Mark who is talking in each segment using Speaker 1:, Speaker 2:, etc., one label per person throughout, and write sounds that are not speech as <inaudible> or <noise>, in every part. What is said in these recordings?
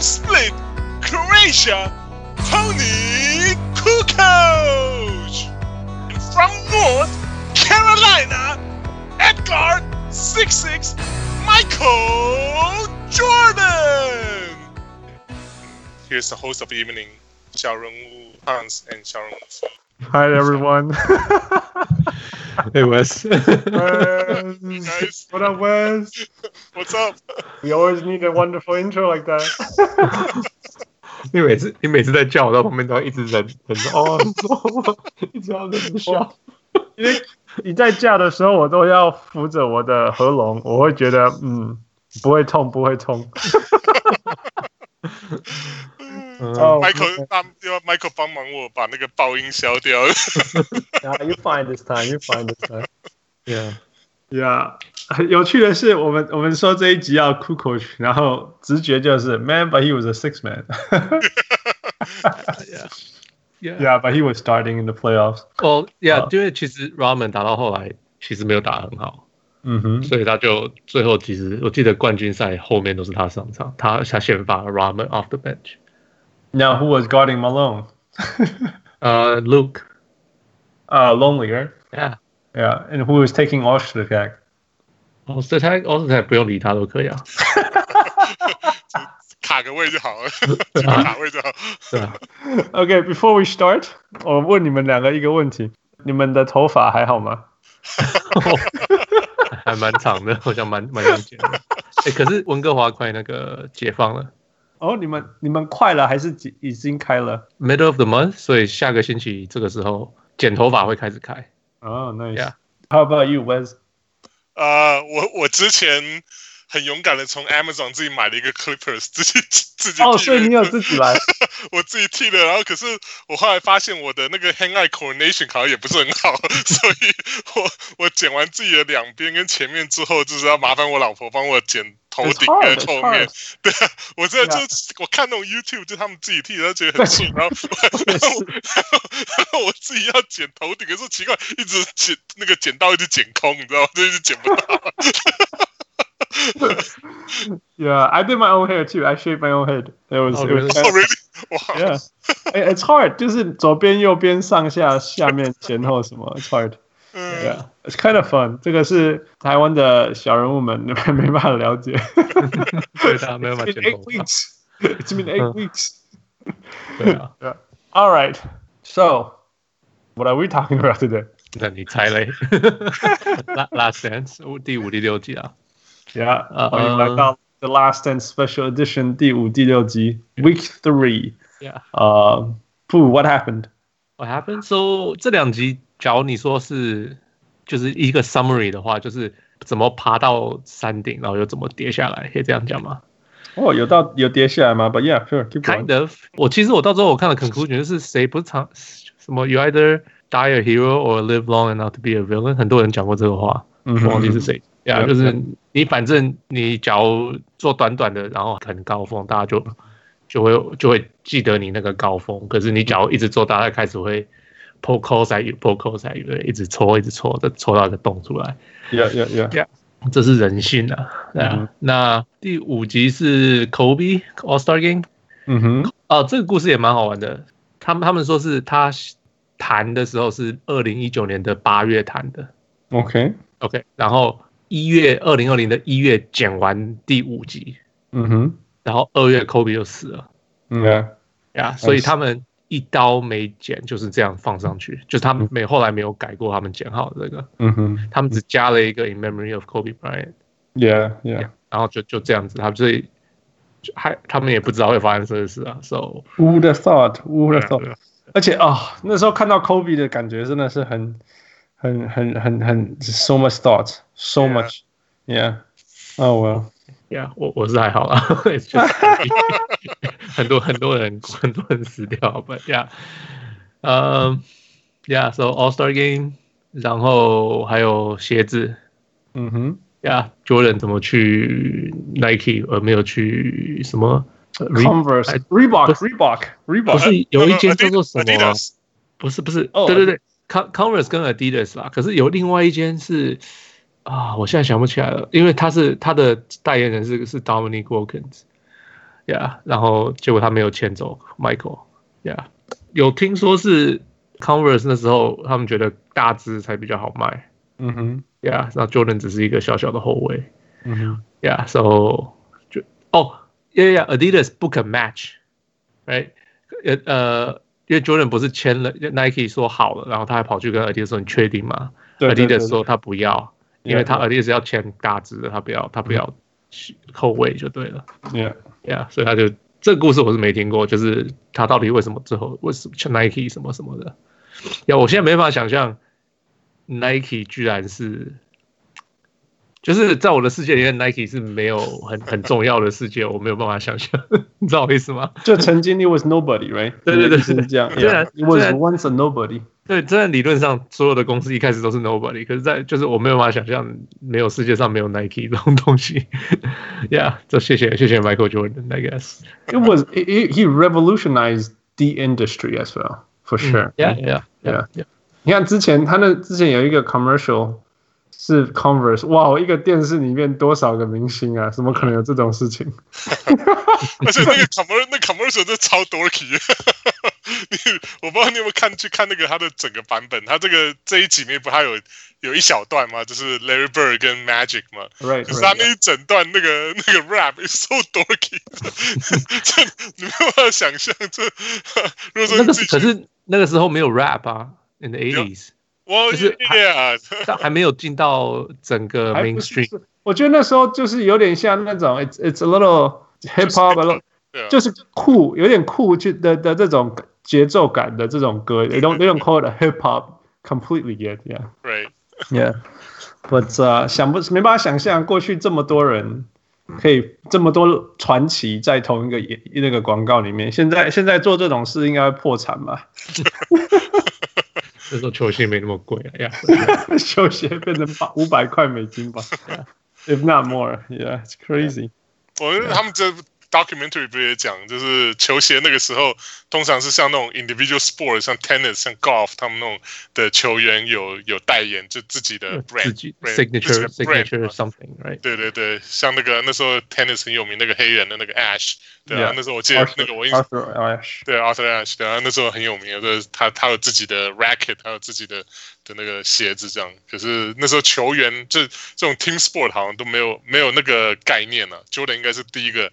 Speaker 1: Split Croatia, Tony Kukoc. And from North Carolina, Edgar 66, Michael Jordan. Here's the host of the evening, Xiaorong Hans and Xiaorong Fu.
Speaker 2: Hi <laughs> everyone.
Speaker 3: Hey <laughs> Wes.
Speaker 2: Wes.
Speaker 1: Nice.
Speaker 2: What up, Wes?
Speaker 1: What's up?
Speaker 2: We always need a wonderful intro like <laughs> that.
Speaker 3: 你每次你每次在叫我，到旁边都要一直忍忍着哦，你说我一直要忍着 <laughs> 笑。
Speaker 2: 因为 <laughs> 你在叫的时候，我都要扶着我的喉咙，我会觉得嗯，不会痛，不会痛。哦
Speaker 1: 嗯 Michael，那要 Michael 帮忙我把那个爆音消掉。 <laughs>
Speaker 2: Yeah, you fine this time. You fine this time.
Speaker 3: Yeah，
Speaker 2: Yeah，有趣的是，我们我们说这一集要 c o o k 然后直觉就是 man, but he was a six man. <laughs>
Speaker 3: yeah，
Speaker 2: yeah, but he was starting in the playoffs. 啊
Speaker 3: 哦，Yeah，因为其实 Ramen 打到后来其实没有打得很好，
Speaker 2: 嗯哼，
Speaker 3: 所以他就最后其实我记得冠军赛后面都是他上场，他他先发 Ramen off the bench。
Speaker 2: Now who was guarding Malone? <laughs>
Speaker 3: 呃，Luke，Yeah，
Speaker 2: Uh, lonely, right? Yeah, and who was taking Ostertag?
Speaker 3: 哦，所以他哦，所以他不用理他都可以啊，
Speaker 1: 卡个位就好了，几个卡位就
Speaker 2: <laughs>
Speaker 1: 好。
Speaker 3: 对啊，
Speaker 2: <laughs> Okay, before we start，我问你们两个一个问题：你们的头发还好吗？
Speaker 3: 还蛮长的，好像蛮蛮想剪的。哎，可是温哥华快那个解放了。
Speaker 2: 哦，你们你们快了还是已已经开了？
Speaker 3: middle of the month，所以下个星期这个时候剪头发会开始开。
Speaker 2: 哦、n i c e
Speaker 3: Yeah.
Speaker 2: How about you, Wes？
Speaker 1: 呃，我我之前很勇敢的从 Amazon 自己买了一个 Clippers，自己自己
Speaker 2: 哦、
Speaker 1: 剃
Speaker 2: 所
Speaker 1: 了
Speaker 2: 以你有自
Speaker 1: <laughs>
Speaker 2: 己来
Speaker 1: 我自己剃的，然后可是我后来发现我的那个 hand eye coordination 好像也不是很好， <laughs> 所以我我剪完自己的两边跟前面之后，就是要麻烦我老婆帮我剪头
Speaker 2: ，It's
Speaker 1: 顶跟
Speaker 2: hard,
Speaker 1: 后
Speaker 2: it's
Speaker 1: 面
Speaker 2: hard.。
Speaker 1: 对啊，我真的
Speaker 2: Yeah.
Speaker 1: 就是我看那种 YouTube，就他们自己剃的，都觉得很气，然后
Speaker 2: <laughs>
Speaker 1: 然后我然后 <laughs> 我自己要剪头顶，可是奇怪，一直剪那个剪刀一直剪空，你知道吗？就一直剪不
Speaker 2: <laughs>
Speaker 1: 到。
Speaker 2: Yeah, I did my own hair too. I shaved my own head. It was,
Speaker 3: Oh,
Speaker 2: it was
Speaker 1: Oh, really？哇
Speaker 2: <laughs> yeah. It- It's hard. 就是左边、右边、上下、下面、前后什么。It's hard.
Speaker 1: 嗯
Speaker 2: Yeah, it's kind of fun. 这个是台湾的小人物们没办法了
Speaker 3: <laughs>
Speaker 2: 解。
Speaker 3: 对他没有
Speaker 2: It's
Speaker 3: 办法
Speaker 2: been
Speaker 3: 剪头
Speaker 2: eight
Speaker 3: 发。
Speaker 2: weeks. It's been eight
Speaker 3: 嗯
Speaker 2: weeks.
Speaker 3: 对啊，
Speaker 2: All right. So, what are we talking about today?
Speaker 3: 那你猜嘞 <laughs> La-？Last Dance 第五、第六季啊，
Speaker 2: Yeah.
Speaker 3: 呃，
Speaker 2: 欢迎来到 The Last and Special Edition 第五、第六集 Week Three.
Speaker 3: Yeah.
Speaker 2: Uh, Pooh, what happened?
Speaker 3: What happened? So 这两集，假如你说是就是一个 summary 的话，就是怎么爬到山顶，然后又怎么跌下来，可以这样讲吗
Speaker 2: Oh, 有到有跌下来吗？But yeah, sure. Keep going.
Speaker 3: ？Kind of。我其实我到最后我看了 conclusion 就是谁不是常什么 you either die a hero or live long enough to be a villain，很多人讲过这个话。
Speaker 2: Mm-hmm.
Speaker 3: 我忘记
Speaker 2: 嗯
Speaker 3: 是谁。呀、
Speaker 2: Yeah,
Speaker 3: 就是
Speaker 2: yeah.
Speaker 3: 你反正你假如做短短的，然后很高峰，大家就就会就会记得你那个高峰。可是你假如一直做，大家开始会 poke cos 来 poke cos 来，对，一直戳，一直戳，再戳到一个洞出来。
Speaker 2: Yeah, yeah, yeah.
Speaker 3: 这是人性啊，对啊。
Speaker 2: 嗯
Speaker 3: 那第五集是 Kobe All Star Game
Speaker 2: 嗯哼，
Speaker 3: 哦，这个故事也蛮好玩的。他们他们说是他谈的时候是二零一九年的八月谈的，
Speaker 2: OK，
Speaker 3: OK，然后一月二零二零的一月剪完第五集，然后二月 Kobe 就死了
Speaker 2: Mm-hmm. 嗯哼，Yeah，
Speaker 3: 呀所以他们一刀没剪，就是这样放上去，就是他们没后来没有改过他们剪好的这个，
Speaker 2: Mm-hmm.
Speaker 3: 他们只加了一个 In Memory of Kobe Bryant，
Speaker 2: 嗯哼，Yeah, yeah.
Speaker 3: 然后就就这样子，他们所以就还他们也不知道会发生这个事啊，so
Speaker 2: Who would have thought? Who would have thought?
Speaker 3: 对啊
Speaker 2: 而且啊、那时候看到 Kobe 的感觉真的是很、很、很、很、很 so much thought, so
Speaker 1: Yeah.
Speaker 2: much, yeah. Oh well,
Speaker 3: 呀，我我是还好啦 <laughs> ，it's just 很多很多人 <laughs> 很多人死掉，but yeah，嗯、um,，yeah，so All Star Game，然后还有鞋子
Speaker 2: 嗯哼，
Speaker 3: ，yeah，Jordan 怎么去 Nike 而没有去什么呃？Re-
Speaker 2: Converse,
Speaker 3: 哎
Speaker 2: Reebok,
Speaker 3: 不是
Speaker 2: Reebok,
Speaker 3: 不
Speaker 2: Reebok.
Speaker 3: 是有一间叫做什么啊、
Speaker 1: 呃
Speaker 3: <laughs>
Speaker 1: Adidas
Speaker 3: 不是不是，
Speaker 2: 哦
Speaker 3: 对对对，Con Converse 跟 Adidas 啦，可是有另外一间是啊，我现在想不起来了，因为他是他的代言人是是 Dominic Wilkins， ，Yeah，然后结果他没有签走 Michael，Yeah，有听说是 Converse 那时候他们觉得大只才比较好卖
Speaker 2: 嗯哼，
Speaker 3: ，Yeah，那 Jordan 只是一个小小的后卫
Speaker 2: 嗯哼，
Speaker 3: ，Yeah，so 就哦，Yeah，Adidas 不肯 match，Right，呃呃，因为 Jordan 不是签了 Nike 说好了，然后他还跑去跟 Adidas 说你确定吗
Speaker 2: 对对对
Speaker 3: ？Adidas 说他不要，因为他
Speaker 2: Yeah, 嗯
Speaker 3: Adidas 要签大只的，他不要，他不要后卫就对了。
Speaker 2: yeah，
Speaker 3: 呀，所以他就这个故事我是没听过，就是他到底为什么最后为什么 Nike 什么什么的。呀，我现在没法想象 Nike 居然是，就是在我的世界里面，Nike 是没有很 <laughs> 很重要的世界，我没有办法想象， <laughs> 你知道我意思吗？
Speaker 2: 就曾经 it was nobody，right？
Speaker 3: 对对对
Speaker 2: 是这样。
Speaker 3: 虽然
Speaker 2: yeah，it was
Speaker 3: 虽然
Speaker 2: once a nobody。
Speaker 3: 对，真的理论上所有的公司一开始都是 nobody，可是在，就是我没有办法想象没有世界上没有 Nike 这种东西。 <laughs> 呀、yeah,，这谢谢谢谢 Michael Jordan，I guess。
Speaker 2: It was he he revolutionized the industry as well for
Speaker 3: Mm。
Speaker 2: sure.
Speaker 3: 嗯 Yeah, yeah, yeah,
Speaker 2: Yeah. 你看之前他那之前有一个 commercial 是 Converse，哇，一个电视里面多少个明星啊？怎么可能有这种事情？
Speaker 1: 而且那个 commercial 那 commercial 真的超 dorky，你我不知道你有没有看去看那个它的整个版本，它这个这一集里面不还有有一小段吗？就是 Larry Bird 跟 Magic 嘛，
Speaker 2: Right,
Speaker 1: 可是他
Speaker 2: right.
Speaker 1: 那一整段那个那个 rap is so dorky，这你没有办法想象。这 <laughs> 如果说
Speaker 3: 那
Speaker 1: 你
Speaker 3: 个
Speaker 1: 自己
Speaker 3: 可
Speaker 1: 去，
Speaker 3: 是那个时候没有 rap 啊，in the eighties，
Speaker 1: 我
Speaker 3: 可是
Speaker 1: yeah，
Speaker 3: 但还没有进到整个
Speaker 2: 还不是
Speaker 3: mainstream。
Speaker 2: 我觉得那时候就是有点像那种 it's it's a little hip hop a little
Speaker 1: <laughs> 对啊
Speaker 2: 就是酷，有点酷就的的这种节奏感的这种歌，they don't they don't call it a hip hop completely yet, yeah,
Speaker 1: right，
Speaker 2: yeah. But 呃、想不没办法想象过去这么多人可以这么多传奇在同一个也那个广告里面，现在现在做这种事应该会破产吧？ <laughs>
Speaker 3: 那时候球鞋没那么贵啊呀。Yeah.
Speaker 2: 休学变成五百块美金 <laughs> 吧，if not more, yeah, it's crazy.
Speaker 1: 我觉得他们这 documentary 不是也讲，就是球鞋那个时候通常是像那种 individual sport，像 tennis、像 golf，他们那种的球员有有代言，就自己的 brand，
Speaker 3: 呃自己
Speaker 1: brand，
Speaker 3: signature
Speaker 1: 自己的 brand
Speaker 3: signature something right？
Speaker 1: 对对对，像那个那时候 tennis 很有名那个黑人的那个 Ash，对啊
Speaker 2: Yeah，
Speaker 1: 那时候我记得那个我印象
Speaker 2: Arthur Ashe，
Speaker 1: 对 Arthur Ashe，对啊，那时候很有名的，就是他他有自己的 racket，他有自己的的那个鞋子这样。可是那时候球员这这种 team sport 好像都没有没有那个概念呢、啊。Jordan 应该是第一个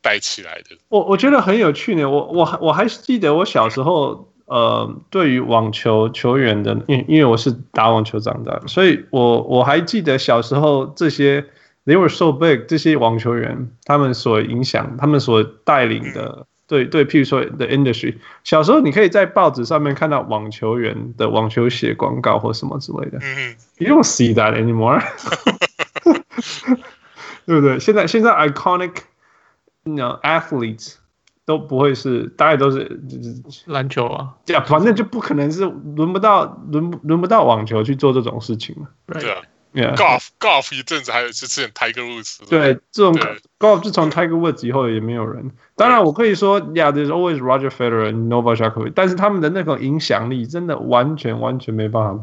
Speaker 1: 带起来的。
Speaker 2: 我我觉得很有趣呢。我我还我还记得我小时候，呃，对于网球球员的，因因为我是打网球长大的，所以我我还记得小时候这些 they were so big 这些网球员他们所影响，他们所带领的。对对，譬如说的 industry，小时候你可以在报纸上面看到网球员的网球鞋广告或什么之类的。
Speaker 1: 嗯
Speaker 2: You don't see that
Speaker 1: <laughs>
Speaker 2: anymore，对不对？现在现在 iconic，你 you know, athletes 都不会是，大概都是，
Speaker 3: 篮球啊
Speaker 2: 这样，反正就不可能是轮不到轮不轮不到网球去做这种事情了。
Speaker 1: 哼，对
Speaker 3: ，right？
Speaker 1: 啊
Speaker 2: Yeah，
Speaker 1: ，golf golf 一阵子，还有之前 Tiger Woods，是吧，
Speaker 2: 对，这种
Speaker 1: 对
Speaker 2: golf 自从 Tiger Woods 以后也没有人。当然，我可以说，Yeah，there's always Roger Federer and Novak Djokovic，但是他们的那种影响力真的完全完全没办法，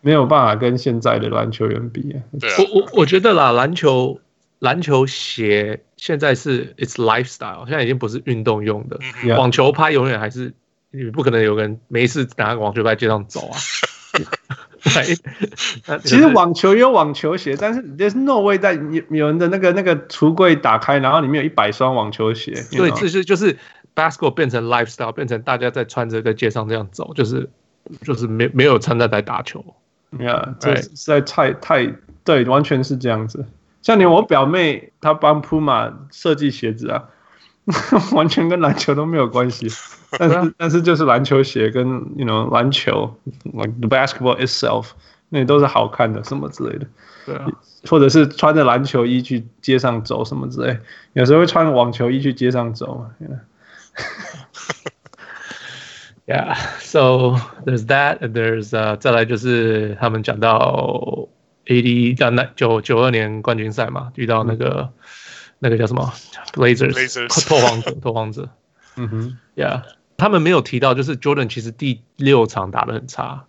Speaker 2: 没有办法跟现在的篮球员比啊。
Speaker 1: 对啊，
Speaker 3: 我我我觉得啦，篮球篮球鞋现在是 it's lifestyle，现在已经不是运动用的。
Speaker 1: 嗯哼
Speaker 2: Yeah
Speaker 3: 网球拍永远还是你不可能有个人没事拿个网球拍街上走 <laughs> 啊。Right？那 <laughs>
Speaker 2: 其实网球也有网球鞋，但是 there's no way 在有有人的那个那个橱柜打开，然后里面有一百双网球鞋。you
Speaker 3: 对，
Speaker 2: know？
Speaker 3: 这是就是 basketball 变成 lifestyle，变成大家在穿着在街上这样走，就是就是没没有穿着在打球。
Speaker 2: Yeah，这
Speaker 3: Right
Speaker 2: 实在太太对，完全是这样子。像你我表妹，她帮 Puma 设计鞋子啊， <laughs> 完全跟篮球都没有关
Speaker 3: <laughs>
Speaker 2: 系。但
Speaker 3: 对啊
Speaker 2: 是但是就是篮球鞋跟 you know 篮球，like the basketball itself，那都是好看的什么之类的，
Speaker 3: 对啊，
Speaker 2: 或者是穿着篮球衣去街上走什么之类，有时候会穿网球衣去街上走嘛。you know
Speaker 3: Yeah, so there's that, and there's 呃、再来就是他们讲到 AD 到那九九二年冠军赛嘛，遇到那个、那个叫什么 Blazers,
Speaker 1: Blazers
Speaker 3: <laughs> 拓荒者拓荒者
Speaker 2: 嗯哼
Speaker 3: ，Yeah，他们没有提到就是 Jordan 其实第六场打得很差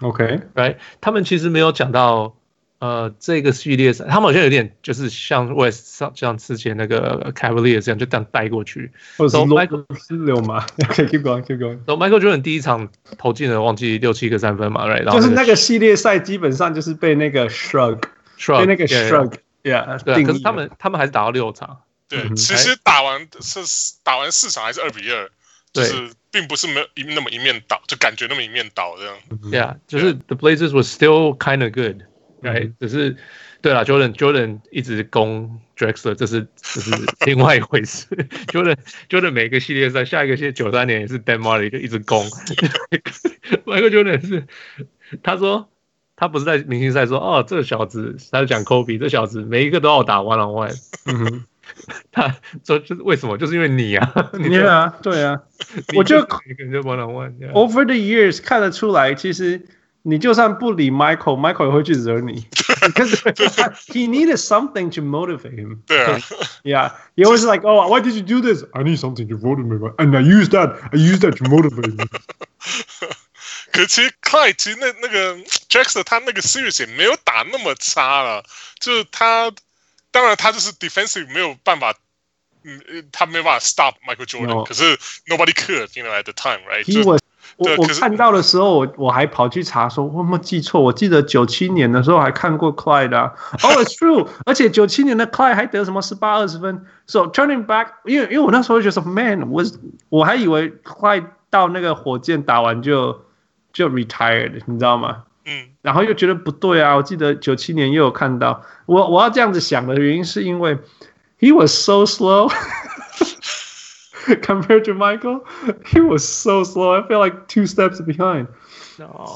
Speaker 2: ，OK，
Speaker 3: ，Right？他们其实没有讲到呃，这个系列赛他们好像有点就是像 West 上像之前那个 Cavaliers 这样就这样带过去。
Speaker 2: 或者是
Speaker 3: So
Speaker 2: 罗
Speaker 3: Michael-
Speaker 2: 是流 <laughs> 氓。OK，keep going，keep going。
Speaker 3: 然后 Michael Jordan 第一场投进了忘记六七个三分嘛，right？然后
Speaker 2: 就是那个系列赛基本上就是被那个 shrug，
Speaker 3: shrug，
Speaker 2: 被那个
Speaker 3: yeah，yeah，
Speaker 2: shrug，yeah，
Speaker 3: 对啊，
Speaker 2: 定
Speaker 3: 可是
Speaker 2: 义
Speaker 3: 他
Speaker 2: 了
Speaker 3: 们他们还是打到六场，
Speaker 1: 对，
Speaker 2: 嗯
Speaker 1: 其实打完是打完四场还是二比二，就
Speaker 3: 对
Speaker 1: 是并不是没有一那么一面倒，就感觉那么一面倒这样。
Speaker 3: 对
Speaker 2: 嗯
Speaker 3: 啊，就是 The Blazers were still kind of good，right？只是对啊，Jordan Jordan 一直攻 Drexler，这是这是另外一回事。Jordan Jordan 每个系列赛，下一个系九三年也是 Dan Marley 就一直攻，Michael Jordan 是他说。他不是在明星赛说哦，这个小子，他就讲 Kobe，这小子每一个都要打 one on one，
Speaker 2: 嗯哼，
Speaker 3: 他说就是为什么？就是因为你啊，你
Speaker 2: 对啊，对啊。我
Speaker 3: 就
Speaker 2: 就是哦
Speaker 3: 每个人就 one on one，这样
Speaker 2: Over the years 看得出来，其实你就算不理 Michael，Michael 也会去惹
Speaker 3: <laughs>
Speaker 2: 你。Because he needed something to motivate him.
Speaker 1: 对啊，
Speaker 2: Yeah, he always like, oh, why did you do this? I need something to motivate me, and I use that. I use that to motivate me.
Speaker 1: 可是其实 Clyde 其实那那个 Jackson 他那个 series 也没有打那么差了，就是他当然他就是 defensive 没有办法。嗯，呃他没有办法 stop Michael Jordan，、
Speaker 2: No
Speaker 1: 可是 nobody could，you know at the time，right？
Speaker 2: He
Speaker 1: 就
Speaker 2: was 我
Speaker 1: 对
Speaker 2: 我
Speaker 1: 可是
Speaker 2: 看到的时候，我我还跑去查说，我有没有记错？我记得九七年的时候还看过 Clyde 啊。Oh, it's true <laughs> 。而且九七年的 Clyde 还得什么十八二十分。So turning back，因为因为我那时候就觉得，man，我我还以为 Clyde 到那个火箭打完就就 retired，你知道吗？
Speaker 1: 嗯，
Speaker 2: 然后又觉得不对啊。我记得九七年又有看到，我我要这样子想的原因是因为 he was so slow <laughs> compared to Michael. He was so slow. I feel like two steps behind.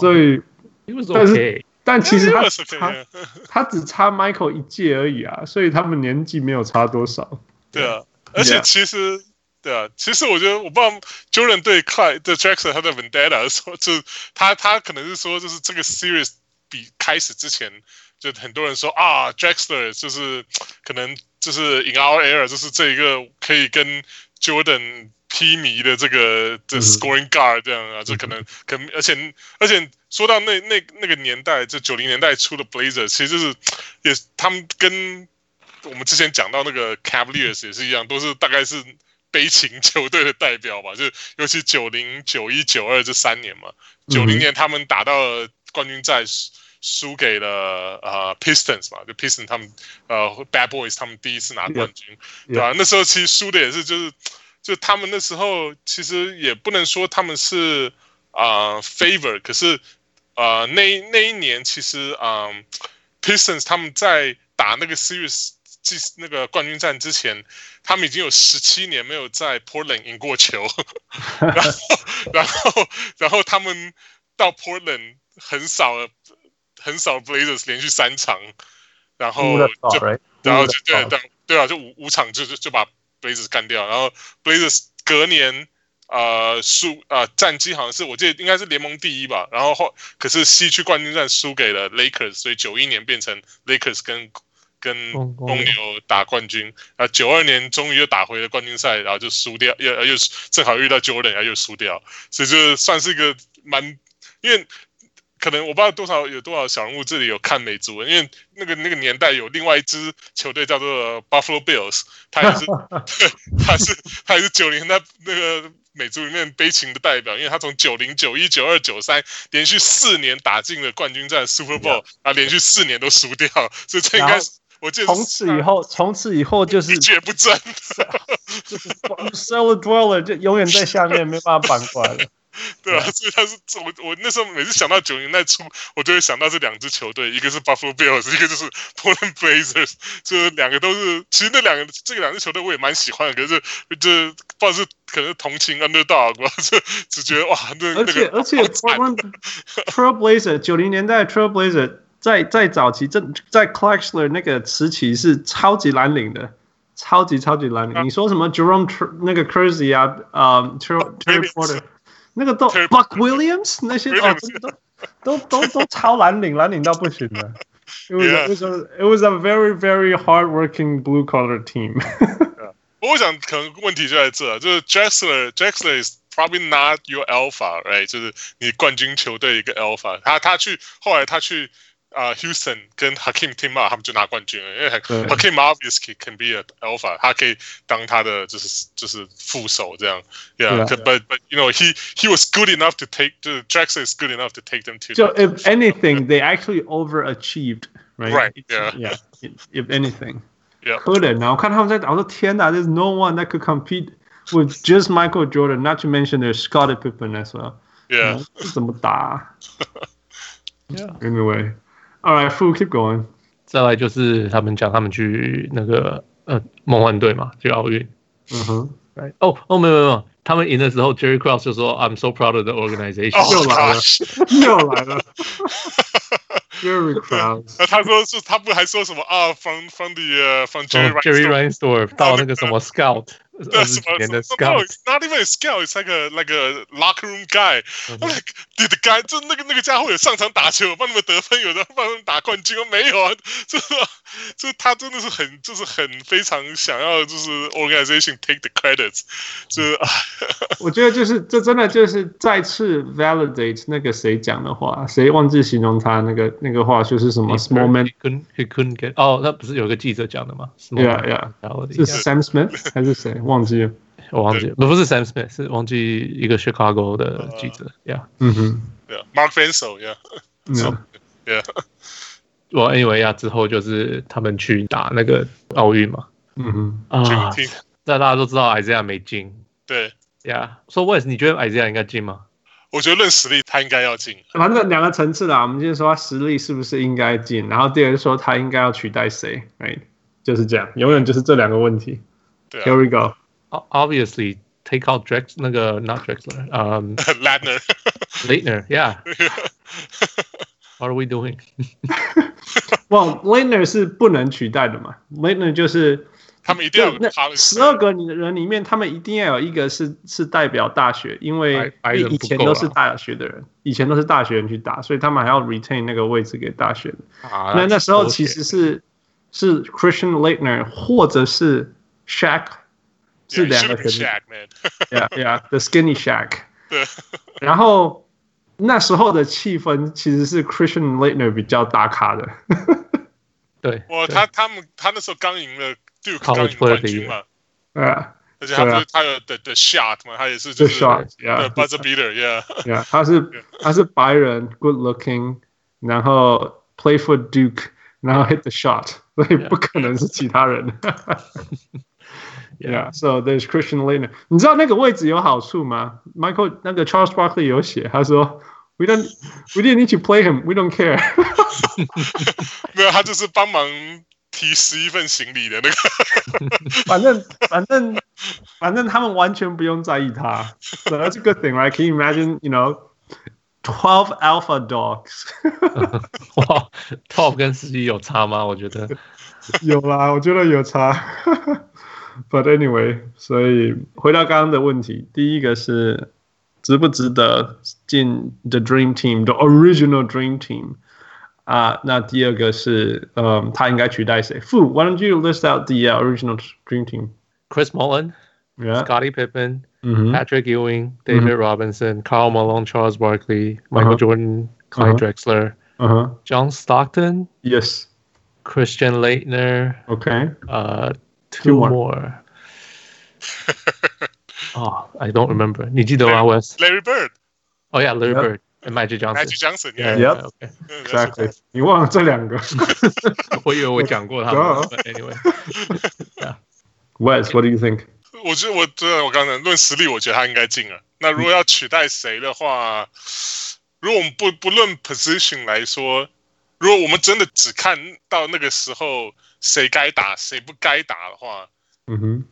Speaker 2: 所以，
Speaker 3: he was
Speaker 2: 但是
Speaker 3: okay，
Speaker 2: 但其实他
Speaker 1: He
Speaker 2: 只
Speaker 1: was okay，
Speaker 2: 差
Speaker 1: yeah
Speaker 2: 他只差 Michael 一届而已啊，所以他们年纪没有差多少。
Speaker 1: 对啊，而且其实对啊，其实我觉得我不知道 Jordan 对 Clyde 对 Jackson 他的 vendetta 的时候，就是他他可能是说，就是这个 series 比开始之前，就很多人说啊，Jackson 就是可能就是 in our era 就是这一个可以跟 Jordan 披靡的这个的
Speaker 2: 嗯
Speaker 1: scoring guard 这样啊，这可能可能，而且而且说到那那那个年代，就九零年代初的 Blazer，其实就是也是他们跟我们之前讲到那个 Cavaliers 也是一样，都是大概是悲情球队的代表吧， <laughs> 就是尤其九零、九一、九二这三年嘛。九零年他们打到了冠军赛输输给了呃 Pistons 嘛，就 Pistons 他们呃 Bad Boys 他们第一次拿冠军对吧、那时候其实输的也是就是就他们那时候其实也不能说他们是啊、呃 favor，可是呃那一那一年其实啊、呃 Pistons 他们在打那个 series 季那个冠军战之前，他们已经有十七年没有在 Portland 赢过球， <laughs> 然后 <laughs> 然后然后他们到 Portland 很少了很少 Blazers 连续三场，然后就然后就对对对啊，就五五场就就就把 Blazers 干掉，然后 Blazers 隔年呃输呃战绩好像是我记得应该是联盟第一吧，然后后可是西区冠军战输给了 Lakers，所以九一年变成 Lakers 跟跟
Speaker 3: 公公
Speaker 1: 公牛打冠军，啊九二年终于又打回了冠军赛，然后就输掉，又又正好遇到 Jordan，然后又输掉，所以就算是一个蛮，因为可能我不知道多少有多少小人物这里有看美足，因为那个那个年代有另外一支球队叫做 Buffalo Bills，他
Speaker 2: <laughs>
Speaker 1: 也是他是他也是九零代那个美足里面悲情的代表，因为他从九零、九一、九二、九三连续四年打进了冠军战 Super Bowl，啊，连续四年都输掉，所以这应该是我记得
Speaker 2: 从此以后，从此以后就是
Speaker 1: 一蹶不振，
Speaker 2: 就是 <laughs> cellar dweller 就永远在下面，没办法搬过来了。
Speaker 1: 对
Speaker 2: 嗯
Speaker 1: 啊，所以他是我我那时候每次想到九零代初，我就会想到这两支球队，一个是 Buffalo Bills，一个就是 Portland Blazers，这两个都是，其实那两个这两支球队我也蛮喜欢的，可是这不知道是可能是同情 underdog 吧， <laughs> 就只觉得哇，那
Speaker 2: 而
Speaker 1: 那 <laughs>
Speaker 2: 且
Speaker 1: 个
Speaker 2: 而且 Portland Trailblazer 九零年代 Trailblazer 在在早期正在 c l a x l e r 那个时期是超级蓝领的，超级超级蓝领。你说什么 Jerome Tr- 那个 Crazy 啊，啊 Terry
Speaker 1: Williams
Speaker 2: Terry Porter 那个都
Speaker 1: Terry
Speaker 2: Buck Williams 那些哦
Speaker 1: Williams
Speaker 2: 都都都都超蓝领，蓝领到不行
Speaker 1: <laughs>
Speaker 2: 的。It was,
Speaker 1: Yeah.
Speaker 2: it was a it was a very very hard working blue collar
Speaker 1: <laughs>
Speaker 2: team.
Speaker 1: 不过我想可能问题就在这，啊就是 Drexler Drexler is probably not your alpha，right？就是你冠军球队一个 alpha，他他去后来他去啊、h o u s t o n 跟 Hakim t i m a 他们就拿冠军了，因为
Speaker 2: 对
Speaker 1: <laughs> Hakim obviously can be a alpha，他可以当他的就是就是副手这样
Speaker 2: 对
Speaker 1: ，Yeah，
Speaker 2: 啊
Speaker 1: but- but but you know he he was good enough to take 就是 Jackson is good enough to take them to
Speaker 2: So
Speaker 1: the-
Speaker 2: if anything, they actually overachieved, right?
Speaker 1: right yeah
Speaker 2: Yeah. If anything.
Speaker 1: Yeah.
Speaker 2: 柯林啊，我看他们在，我说天哪，there's no one that could compete with just Michael Jordan, not to mention there's Scottie Pippen as well.
Speaker 1: yeah
Speaker 3: Yeah.
Speaker 2: Anyway, all right, Fu, keep going.
Speaker 3: 再来就是他们讲他们去那个呃梦幻队嘛，去奥运。
Speaker 2: <laughs> 嗯哼，
Speaker 3: Right. 哦哦，没有没有没有，他们赢的时候，Jerry Cross 就说 "I'm so proud of the organization"，、
Speaker 1: oh
Speaker 2: 又来了
Speaker 1: gosh <laughs>
Speaker 2: 又来了，Jerry Krause。
Speaker 1: 那他说是他不还说什么啊，from oh, from the 呃 from <laughs>
Speaker 3: 从
Speaker 1: Jerry
Speaker 3: 哦 Jerry
Speaker 1: Reinsdorf
Speaker 3: Reinsdorf 到那个什么 Scout
Speaker 1: 对
Speaker 3: 二
Speaker 1: 什
Speaker 3: 十
Speaker 1: 么 <laughs>
Speaker 3: 几年的
Speaker 1: 什么 no,
Speaker 3: Scout，
Speaker 1: it's not even a scout, it's like a like a locker room guy. I'm
Speaker 3: 嗯
Speaker 1: like, did the guy 就那个那个家伙有上场打球，有帮他们得分，有的帮他们打冠军，没有啊？ <laughs> 就是就是他真的是很就是很非常想要就是 organization take the credits，就是啊
Speaker 2: 我觉得就是这真的就是再次 validate 那个谁讲的话，谁忘记形容他那个那个话就是什么 small man，
Speaker 3: he couldn't he couldn't get 哦，那不是有个记者讲的吗
Speaker 2: Yeah, yeah.
Speaker 3: yeah，
Speaker 2: 是 Sam Smith 还是谁忘记了？
Speaker 3: 我忘记了，不不是 Sam Smith，是忘记一个 Chicago 的记者，Yeah。
Speaker 1: <laughs>
Speaker 2: 嗯哼，嗯
Speaker 1: ，Yeah，Mark v a n s e l y e a h
Speaker 2: 那
Speaker 1: Yeah，
Speaker 3: 我 anyway 呀，之后就是他们去打那个奥运嘛，
Speaker 2: 嗯哼，
Speaker 3: 啊，
Speaker 1: 这个 team
Speaker 3: 那大家都知道 Isaiah 没进
Speaker 1: 对，
Speaker 3: ，Yeah。So Wes，你觉得 Isaiah 应该进吗？
Speaker 1: 我觉得论实力他应该要进。
Speaker 2: 反正两个层次啦。我们今天说他实力是不是应该进，然后第二个说他应该要取代谁，right？就是这样，永远就是这两个问题。
Speaker 1: 对啊 <laughs>
Speaker 2: Here we go，
Speaker 3: O- obviously take out Drex um, 那个 not Drexler，嗯
Speaker 1: <laughs> ，Ladner， <laughs>
Speaker 3: ，Later，yeah。What are we doing？
Speaker 2: well Laner 是不能取代的嘛，Laner 就是
Speaker 1: 他们一定要有
Speaker 2: 那
Speaker 1: 个 power
Speaker 2: 十二个人里面，他们一定要有一个是是代表大学，因为
Speaker 3: 白白人不够
Speaker 2: 以前都是大学的人，以前都是大学人去打，所以他们还要 retain 那个位置给大学的。
Speaker 3: 啊
Speaker 2: 那那时候其实是是 Christian Leitner 或者是 Shaq 是两个选择
Speaker 1: Shaq man，
Speaker 2: ，Yeah Yeah，The Skinny Shaq。
Speaker 1: 对，
Speaker 2: 然后那时候的气氛其实是 Christian Leitner 比较打卡的， <laughs>
Speaker 3: 对，
Speaker 1: 我
Speaker 3: 对
Speaker 1: 他他们他那时候刚赢了 Duke 刚
Speaker 3: College
Speaker 1: 赢冠军嘛，
Speaker 2: 呃，
Speaker 1: 而且他不
Speaker 2: 对
Speaker 1: 是
Speaker 2: 啊
Speaker 1: 他有 the the shot 嘛，他也是
Speaker 2: 就
Speaker 1: 就是
Speaker 2: Shaq
Speaker 1: 对
Speaker 2: Yeah。
Speaker 1: buzzer beater，yeah，
Speaker 2: Yeah，他是他是白人，good looking，然后 play for Duke，然后 hit the shot，所以不可能是其他人。Yeah，so there's Christian l e i n e r 你知道那个位置有好处吗？Michael 那个 Charles Barkley 有写，他说 We don't we didn't need to play him, we don't care 。 <laughs>
Speaker 1: 没有他就是帮忙提十一份行李的那个， <laughs>
Speaker 2: 反正反正反正他们完全不用在意他。So that's a good thing, right? Can you imagine, you know, twelve alpha dogs？
Speaker 3: <laughs> 哇，Top 跟十一有差吗？我觉得
Speaker 2: 有啦，我觉得有差。But anyway，所以回到刚刚的问题，第一个是值不值得进 The Dream Team，The Original Dream Team 啊、那第二个是，嗯，他应该取代谁？Fu，Why don't you list out the、uh, original Dream Team？Yeah，
Speaker 3: Chris Mullin、Scottie Pippen、
Speaker 2: 嗯哼
Speaker 3: Patrick Ewing、David
Speaker 2: Mm-hmm。
Speaker 3: Robinson、Carl Malone、Charles Barkley、Michael
Speaker 2: Uh-huh。
Speaker 3: Jordan、Clyde
Speaker 2: 嗯哼
Speaker 3: Drexler、
Speaker 2: 嗯哼
Speaker 3: John Stockton、
Speaker 2: ，Yes，OK，
Speaker 3: Christian Leitner、呃
Speaker 2: Two
Speaker 3: Uh, two
Speaker 2: more <laughs>
Speaker 3: more。哦，I don't remember，你记得吗，Wes？
Speaker 1: Larry Bird、
Speaker 3: 哦呀，Larry
Speaker 2: Yep.
Speaker 3: Oh, Bird and Magic
Speaker 1: Magic
Speaker 3: Johnson。
Speaker 1: Johnson，
Speaker 3: 啊 Yeah,
Speaker 1: yeah，
Speaker 2: Yep.
Speaker 3: okay.
Speaker 1: 嗯 that's
Speaker 2: Exactly，你忘了这两个 <laughs>
Speaker 3: 我以为我讲过他们
Speaker 2: Duh.
Speaker 3: ，but anyway。
Speaker 2: ，Wes，What do you think？
Speaker 1: 我觉得我真的我刚才论实力，我觉得他应该进了。那如果要取代谁的话，如果我们不不论 position 来说，如果我们真的只看到那个时候谁该打谁不该打的话
Speaker 2: 嗯哼，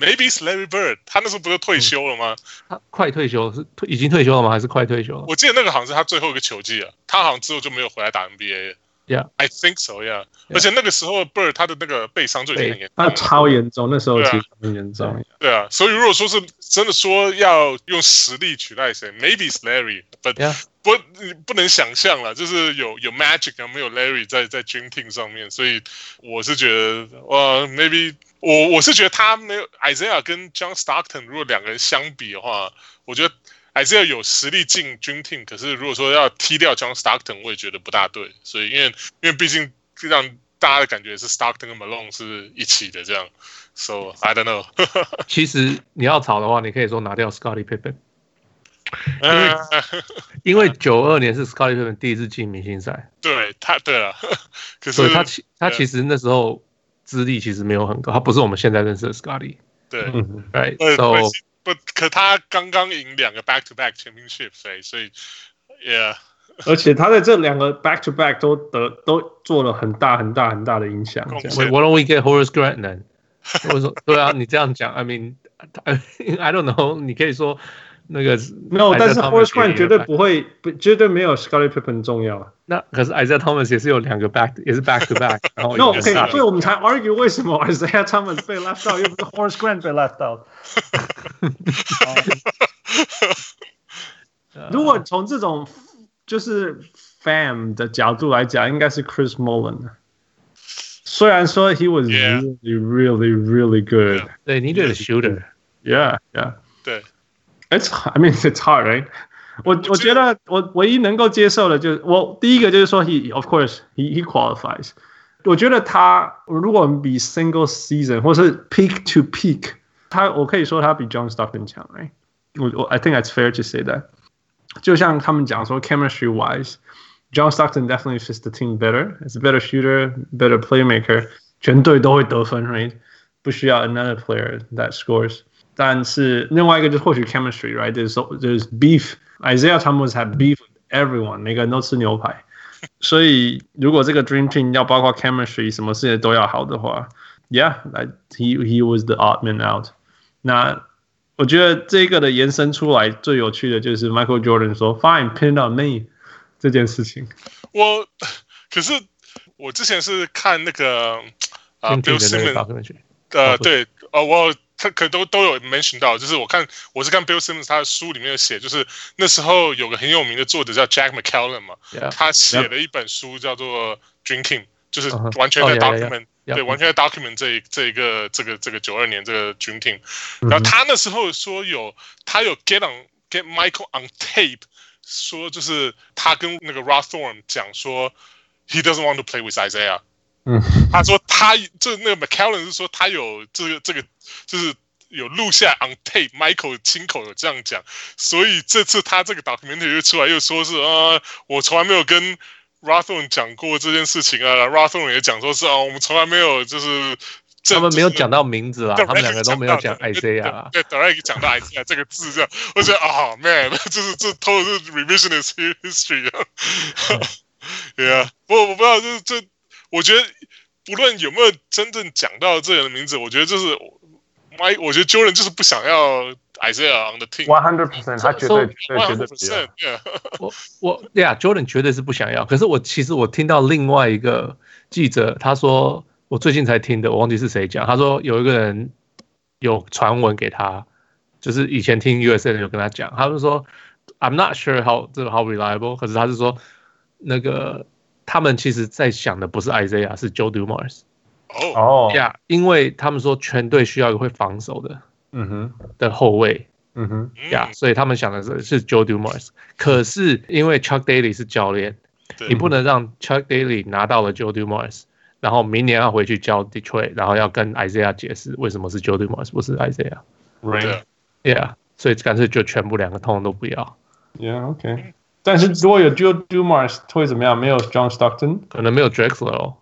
Speaker 1: ，maybe it's Larry Bird，他那时候不是退休了吗？
Speaker 3: 他快退休是退已经退休了吗？还是快退休了
Speaker 1: 我记得那个好像是他最后一个球季了，他好像之后就没有回来打 NBA 了。
Speaker 3: Yeah.
Speaker 1: I think so. Yeah.
Speaker 3: Yeah.
Speaker 1: 而且那个时候 Bird 他的那个背伤就已经很严重
Speaker 2: 那
Speaker 1: 了。
Speaker 2: 超严重，那时候
Speaker 1: 对啊
Speaker 2: 其实很严重。
Speaker 1: 对啊，所以如果说是真的说要用实力取代谁，maybe it's Larry，but
Speaker 3: Yeah.
Speaker 1: 不你不能想象了，就是有有 Magic 啊，没有 Larry 在在 Dream Team 上面，所以我是觉得哇、m a y b e 我我是觉得他没有 Isaiah 跟 John Stockton 如果两个人相比的话，我觉得还是要有实力进军 team。可是如果说要踢掉 John Stockton，我也觉得不大对。所以因为因为毕竟让大家的感觉是 Stockton 跟 Malone 是一起的这样，so I don't know
Speaker 3: 其实你要炒的话，你可以说拿掉 Scotty
Speaker 1: <laughs>
Speaker 3: Pippen，
Speaker 1: 嗯。
Speaker 3: 因为九二年是 Scotty Pippen 第一次进明星赛，
Speaker 1: 对他，对了， <laughs> 可
Speaker 3: 所
Speaker 1: 是
Speaker 3: 以他其他
Speaker 1: 对
Speaker 3: 其实那时候资历其实没有很高，他不是我们现在认识的 Scotty。
Speaker 1: 对，
Speaker 2: 嗯，
Speaker 3: Right,
Speaker 1: 呃
Speaker 3: so
Speaker 1: 不，可他刚刚赢两个 back to back championship，所以所以，yeah，
Speaker 2: <laughs> 而且他在这两个 back to back 都得都做了很大很大很大的影响，这
Speaker 1: 贡
Speaker 3: why
Speaker 1: 献
Speaker 2: 样
Speaker 3: why don't we get Horace Grant 呢？我说对啊，你这样讲，I mean <laughs> I don't know，你可以说那个
Speaker 2: No，
Speaker 3: Isaiah
Speaker 2: 但是 Horace
Speaker 3: Thomas 也
Speaker 2: Grant
Speaker 3: 有
Speaker 2: 绝对
Speaker 3: back-
Speaker 2: 不会，不绝对没有 Scottie Pippen 重要啊。
Speaker 3: 那可是 Isaiah Thomas 也是有两个 back 也是 back to back，
Speaker 1: <laughs>
Speaker 3: 然 Oh, 后
Speaker 1: 哦
Speaker 2: No，
Speaker 3: 也
Speaker 2: OK，
Speaker 3: 是
Speaker 2: 所以我们才 argue 为什么 <laughs> Isaiah Thomas 被 left out，又不是 Horace Grant 被 left
Speaker 1: <laughs>
Speaker 2: out。如
Speaker 3: Uh,
Speaker 2: 果从这种就是 fam 的角度来讲，应该是 Chris Mullin。虽然说 he was
Speaker 1: Yeah.
Speaker 2: really really really good，
Speaker 3: 对 needed a shooter，
Speaker 2: yeah yeah，
Speaker 1: 对，
Speaker 2: It's I mean it's hard, <laughs> right? 我
Speaker 1: 这
Speaker 2: 我觉得我唯一能够接受的就是我第一个就是说 he of course he he qualifies。我觉得他如果我们比 single season 或是 peak to peak，他我可以说他比 John Stockton 强，right？我我 I think it's fair to say that。就像他们讲说 chemistry wise。John Stockton definitely fits the team better. It's a better shooter, better playmaker. 全队都会得分，right？不需要 another player that scores. 但是另外一个就是或许 chemistry, right? There's there's beef. Isaiah Thomas had beef with everyone. 每个人都吃牛排。所以如果这个 dream team 要包括 chemistry，什么事情都要好的话，yeah, like he he was the odd man out. 那我觉得这个的延伸出来最有趣的就是 Michael Jordan 说 "Fine, pin it on me" 这件事情。
Speaker 1: 我可是我之前是看那个啊
Speaker 3: 先
Speaker 1: Uh, Bill
Speaker 3: 提的那
Speaker 1: Simmons
Speaker 3: 个 documentary
Speaker 1: 呃，
Speaker 3: 哦不
Speaker 1: 对，呃，我他可都都有 mention 到，就是我看我是看 Bill Simmons 他的书里面有写，就是那时候有个很有名的作者叫 Jack McCallum 嘛
Speaker 3: Yeah.
Speaker 1: 他写了一本书叫做《Drinking》，就是
Speaker 3: 嗯哼
Speaker 1: 完全
Speaker 3: 哦
Speaker 1: 在
Speaker 3: ，yeah，yeah，yeah，
Speaker 1: document，
Speaker 3: yeah
Speaker 1: 对，完全在 document 这一这一个这个这个九二年这个 Drinking，然后他那时候说有他有 get on get Michael on tape，说就是他跟那个 Ross Thorn 讲说，he doesn't want to play with Isaiah。
Speaker 2: 嗯，
Speaker 1: 他说他就那个 McCallum 是说他有这个这个就是有录下 on tape Michael 亲口有这样讲，所以这次他这个 documentary 又出来又说是呃，我从来没有跟 Rathon 讲过这件事情啊，Rathon 也讲说是啊、我们从来没有就是这
Speaker 3: 他们没有
Speaker 1: 就是
Speaker 3: 讲到名字啊，
Speaker 1: 对
Speaker 3: 他们两个都没有讲 Isaiah 啊。
Speaker 1: 对 d i r e c 讲到 Isaiah 这个字，这样我觉得啊、m a n <laughs> 就是这偷的是 revisionist history 啊。yeah，我我不知道，就是这，我觉得不论有没有真正讲到这个人的名字，我觉得就是 Mike，我觉得 Jordan 就是不想要 Isaiah on the team。
Speaker 4: One hundred percent，他绝对
Speaker 3: So-
Speaker 4: 绝对绝对不要
Speaker 1: percent，
Speaker 3: 我我对呀，Jordan 绝对是不想要。可是我其实我听到另外一个记者他说，我最近才听的，我忘记是谁讲，他说有一个人有传闻给他，就是以前听 USA 的有跟他讲，他就说 I'm not sure how 这个 how reliable，可是他是说那个他们其实在想的不是 Isaiah，是 Joe Dumars。
Speaker 1: <laughs> 哦，
Speaker 4: 哦，
Speaker 3: 呀、因为他们说全队需要一个会防守的
Speaker 2: 嗯哼，
Speaker 3: 的后卫。
Speaker 2: 嗯哼，
Speaker 3: 呀、
Speaker 1: 嗯，
Speaker 3: 所以他们想的是是 Joe Dumars，可是因为 Chuck Daly 是教练，
Speaker 1: 对
Speaker 3: 你不能让 Chuck Daly 拿到了 Joe Dumars，然后明年要回去教 Detroit，然后要跟 Isaiah 解释为什么是 Joe Dumars 不是 Isaiah。
Speaker 1: 对
Speaker 2: Right.
Speaker 1: 啊
Speaker 3: Yeah，所以干脆就全部两个通通都不要，
Speaker 2: Yeah, okay. 但是如果有 Joe Dumars 会怎么样？没有 John Stockton？
Speaker 3: 可能没有 Drexler 哦。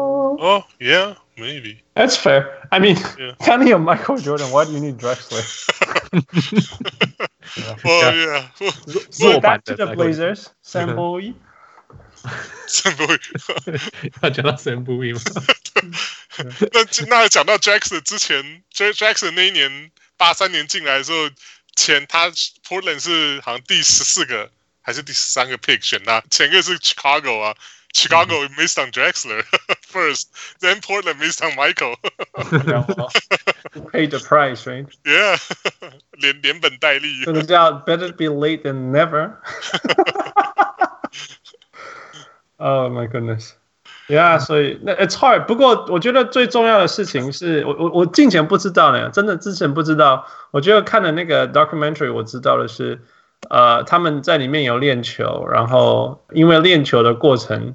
Speaker 3: <laughs>
Speaker 2: 哦、
Speaker 1: 哦，yeah，maybe。
Speaker 3: <laughs>
Speaker 2: t h a t s fair. I mean， <laughs>
Speaker 1: Yeah.
Speaker 2: 看你有 Michael Jordan，Why do you need Drexler？
Speaker 1: 哦，yeah，我
Speaker 3: 弱版
Speaker 2: back
Speaker 3: 的
Speaker 2: to the
Speaker 3: Michael
Speaker 2: Blazers，Sam Bowie。
Speaker 1: <laughs> 真不会。
Speaker 3: 要讲到 Sam Bowie 吗？
Speaker 1: 那那讲到 Jackson 之前，J Jackson 那一年八三年进来的时候，前他 Portland 是好像第十四个还是第十三个 pick 选他，前一个是 Chicago 啊，Chicago
Speaker 2: 嗯
Speaker 1: missed on <laughs> Drexler first，then Portland missed on <laughs> Michael，yeah，
Speaker 2: 然后 Pay the price，right？
Speaker 1: <laughs> 连连本带 <laughs> 利，
Speaker 2: 这个叫 Better be late than never。Oh Oh my goodness. Yeah，所以那 it's hard。不过我觉得最重要的事情是我我我之前不知道呢，真的之前不知道。我觉得看了那个 documentary，我知道的是，呃，他们在里面有练球，然后因为练球的过程，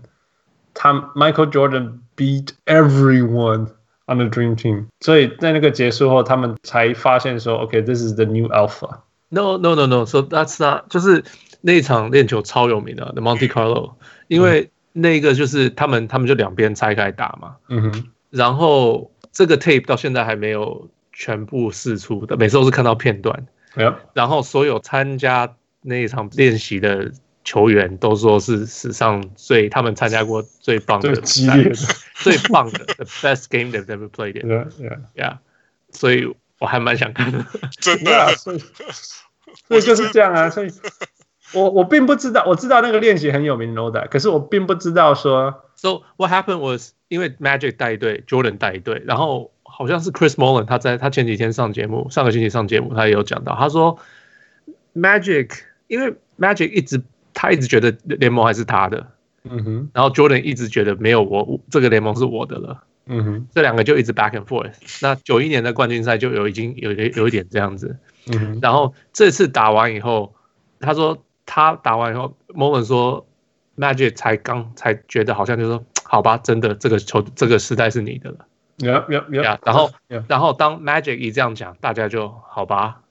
Speaker 2: 他 Michael Jordan beat everyone on the Dream Team，所以在那个结束后，他们才发现说，OK，this、is the new alpha。
Speaker 3: No, no, no, no. So that's not 就是那一场练球超有名的 The Monte Carlo，因为那个就是他们他们就两边拆开打嘛，
Speaker 2: 嗯哼，
Speaker 3: 然后这个 tape 到现在还没有全部释出的，每次都是看到片段。
Speaker 2: y e
Speaker 3: 然后所有参加那一场练习的球员都说是史上最他们参加过最棒的
Speaker 2: 最
Speaker 3: 比赛、
Speaker 2: 激烈的
Speaker 3: <laughs> 最棒的 the best game they've ever played in。
Speaker 2: Yeah, yeah.
Speaker 3: Yeah，所以我还蛮想看的。
Speaker 1: 真 <laughs>
Speaker 2: 对啊，
Speaker 1: 的，
Speaker 2: 所以所以就是这样啊，所以我我并不知道，我知道那个练习很有名 n o d a 可是我并不知道说
Speaker 3: So what happened was，因为 Magic 带队，Jordan 带队，然后好像是 Chris Mullin，他在他前几天上节目，上个星期上节目，他也有讲到，他说 Magic，因为 Magic 一直他一直觉得联盟还是他的，
Speaker 2: 嗯哼，
Speaker 3: 然后 Jordan 一直觉得没有我我这个联盟是我的了，
Speaker 2: 嗯哼，
Speaker 3: 这两个就一直 back and forth。那九一年的冠军赛就有已经有有一点这样子，
Speaker 2: 嗯哼，
Speaker 3: 然后这次打完以后，他说他打完以后 m o m e n 说 Magic 才刚才觉得好像就说好吧，真的这个球这个时代是你的了。
Speaker 2: 呀呀呀
Speaker 3: 呀，然后
Speaker 2: Yeah.
Speaker 3: 然后当 Magic 一这样讲，大家就好吧，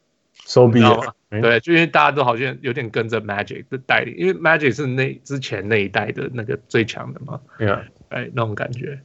Speaker 2: ，so be
Speaker 3: 你知道
Speaker 2: it，
Speaker 3: 吗？对，就因为大家都好像有点跟着 Magic 的带领，因为 Magic 是那之前那一代的那个最强的嘛，
Speaker 2: 呀
Speaker 3: 哎，那种感觉。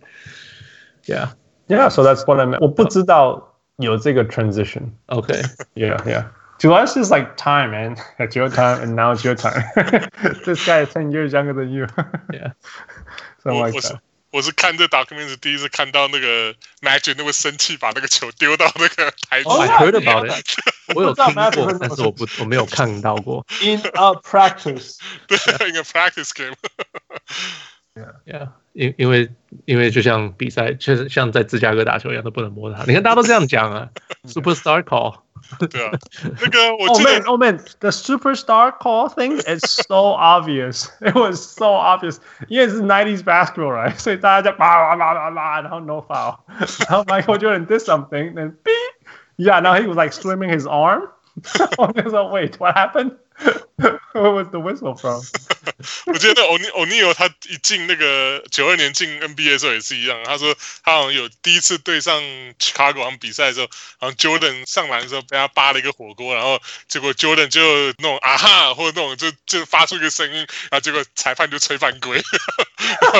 Speaker 3: Yeah,
Speaker 2: 呀，so that's what I meant，我不知道有这个 transition，yeah
Speaker 3: OK.
Speaker 2: yeah。To us, it's like time, man. It's your time, and now it's your time. <laughs> this guy is ten years younger than you.
Speaker 3: Yeah.
Speaker 2: <laughs> something
Speaker 1: 我
Speaker 2: like
Speaker 1: 我是
Speaker 2: that.
Speaker 1: 我是看这 document 第一次看到那个 Magic 那会生气把那个球丢到那个台上
Speaker 3: Oh,
Speaker 2: 哦
Speaker 3: I
Speaker 2: yeah,
Speaker 3: heard about it. 我有
Speaker 2: 知道
Speaker 3: 听
Speaker 2: Magic
Speaker 3: 过
Speaker 2: 会，
Speaker 3: 但是我不我没有看到过。
Speaker 2: In a practice,
Speaker 1: 对一 <laughs> 个 practice game。
Speaker 3: Yeah，因因为因为就像比赛，确实像在芝加哥打球一样，都不能摸它。你看大家都这样讲啊，Superstar Call。
Speaker 1: 对啊，那个我
Speaker 2: Oh
Speaker 1: 记
Speaker 2: man,
Speaker 1: 得
Speaker 2: oh man, the superstar call thing is so obvious. <laughs> It was so obvious. Yeah, it's 90s basketball, right? <laughs> So 大家就 blah, blah, blah, blah, blah, and how no foul. <laughs> How Michael Jordan did something, then beep. Yeah, now he was like swimming his arm. <laughs> I was like, wait, what happened? <laughs> Where was the whistle from?
Speaker 1: 我记得那 Oni Oni 他一进那个九二年进 NBA 的时候也是一样，他说他好像有第一次对上 Chicago 好像比赛的时候，好像 Jordan 上篮的时候被他扒了一个火锅，然后结果 Jordan 就那种啊哈或者那种就就发出一个声音，然后结果裁判就吹犯规，然后 <laughs>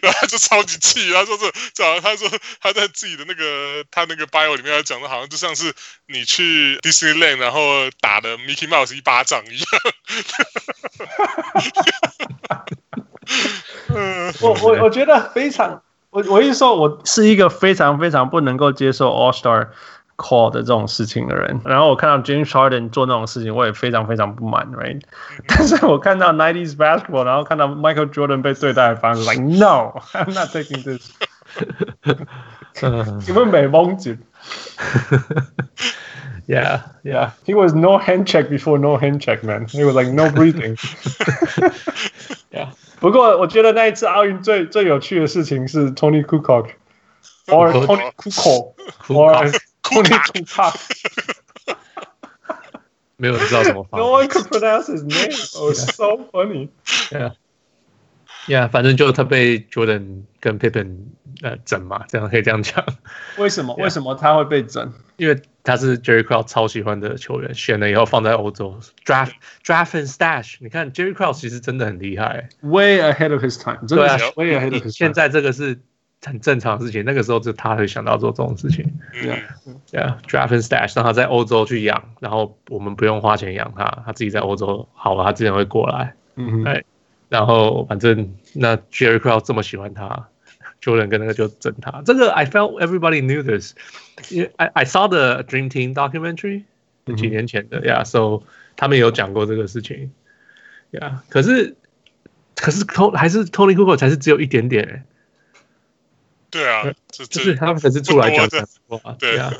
Speaker 1: 然后他就超级气，他说是，这好像他说他在自己的那个他那个 bio 里面他讲的好像就像是你去 Disneyland 然后打的 Mickey Mouse 一巴掌一样， <laughs> 嗯。
Speaker 2: 我我我觉得非常，我我一说，我是一个非常非常不能够接受 All Star Call 的这种事情的人。然后我看到 James Harden 做那种事情，我也非常非常不满，right？但是我看到 90s basketball，然后看到 Michael Jordan 被对待的方式，like no，I'm not taking this，
Speaker 3: 嗯
Speaker 2: 因为美梦姐
Speaker 3: ，Yeah，
Speaker 2: ，yeah，he was no hand check before no hand check man，he was like no <laughs> breathing。
Speaker 3: Yeah.
Speaker 2: 不过我觉得那一次奥运最最有趣的事情是 Tony Kukoc，or Tony
Speaker 3: <laughs>
Speaker 2: Kukoc，or Tony Kukoc。
Speaker 3: 没有人知道怎么
Speaker 2: <laughs>
Speaker 3: 发
Speaker 2: No one could pronounce his name. Oh, it's so funny.
Speaker 3: Yeah，反正就他被 Jordan 跟 Pippen 呃整嘛，这样可以这样讲，
Speaker 2: 为什么？为什么他会被整？
Speaker 3: 因为他是 Jerry Krause 超喜欢的球员，选了以后放在欧洲 draft <laughs> draft and stash。你看 Jerry Krause 其实真的很厉害，
Speaker 2: Way ahead of his time，真
Speaker 3: 对
Speaker 2: 的
Speaker 3: 啊
Speaker 2: 是 way ahead of his time。
Speaker 3: 现在这个是很正常的事情，那个时候就他会想到做这种事情。
Speaker 1: 嗯
Speaker 3: Yeah, draft and stash，让他在欧洲去养，然后我们不用花钱养他，他自己在欧洲好了，他自然会过来。
Speaker 2: 嗯哼，
Speaker 3: 哎然后反正那 Jerry Crow 这么喜欢他，Jordan 跟那个就整他。这个 I felt everybody knew this，因为 I I saw the Dream Team documentary
Speaker 2: 嗯哼
Speaker 3: 几年前的，Yeah，so 他们有讲过这个事情，Yeah，可是可是 Tony 还是 Tony Kukoc 才是只有一点点、欸，
Speaker 1: 对啊，这
Speaker 3: 呃就
Speaker 1: 这
Speaker 3: 是他们才是出来讲
Speaker 1: 不多
Speaker 3: 讲话，
Speaker 1: 对
Speaker 3: yeah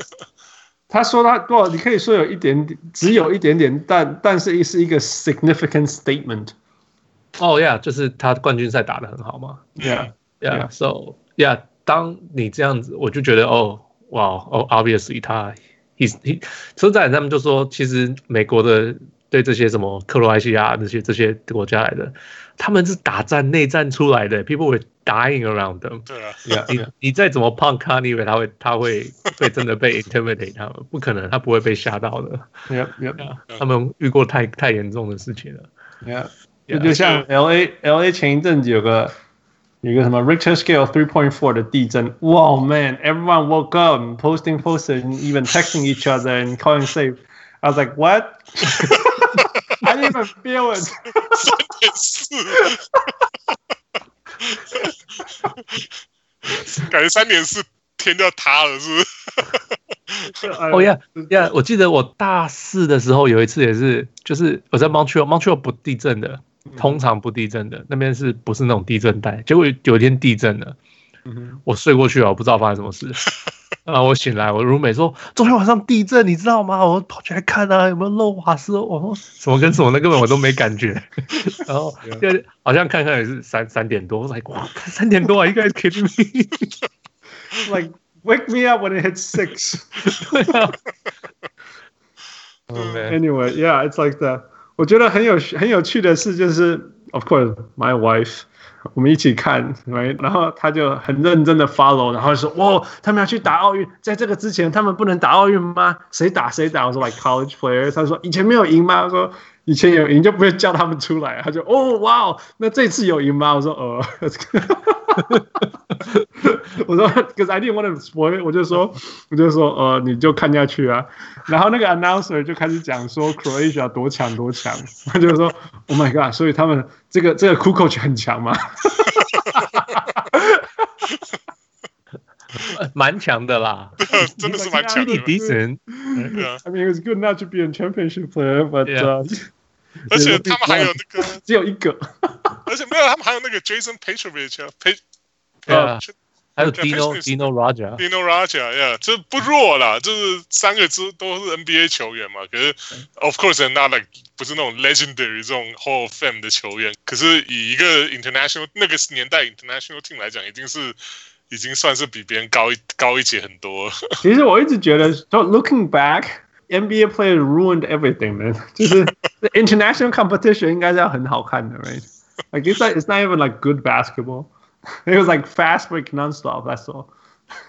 Speaker 2: 他说他不，你可以说有一点点，只有一点点，但但是是一个 significant statement。
Speaker 3: 哦、yeah，就是他冠军赛打得很好嘛。
Speaker 2: Yeah，
Speaker 3: Yeah, so yeah，当你这样子，我就觉得哦，哇，哦，obviously 他，he's he，车展他们就说，其实美国的对这些什么克罗埃西亚这些这些国家来的，他们是打战内战出来的，people were dying around them。
Speaker 1: 对
Speaker 3: <laughs>
Speaker 1: 啊，
Speaker 3: 你
Speaker 2: yeah,
Speaker 3: 你再怎么胖咖，你以为他会他会被真的被 intimidate 他们？不可能，他不会被吓到的。
Speaker 2: yeah, yeah, yeah.
Speaker 3: 他们遇过太太严重的事情了。
Speaker 2: yeah.
Speaker 3: 对
Speaker 2: 这就像 L A L A 前一阵子有个有个什么 Richter scale 3.4的地震，Wow man, everyone woke up, and posting posts and even texting each other and calling safe. I was like, what? <laughs> I didn't even feel it. <laughs>
Speaker 1: 三点四，感觉三点四天就要塌了，是不是？
Speaker 3: 哦呀呀！我记得我大四的时候有一次也是，就是我在 Montreal，Montreal 不地震的，通常不地震的，那边是不是那种地震带？结果有一天地震了，
Speaker 2: 嗯
Speaker 3: 我睡过去了，我不知道发生什么事。然后我醒来，我 roommate 说昨天晚上地震，你知道吗？我跑去来看啊，有没有漏瓦斯？我说什么跟什么，那根本我都没感觉。然后第二天好像看看也是三三点多，我来哇，三点多啊，一个人 kidding me。
Speaker 2: 哼 <laughs> Like wake me up when it hits six.
Speaker 3: 对啊。Oh, man.
Speaker 2: Anyway, yeah, it's like that. 我觉得很有很有趣的事就是，of course, my wife，我们一起看，right？然后她就很认真的 follow，然后说，哇，他们要去打奥运，在这个之前他们不能打奥运吗？谁打谁打？我说 like college players，她说以前没有赢吗？我说以前有赢就不会叫他们出来。她就哦哇哦，那这次有赢吗？我说呃。 <laughs> 我说，cause I didn't want to spoil，it，我就说，我就说，呃，你就看下去啊。然后那个 announcer 就开始讲说 Croatia 多强多强，他就说 Oh my God，所以他们这个这个 k u k o 很强嘛，
Speaker 3: 蛮强的啦， <laughs>
Speaker 1: 真的是蛮强的
Speaker 3: 力。敌人。
Speaker 1: 对
Speaker 3: <laughs>
Speaker 1: 啊，
Speaker 2: I mean it was good not to be a championship player，but、
Speaker 3: Yeah.
Speaker 1: 而且他们还有那个，
Speaker 2: 只有一个，
Speaker 1: 而且没有，他们还有那个 Jason Petrovich 啊，Pet
Speaker 3: 对啊，还有
Speaker 1: Yeah,
Speaker 3: Dino
Speaker 1: Patriots-
Speaker 3: Dino
Speaker 1: <laughs>
Speaker 3: Roger，
Speaker 1: Dino Raja，yeah，这不弱啦，就是三个之都是 NBA 球员嘛。可是，of
Speaker 2: 嗯
Speaker 1: course they're not like 不是那种 legendary 这种 Hall of Fame 的球员，可是以一个 international 那个年代 international team 来讲，已经是已经算是比别人高一高一截很多了。
Speaker 2: 其实我一直觉得，so looking back。NBA players ruined everything, man. 就是 the international competition 应该是要很好看的，right? Like it's not, it's not even like good basketball. It was like fast break nonstop. That's all.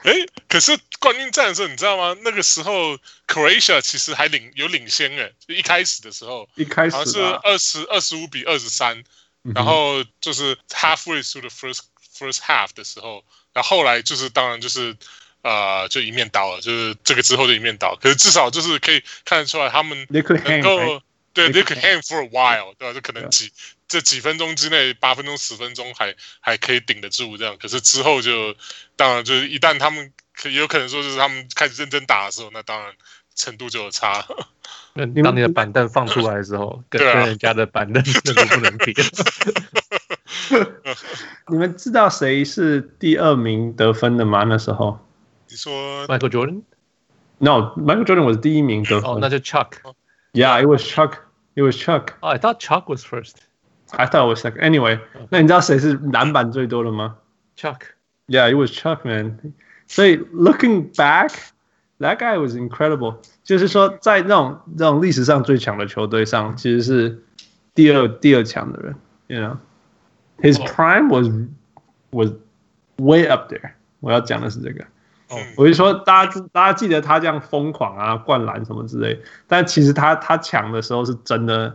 Speaker 1: 诶，可是冠军战的时候，你知道吗？那个时候 Croatia 其实还领有领先诶，就一开始的时候
Speaker 2: 一开
Speaker 1: 好像
Speaker 2: 始
Speaker 1: 是
Speaker 2: 啊，
Speaker 1: 二十二十五比二十三，
Speaker 2: 嗯哼
Speaker 1: 然后就是 halfway through the first first half 的时候，然后后来就是当然就是呃就一面倒了，就是这个之后就一面倒。可是至少就是可以看得出来，他们
Speaker 2: they could
Speaker 1: 能
Speaker 2: hang. right?
Speaker 1: 够对
Speaker 2: They
Speaker 1: they
Speaker 2: could
Speaker 1: could hang for a while，对吧、就可能几这几分钟之内，八分钟十分钟还还可以顶得住这样。可是之后就当然就是一旦他们可有可能说就是他们开始认真打的时候，那当然程度就有差。
Speaker 3: 跟
Speaker 2: 你们
Speaker 3: 当你的板凳放出来的时候，跟
Speaker 1: 对啊
Speaker 3: 跟人家的板凳那个不能
Speaker 1: <laughs>
Speaker 3: 比。
Speaker 2: 你们知道谁是第二名得分的吗？那时候
Speaker 1: 你说
Speaker 3: Michael Jordan，
Speaker 2: ，No，Michael Jordan 我是第一名得分。
Speaker 3: 哦，那就 Chuck。
Speaker 2: Yeah，it was Chuck. It was Chuck.
Speaker 3: 哦，I thought Chuck was first。
Speaker 2: I thought it was second. Anyway，那你知道谁是篮板最多的吗
Speaker 3: Chuck，
Speaker 2: ？Yeah，it was Chuck man. 所以 looking back，that guy was incredible. 就是说，在那种这种历史上最强的球队上，其实是第二第二强的人。You know, his prime was was way up there. 我要讲的是这个。
Speaker 1: 嗯
Speaker 2: 我就说，大家大家记得他这样疯狂啊、灌篮什么之类，但其实他他抢的时候是真的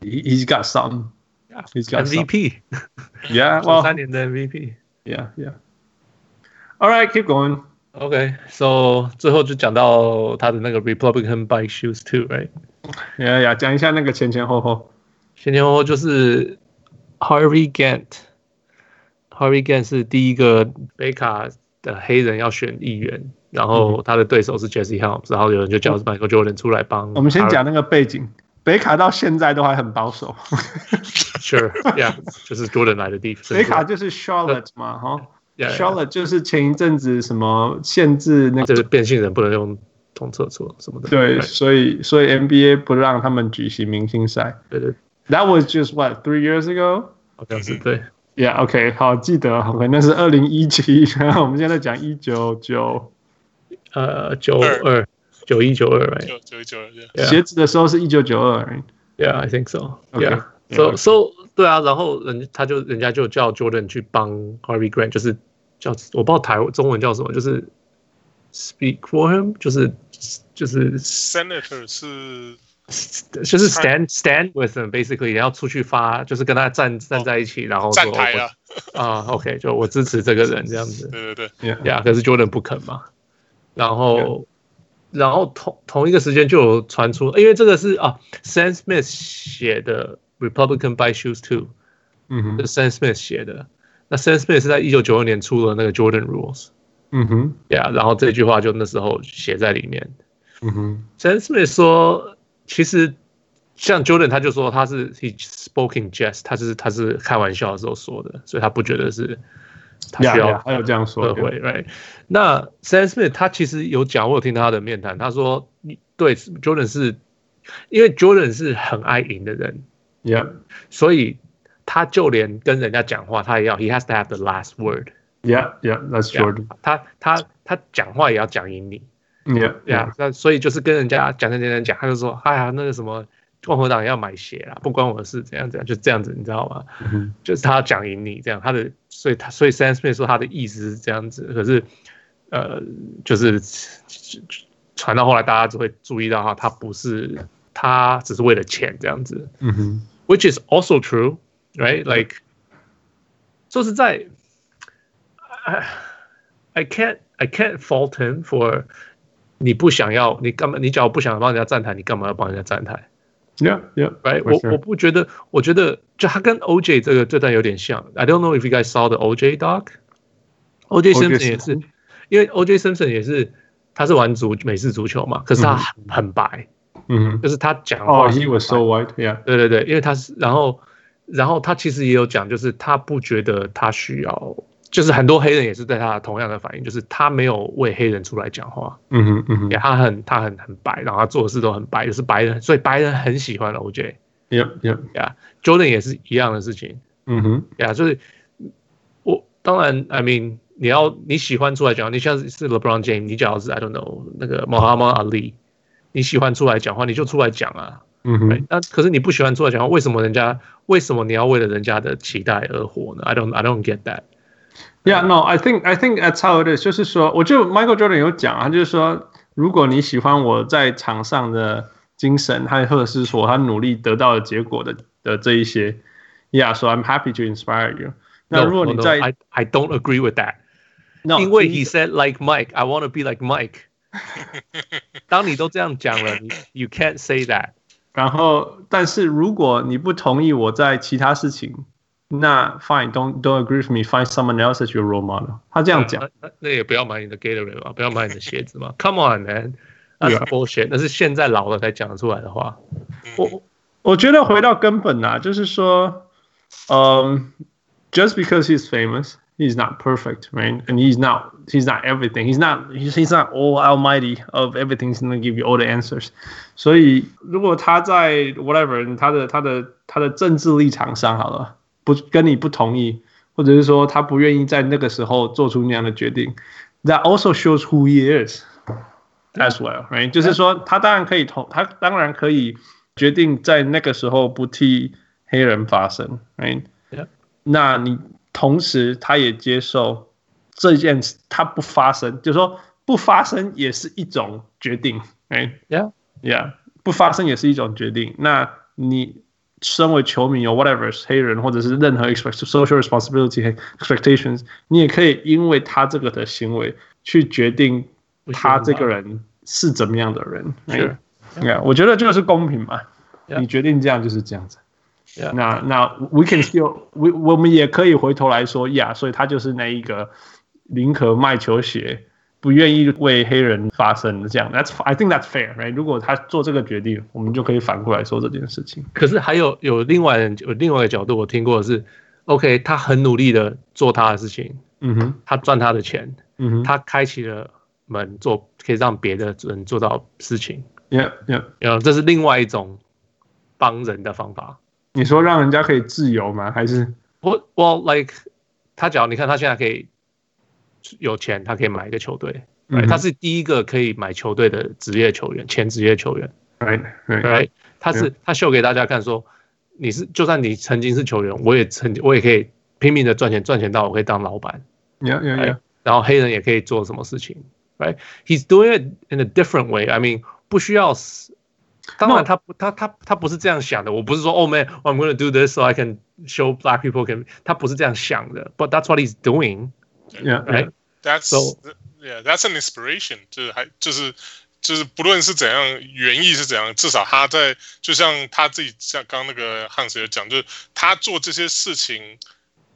Speaker 2: ，he he's got something, he's got something.
Speaker 3: MVP，
Speaker 2: Yeah,
Speaker 3: 九
Speaker 2: well,
Speaker 3: 三年的 MVP。
Speaker 2: yeah, yeah. All right, keep going.
Speaker 3: OK，so 最后就讲到他的那个 Republican Bike Shoes Too，right？
Speaker 2: Yeah, yeah，讲一下那个前前后后。
Speaker 3: 前前后后哦就是 Harvey Gantt，Harvey Gantt 是第一个北卡的黑人要选议员，然
Speaker 2: 嗯
Speaker 3: 后他的对手是 Jesse Helms，然后有人就叫 Michael Jordan 出来帮。
Speaker 2: 我们先讲那个背景，北卡到现在都还很保守， <laughs>
Speaker 3: ，Sure，Yeah，就是 Jordan 来的地方。
Speaker 2: 北卡就是 Charlotte 嘛，哈
Speaker 3: Yeah，
Speaker 2: ，Charlotte 就是前一阵子什么限制那个。
Speaker 3: 就是变性人不能用同厕所什么的。
Speaker 2: 啊对，
Speaker 3: Right，
Speaker 2: 所以所以 NBA 不让他们举行明星赛
Speaker 3: 对对，
Speaker 2: ，That was just what three years ago。
Speaker 3: 好像是对。
Speaker 2: Yeah，OK，、好，记得 OK，那是二零一七，然后我们现在讲一九九，
Speaker 3: 呃，九二九一九二，right？
Speaker 1: 九九九二，对
Speaker 3: Yeah
Speaker 2: 鞋子的时候是一九九二
Speaker 3: Yeah, I think so.
Speaker 2: Okay.
Speaker 3: Yeah.
Speaker 2: Yeah, okay.
Speaker 3: So so 对啊，然后人他就人家就叫 Jordan 去帮 Harvey Grant，就是叫我不知道台中文叫什么，就是 speak for him，就是就是
Speaker 1: ，Senator 是
Speaker 3: 就是 stand stand with him basically，然后出去发，就是跟他站站在一起，然后说
Speaker 1: 站台啊，
Speaker 3: 我啊，OK，就我支持这个人这样子。
Speaker 1: 对对对，
Speaker 2: ，Right？Yeah，
Speaker 3: 呀，可是 Jordan 不肯嘛。然后，然后同同一个时间就有传出，因为这个是啊，Sam Smith 写的《Republican Buy Shoes Too
Speaker 2: 嗯》，
Speaker 3: 是
Speaker 2: 哼，
Speaker 3: Sam Smith 写的。那 Sam Smith 是在一九九二年出了那个 Jordan Rules，
Speaker 2: 嗯哼，
Speaker 3: 呀、yeah,，然后这句话就那时候写在里面。
Speaker 2: 嗯哼，
Speaker 3: Sam Smith 说，其实像 Jordan 他就说他是 he spoke in jest，他是他是开玩笑的时候说的，所以他不觉得是他需要
Speaker 2: Yeah，yeah，他有这样说
Speaker 3: 社会，right？那 Sam Smith 他其实有讲，我有听他的面谈，他说，你对 Jordan 是，因为 Jordan 是很爱赢的人，
Speaker 2: ，Yeah，Yeah，
Speaker 3: 所以他就连跟人家讲话，他也要 he has to have the last word，
Speaker 2: Yeah，That's Jordan，Yeah，
Speaker 3: 他他他讲话也要讲赢你，呀、那所以就是跟人家讲讲讲讲讲，他就说，哎呀，那个什么共和党也要买鞋啦，不关我的事，怎样怎样，就这样子，你知道吗？
Speaker 2: 嗯哼
Speaker 3: 就是他要讲赢你这样，他的所以他所以 Sam Smith 说他的意思是这样子，可是呃，就是传到后来大家只会注意到哈，他不是他只是为了钱这样子
Speaker 2: 嗯哼
Speaker 3: ，which is also true, right? Like，说实在，I I can't I can't fault him for 你不想要你干嘛？你假如不想帮人家站台，你干嘛要帮人家站台？
Speaker 2: ，Yeah，Yeah，
Speaker 3: right？
Speaker 2: For
Speaker 3: 我
Speaker 2: sure.
Speaker 3: 我不觉得，我觉得就他跟 OJ 这个这段有点像。I don't know if you guys saw the OJ doc。OJ Simpson 也是，因为 OJ Simpson 也是，他是玩足美式足球嘛，可是他
Speaker 2: 嗯
Speaker 3: 很很白，
Speaker 2: 嗯哼
Speaker 3: 就是他讲话
Speaker 2: ，Oh
Speaker 3: 是
Speaker 2: he was so white，Yeah，
Speaker 3: 对对对，因为他是，然后然后他其实也有讲，就是他不觉得他需要，就是很多黑人也是对他的同样的反应，就是他没有为黑人出来讲话，
Speaker 2: 嗯哼，嗯哼
Speaker 3: 也他很他很很白，然后他做的事都很白，也是白人，所以白人很喜欢 OJ。
Speaker 2: ，Yeah，Yeah，
Speaker 3: Jordan 也是一样的事情
Speaker 2: 嗯哼
Speaker 3: 呀就是我当然，I mean，你要你喜欢出来讲，你像是是 LeBron James，你只要是 I don't know 那个 Muhammad Ali，你喜欢出来讲话，你就出来讲啊。
Speaker 2: 嗯哼
Speaker 3: right？那、可是你不喜欢出来讲话，为什么人家为什么你要为了人家的期待而活呢？I don't I don't get that。
Speaker 2: Yeah, no, I think I think that's how it is. 就是说，我就 Michael Jordan 有讲啊，就是说，如果你喜欢我在场上的精神，还有或者是说他努力得到的结果的的这一些，Yeah, so I'm happy to inspire you. 那
Speaker 3: No,
Speaker 2: 如果你
Speaker 3: no, no,
Speaker 2: 在
Speaker 3: I I don't agree with that，、
Speaker 2: no,
Speaker 3: 因为 he said like Mike, I want to be
Speaker 2: <laughs>
Speaker 3: like Mike 。当你都这样讲了，你 you can't say that。
Speaker 2: 然后，但是如果你不同意我在其他事情，那 fine, don't don't agree with me, find someone else as your role model. 他这样讲
Speaker 3: 那那那也不要买你的 Gatorade 嘛，不要买你的鞋子嘛。Come on man，那是
Speaker 2: 对啊
Speaker 3: bullshit，那是现在老了才讲得出来的话。我我
Speaker 2: 我觉得回到根本啊，就是说，嗯、j u s t because he's famous, he's not perfect, right? And he's not, he's not everything. He's not, he's he's not all almighty of everything. He's gonna give you all the answers. 所以，如果他在 whatever 他的他的他的政治立场上好了，不跟你不同意，或者是说他不愿意在那个时候做出那样的决定，that also shows who he is as well, right？就是说，他当然可以同他当然可以决定在那个时候不替黑人发声，right？
Speaker 3: Yeah.
Speaker 2: 那你同时他也接受这件事，它不发生，就是说不发生也是一种决定，right？
Speaker 3: Yeah.
Speaker 2: Yeah，不发生也是一种决定。那你身为球迷有 whatever 黑人或者是任何 expect social responsibility expectations，你也可以因为他这个的行为去决定
Speaker 3: 不喜欢
Speaker 2: 他
Speaker 3: 他
Speaker 2: 这个人是怎么样的人。哎
Speaker 3: Sure.
Speaker 2: Yeah，我觉得这个是公平嘛。
Speaker 3: Yeah.
Speaker 2: 你决定这样就是这样子。
Speaker 3: Yeah.
Speaker 2: 那那 we can still we 我们也可以回头来说呀，yeah, 所以他就是那一个宁可卖球鞋，不愿意为黑人发声的这样。That's I think that's fair, right？如果他做这个决定，我们就可以反过来说这件事情。
Speaker 3: 可是还有有另外人有另外一个角度，我听过的是，OK，他很努力的做他的事情，
Speaker 2: 嗯哼，
Speaker 3: 他赚他的钱，
Speaker 2: 嗯哼，
Speaker 3: 他开启了门做可以让别的人做到事情，
Speaker 2: yeah yeah，
Speaker 3: 然后这是另外一种帮人的方法。
Speaker 2: 你说让人家可以自由吗？还是
Speaker 3: 我我 like 他只要你看他现在可以有钱，他可以买一个球队，
Speaker 2: 嗯
Speaker 3: right？他是第一个可以买球队的职业球员，前职业球员
Speaker 2: right right
Speaker 3: ，right？他是
Speaker 2: 嗯
Speaker 3: 他秀给大家看说，你是就算你曾经是球员，我也曾我也可以拼命的赚钱，赚钱到我可以当老板，
Speaker 2: yeah yeah yeah
Speaker 3: 然后黑人也可以做什么事情，right？He's doing it in a different way. I mean，不需要死。当然
Speaker 2: No.
Speaker 3: 他，不他他他不是这样想的。我不是说，Oh man, I'm going to do this so I can show black people can。他不是这样想的，But that's what he's doing,
Speaker 2: yeah yeah
Speaker 3: right?
Speaker 1: That's
Speaker 3: So-
Speaker 1: yeah, that's an inspiration，就是还就是就是不论是怎样原意是怎样，至少他在就像他自己像刚刚那个汉斯有讲，就是他做这些事情，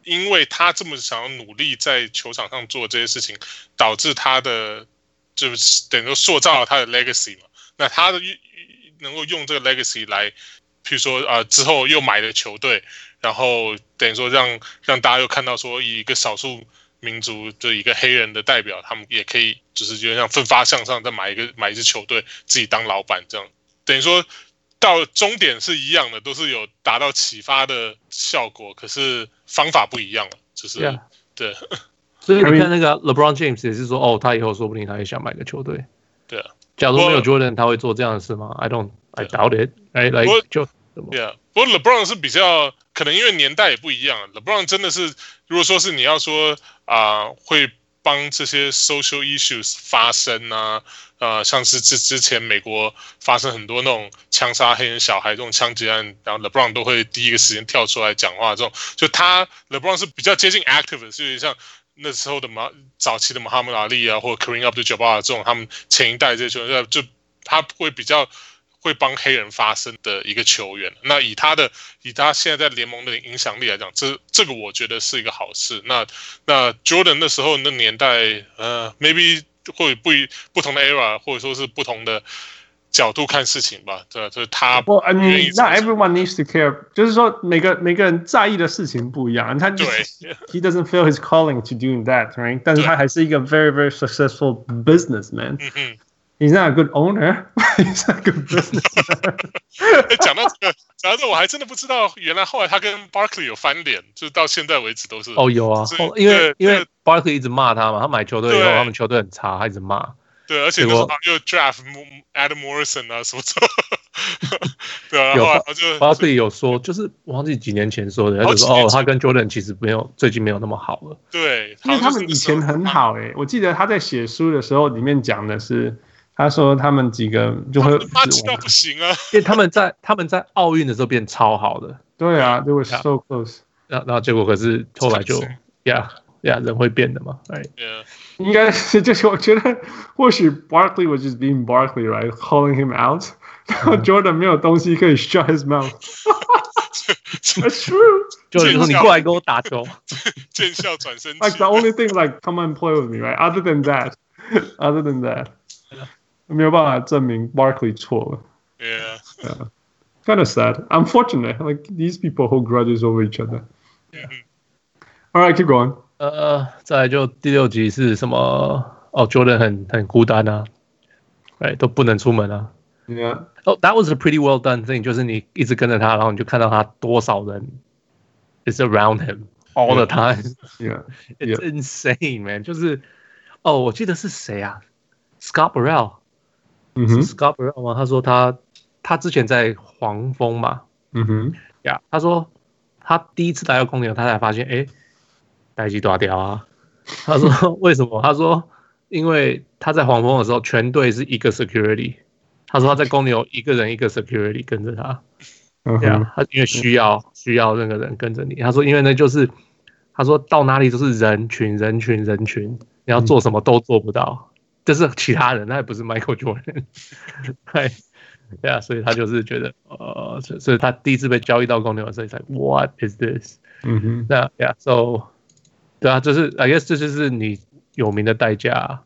Speaker 1: 因为他这么想要努力在球场上做这些事情，导致他的就是等于说塑造了他的 legacy 嘛。那他的能够用这个 legacy 来，譬如说啊、呃之后又买了球队，然后等于说让让大家又看到说以一个少数民族就一个黑人的代表，他们也可以就是有点像奋发向上，再买一个买一支球队，自己当老板这样，等于说到终点是一样的，都是有达到启发的效果，可是方法不一样了，就是。
Speaker 3: Yeah.
Speaker 1: 对
Speaker 3: 所以你
Speaker 2: I mean-
Speaker 3: 看那个 LeBron James 也是说，哦，他以后说不定他也想买个球队。
Speaker 1: 对啊，
Speaker 3: 假如没有
Speaker 1: 不
Speaker 3: Jordan，他会做这样的事吗？I don't, I doubt it. Right?
Speaker 1: 不
Speaker 3: Like 就
Speaker 1: Yeah，不过啊 LeBron 是比较可能因为年代也不一样，LeBron 啊真的是如果说是你要说啊、会帮这些 social issues 发声啊，呃，像是之之前美国发生很多那种枪杀黑人小孩这种枪击案，然后 LeBron 都会第一个时间跳出来讲话，这种就他 LeBron 是比较接近 activist，就是像那时候的马早期的 Muhammad Ali 啊，或者 Kareem Abdul-Jabbar 这种他们前一代这些球员，就他会比较会帮黑人发声的一个球员。那以他的以他现在在联盟的影响力来讲，这这个我觉得是一个好事。那那 Jordan 那时候那年代，呃，maybe 会不一不同的 era，或者说是不同的角度看事情吧。对，啊就是他
Speaker 2: Well, I
Speaker 1: 愿意
Speaker 2: mean,
Speaker 1: 这
Speaker 2: not
Speaker 1: 么做
Speaker 2: everyone needs to care. 就是说，每个每个人在意的事情不一样。他就是 he doesn't feel his calling to doing that, right? 但是他还是一个 very very successful businessman.
Speaker 1: <laughs> 嗯哼。
Speaker 2: He's not a good owner. <laughs> He's not a good <laughs> businessman.
Speaker 1: 哎，讲到这个， <laughs> 讲到这，我还真的不知道，原来后来他跟 Barkley 有翻脸，就是到现在为止都是。
Speaker 3: 哦有啊，
Speaker 1: 所以
Speaker 3: 后因为
Speaker 1: 对
Speaker 3: 因为
Speaker 1: 对
Speaker 3: Barkley 一直骂他嘛，他买球队以后，
Speaker 1: 对
Speaker 3: 他们球队很差，他一直骂。
Speaker 1: 对，而且
Speaker 3: 结
Speaker 1: 那时
Speaker 3: 果
Speaker 1: 候好像又 draft Mo- Adam Morrison 啊什么的，对啊，
Speaker 3: 有
Speaker 1: 后来他
Speaker 3: <laughs>
Speaker 1: 就
Speaker 3: Barkley 有说，就是我忘记几年前说的，他就说
Speaker 1: 好几
Speaker 3: 哦
Speaker 1: 年，
Speaker 3: 他跟 Jordan 其实没有最近没有那么好了。
Speaker 1: 对，
Speaker 2: 因为他
Speaker 1: 好像
Speaker 2: 们
Speaker 1: 就是
Speaker 2: 以前
Speaker 1: 那时候
Speaker 2: 很，好诶、我记得他在写书的时候，里面讲的是，他说他们几个就
Speaker 1: 他
Speaker 2: 会
Speaker 1: 们妈知
Speaker 2: 死
Speaker 1: 道
Speaker 2: 亡
Speaker 1: 不。行啊，
Speaker 3: 因为他们在他们在奥运的时候变超好的，
Speaker 2: 对啊，they were so close.
Speaker 3: 然后然后结果可是后来就
Speaker 1: 看
Speaker 3: 呀呀人会变的嘛，哎，
Speaker 1: Yeah，
Speaker 2: 应 <laughs> 该是就是我觉得，或许 Barkley was just being Barkley, right? Calling him out. <laughs> 然后 Jordan 没有东西可以 shut his mouth. That's true.
Speaker 3: 就是说
Speaker 1: 这
Speaker 3: 你
Speaker 1: 个
Speaker 3: 过来跟我打球，
Speaker 1: 见笑转身去
Speaker 2: Like the only thing like come and play with me, right? Other than that, other than that，没有办法证明 Barkley 错了。
Speaker 1: ，Yeah。
Speaker 2: kind of sad. Unfortunate. Like these people hold grudges over each other.
Speaker 1: Yeah.
Speaker 2: All right, keep going.
Speaker 3: <laughs> 呃，再来就第六集是什么？哦，Jordan 很很孤单啊，哎，都不能出门啊。
Speaker 2: Yeah.
Speaker 3: 哦、t h a t was a pretty well done thing，就是你一直跟着他，然后你就看到他多少人 is around him all the time。
Speaker 2: Yeah.
Speaker 3: It's insane, man！就是哦，我记得是谁啊？Scott Burrell，、
Speaker 2: 嗯
Speaker 3: 是
Speaker 2: 哼，
Speaker 3: Scott Burrell 吗？他说他他之前在黄蜂嘛，
Speaker 2: 嗯哼，
Speaker 3: 呀、他说他第一次来到公牛，他才发现，哎、代机大掉啊！他说 <laughs> 为什么？他说因为他在黄蜂的时候，全队是一个 security。他说他在公牛一个人一个 security 跟着他，
Speaker 2: 嗯
Speaker 3: 对
Speaker 2: 哼嗯
Speaker 3: 啊，他因为需要需要那个人跟着你。他说，因为那就是他说到哪里都是人群人群人群，你要做什么都做不到，这是其他人，那也不是 Michael Jordan。对，对啊，所以他就是觉得，呃，所以所以他第一次被交易到公牛，所以才 What is this？
Speaker 2: 嗯哼，
Speaker 3: 那 Yeah，so 对啊，这是 I guess 这就是你有名的代价啊。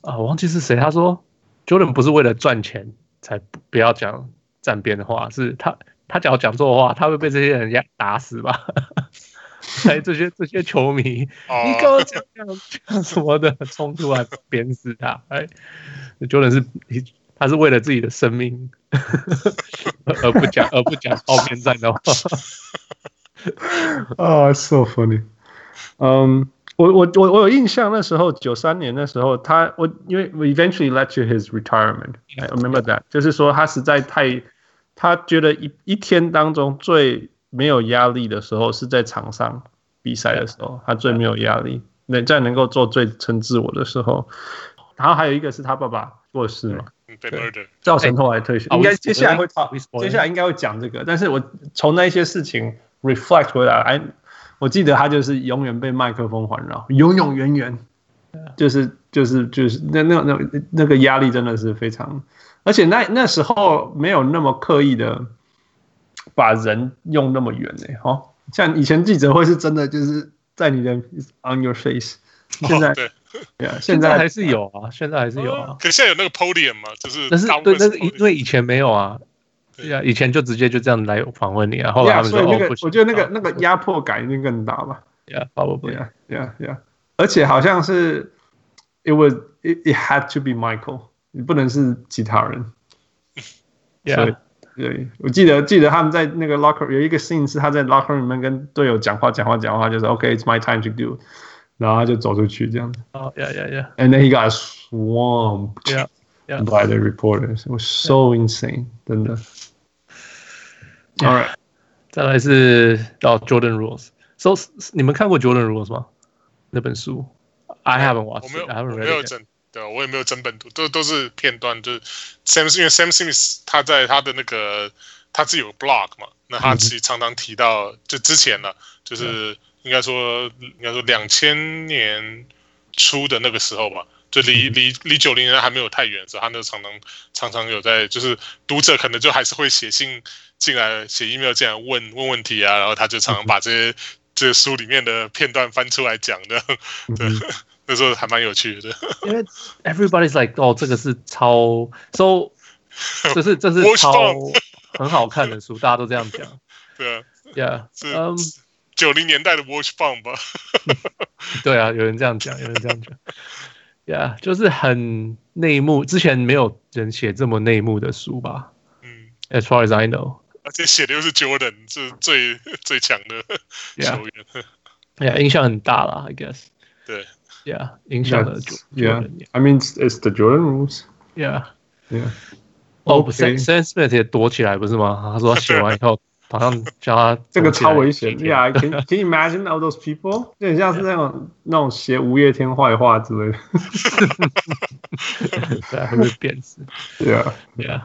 Speaker 3: 啊我忘记是谁，他说 Jordan 不是为了赚钱才不不要讲站边的话，是他他只要讲错话，他会被这些人家打死吧？ <laughs> 哎，这些这些球迷，你
Speaker 1: 哦
Speaker 3: 跟我讲讲讲什么的，冲突还鞭死他！哎，Jordan 是他是为了自己的 <laughs> 生命而不讲而不讲靠边站的话。
Speaker 2: <laughs> Oh, it's so funny. 嗯、我我我我有印象，那时候九三年那时候他我因为 we eventually led to his retirement. I remember that，就是说他实在太，他觉得一一天当中最没有压力的时候是在场上比赛的时候，他最没有压力，能在能够做最称自我的时候。然后还有一个是他爸爸过世嘛，
Speaker 1: 嗯被 murder，
Speaker 2: 造成后来退休。
Speaker 3: 哎
Speaker 2: 应
Speaker 3: 啊
Speaker 2: 该
Speaker 3: 我
Speaker 2: 接下来会讨
Speaker 3: we，spoil
Speaker 2: 接下来应该会讲这个。但是我从那一些事情 reflect 回来，哎，我记得他就是永远被麦克风环绕，永永远远，就是就是就是那那那那个压力真的是非常，而且那那时候没有那么刻意的把人用那么远呢、哦，像以前记者会是真的就是在你的 on your face，现在
Speaker 1: 哦、对，
Speaker 2: 对啊，现
Speaker 3: 现在
Speaker 2: 在
Speaker 3: 还是有啊，现在还是有啊。
Speaker 1: 可现在有那个 podium 嘛，就是
Speaker 3: 但是
Speaker 1: 大部
Speaker 3: 对，
Speaker 1: 分
Speaker 3: 但是
Speaker 1: podium
Speaker 3: 因为以前没有啊，对啊，以前就直接就这样来访问你啊，后来他
Speaker 2: 呀，
Speaker 3: 们
Speaker 2: 所
Speaker 3: 说
Speaker 2: 以那
Speaker 3: 哦
Speaker 2: 个
Speaker 3: 不行，
Speaker 2: 我觉得那个那个压迫感一定更大吧。
Speaker 3: yeah probably
Speaker 2: Yeah, yeah, yeah. 而且好像是，it was it it had to be Michael，你不能是其他人。所以
Speaker 3: yeah
Speaker 2: 对，我记得记得他们在那个 locker 有一个 scene 是他在 locker 里面跟队友讲话讲话讲话，就是 OK，it's、my time to do，然后他就走出去这样子。
Speaker 3: 哦 yeah yeah yeah
Speaker 2: And then he got swamped
Speaker 3: yeah yeah
Speaker 2: by the reporters. It was so insane，真的。All right，
Speaker 3: 再来是到 Jordan Rules。So 你们看过 Jordan Rules 吗？那本书？I haven't
Speaker 1: 我
Speaker 3: watched
Speaker 1: 没有
Speaker 3: it. I
Speaker 1: 我
Speaker 3: haven't
Speaker 1: 没有
Speaker 3: read it.
Speaker 1: 整，对我也没有整本图，都都是片段，就是 Sam，因为 Sam Smith 他在他的那个他自己有 blog 嘛，那
Speaker 3: 嗯
Speaker 1: 他其实常常提到，就之前呢、就是应该说应该说两千年初的那个时候吧。就
Speaker 3: 嗯
Speaker 1: 离离离九零年还没有太远的时候，他那常常常常有在，就是读者可能就还是会写信进来，写 email 进来问问问题啊，然后他就常
Speaker 3: 嗯
Speaker 1: 常把这些这些书里面的片段翻出来讲的， <laughs> 对，那时候还蛮有趣的。
Speaker 3: 因为 everybody's like 哦，这个是超 so，这是这是
Speaker 1: Watch
Speaker 3: 超
Speaker 1: dogs
Speaker 3: 很好看的书，大家都这样讲。
Speaker 1: <laughs> 对啊，
Speaker 3: Yeah，
Speaker 1: 是
Speaker 3: 嗯、
Speaker 1: 九零年代的 Watch Bomb 吧？
Speaker 3: 对啊，有人这样讲，有人这样讲。Yeah，就是很内幕，之前没有人写这么内幕的书吧
Speaker 1: 嗯，
Speaker 3: ？As far as I know。
Speaker 1: 而且写的又是 Jordan，是最最强的
Speaker 3: Yeah，
Speaker 1: 球员。
Speaker 3: yeah，影响很大啦，I guess。
Speaker 1: 对
Speaker 3: ，Yeah，影响了
Speaker 2: That's-
Speaker 3: 九九
Speaker 2: yeah.
Speaker 3: 人。
Speaker 2: I mean it's, it's the Jordan rules.
Speaker 3: Yeah。
Speaker 2: Yeah.
Speaker 3: 哦
Speaker 2: OK
Speaker 3: ，Sam Sam Smith 也躲起来不是吗？他说他写完以后，好像叫他躲
Speaker 2: 这个
Speaker 3: 起来
Speaker 2: 超危险
Speaker 3: 几天
Speaker 2: ，Yeah，can can you imagine all those people？就很像是那种那种写五月天坏话之类的
Speaker 3: <laughs> 对啊，会被贬值。
Speaker 2: ，Yeah，
Speaker 3: Yeah.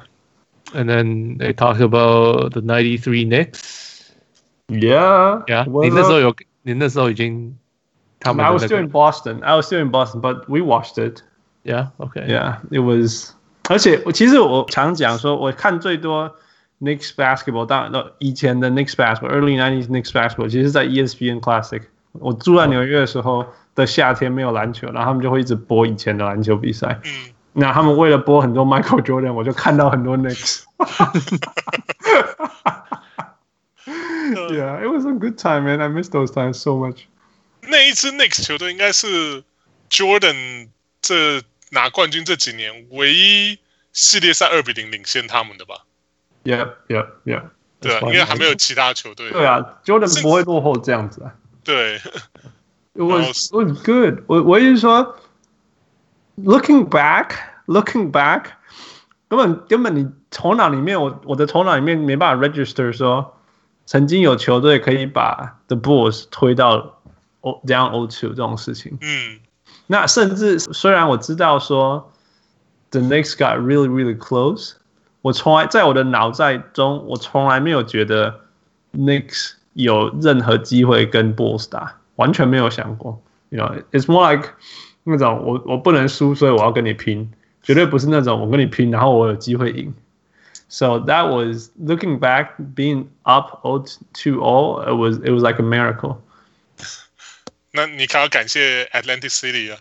Speaker 3: And then they talk about the '93 Knicks.
Speaker 2: yeah，
Speaker 3: Yeah，
Speaker 2: 我
Speaker 3: 你那时候有，你那时候已经他们
Speaker 2: I was
Speaker 3: 的那
Speaker 2: still
Speaker 3: 个
Speaker 2: in Boston. I was still in Boston, but we watched it.
Speaker 3: Yeah, OK.
Speaker 2: Yeah, it was. 而且我其实我常讲说，我看最多 Knicks basketball，当然呃以前的 Knicks basketball，early nineties Knicks basketball，其实是在 ESPN Classic。我住在纽约的时候的夏天没有篮球，然后他们就会一直播以前的篮球比赛。
Speaker 1: 嗯，
Speaker 2: 那他们为了播很多 Michael Jordan，我就看到很多 Knicks。yeah, it was a good time, man. I miss those times so much.
Speaker 1: 那一支 Next 球队应该是 Jordan 这拿冠军这几年唯一系列赛二比零领先他们的吧？
Speaker 2: Yep, yep, yep.
Speaker 1: 对啊，应该还没有其他球队。
Speaker 2: 对啊，Jordan 不会落后这样子啊。
Speaker 1: 对
Speaker 2: It was it was good. 我我意思说，looking back, looking back，根本根本你头脑里面，我我的头脑里面没办法 register 说，曾经有球队可以把 the Bulls 推到 O down O two 这种事情。
Speaker 1: 嗯，
Speaker 2: 那甚至虽然我知道说 the next got really really close，我从来在我的脑袋中，我从来没有觉得 Knicks 有任何机会跟 Bulls 打，完全没有想过。You know, it's more like 那种我我不能输，所以我要跟你拼，绝对不是那种我跟你拼，然后我有机会赢。So that was looking back, being up 0 to 0, it was it was like a miracle.
Speaker 1: 那你还要感谢 Atlantic City 啊。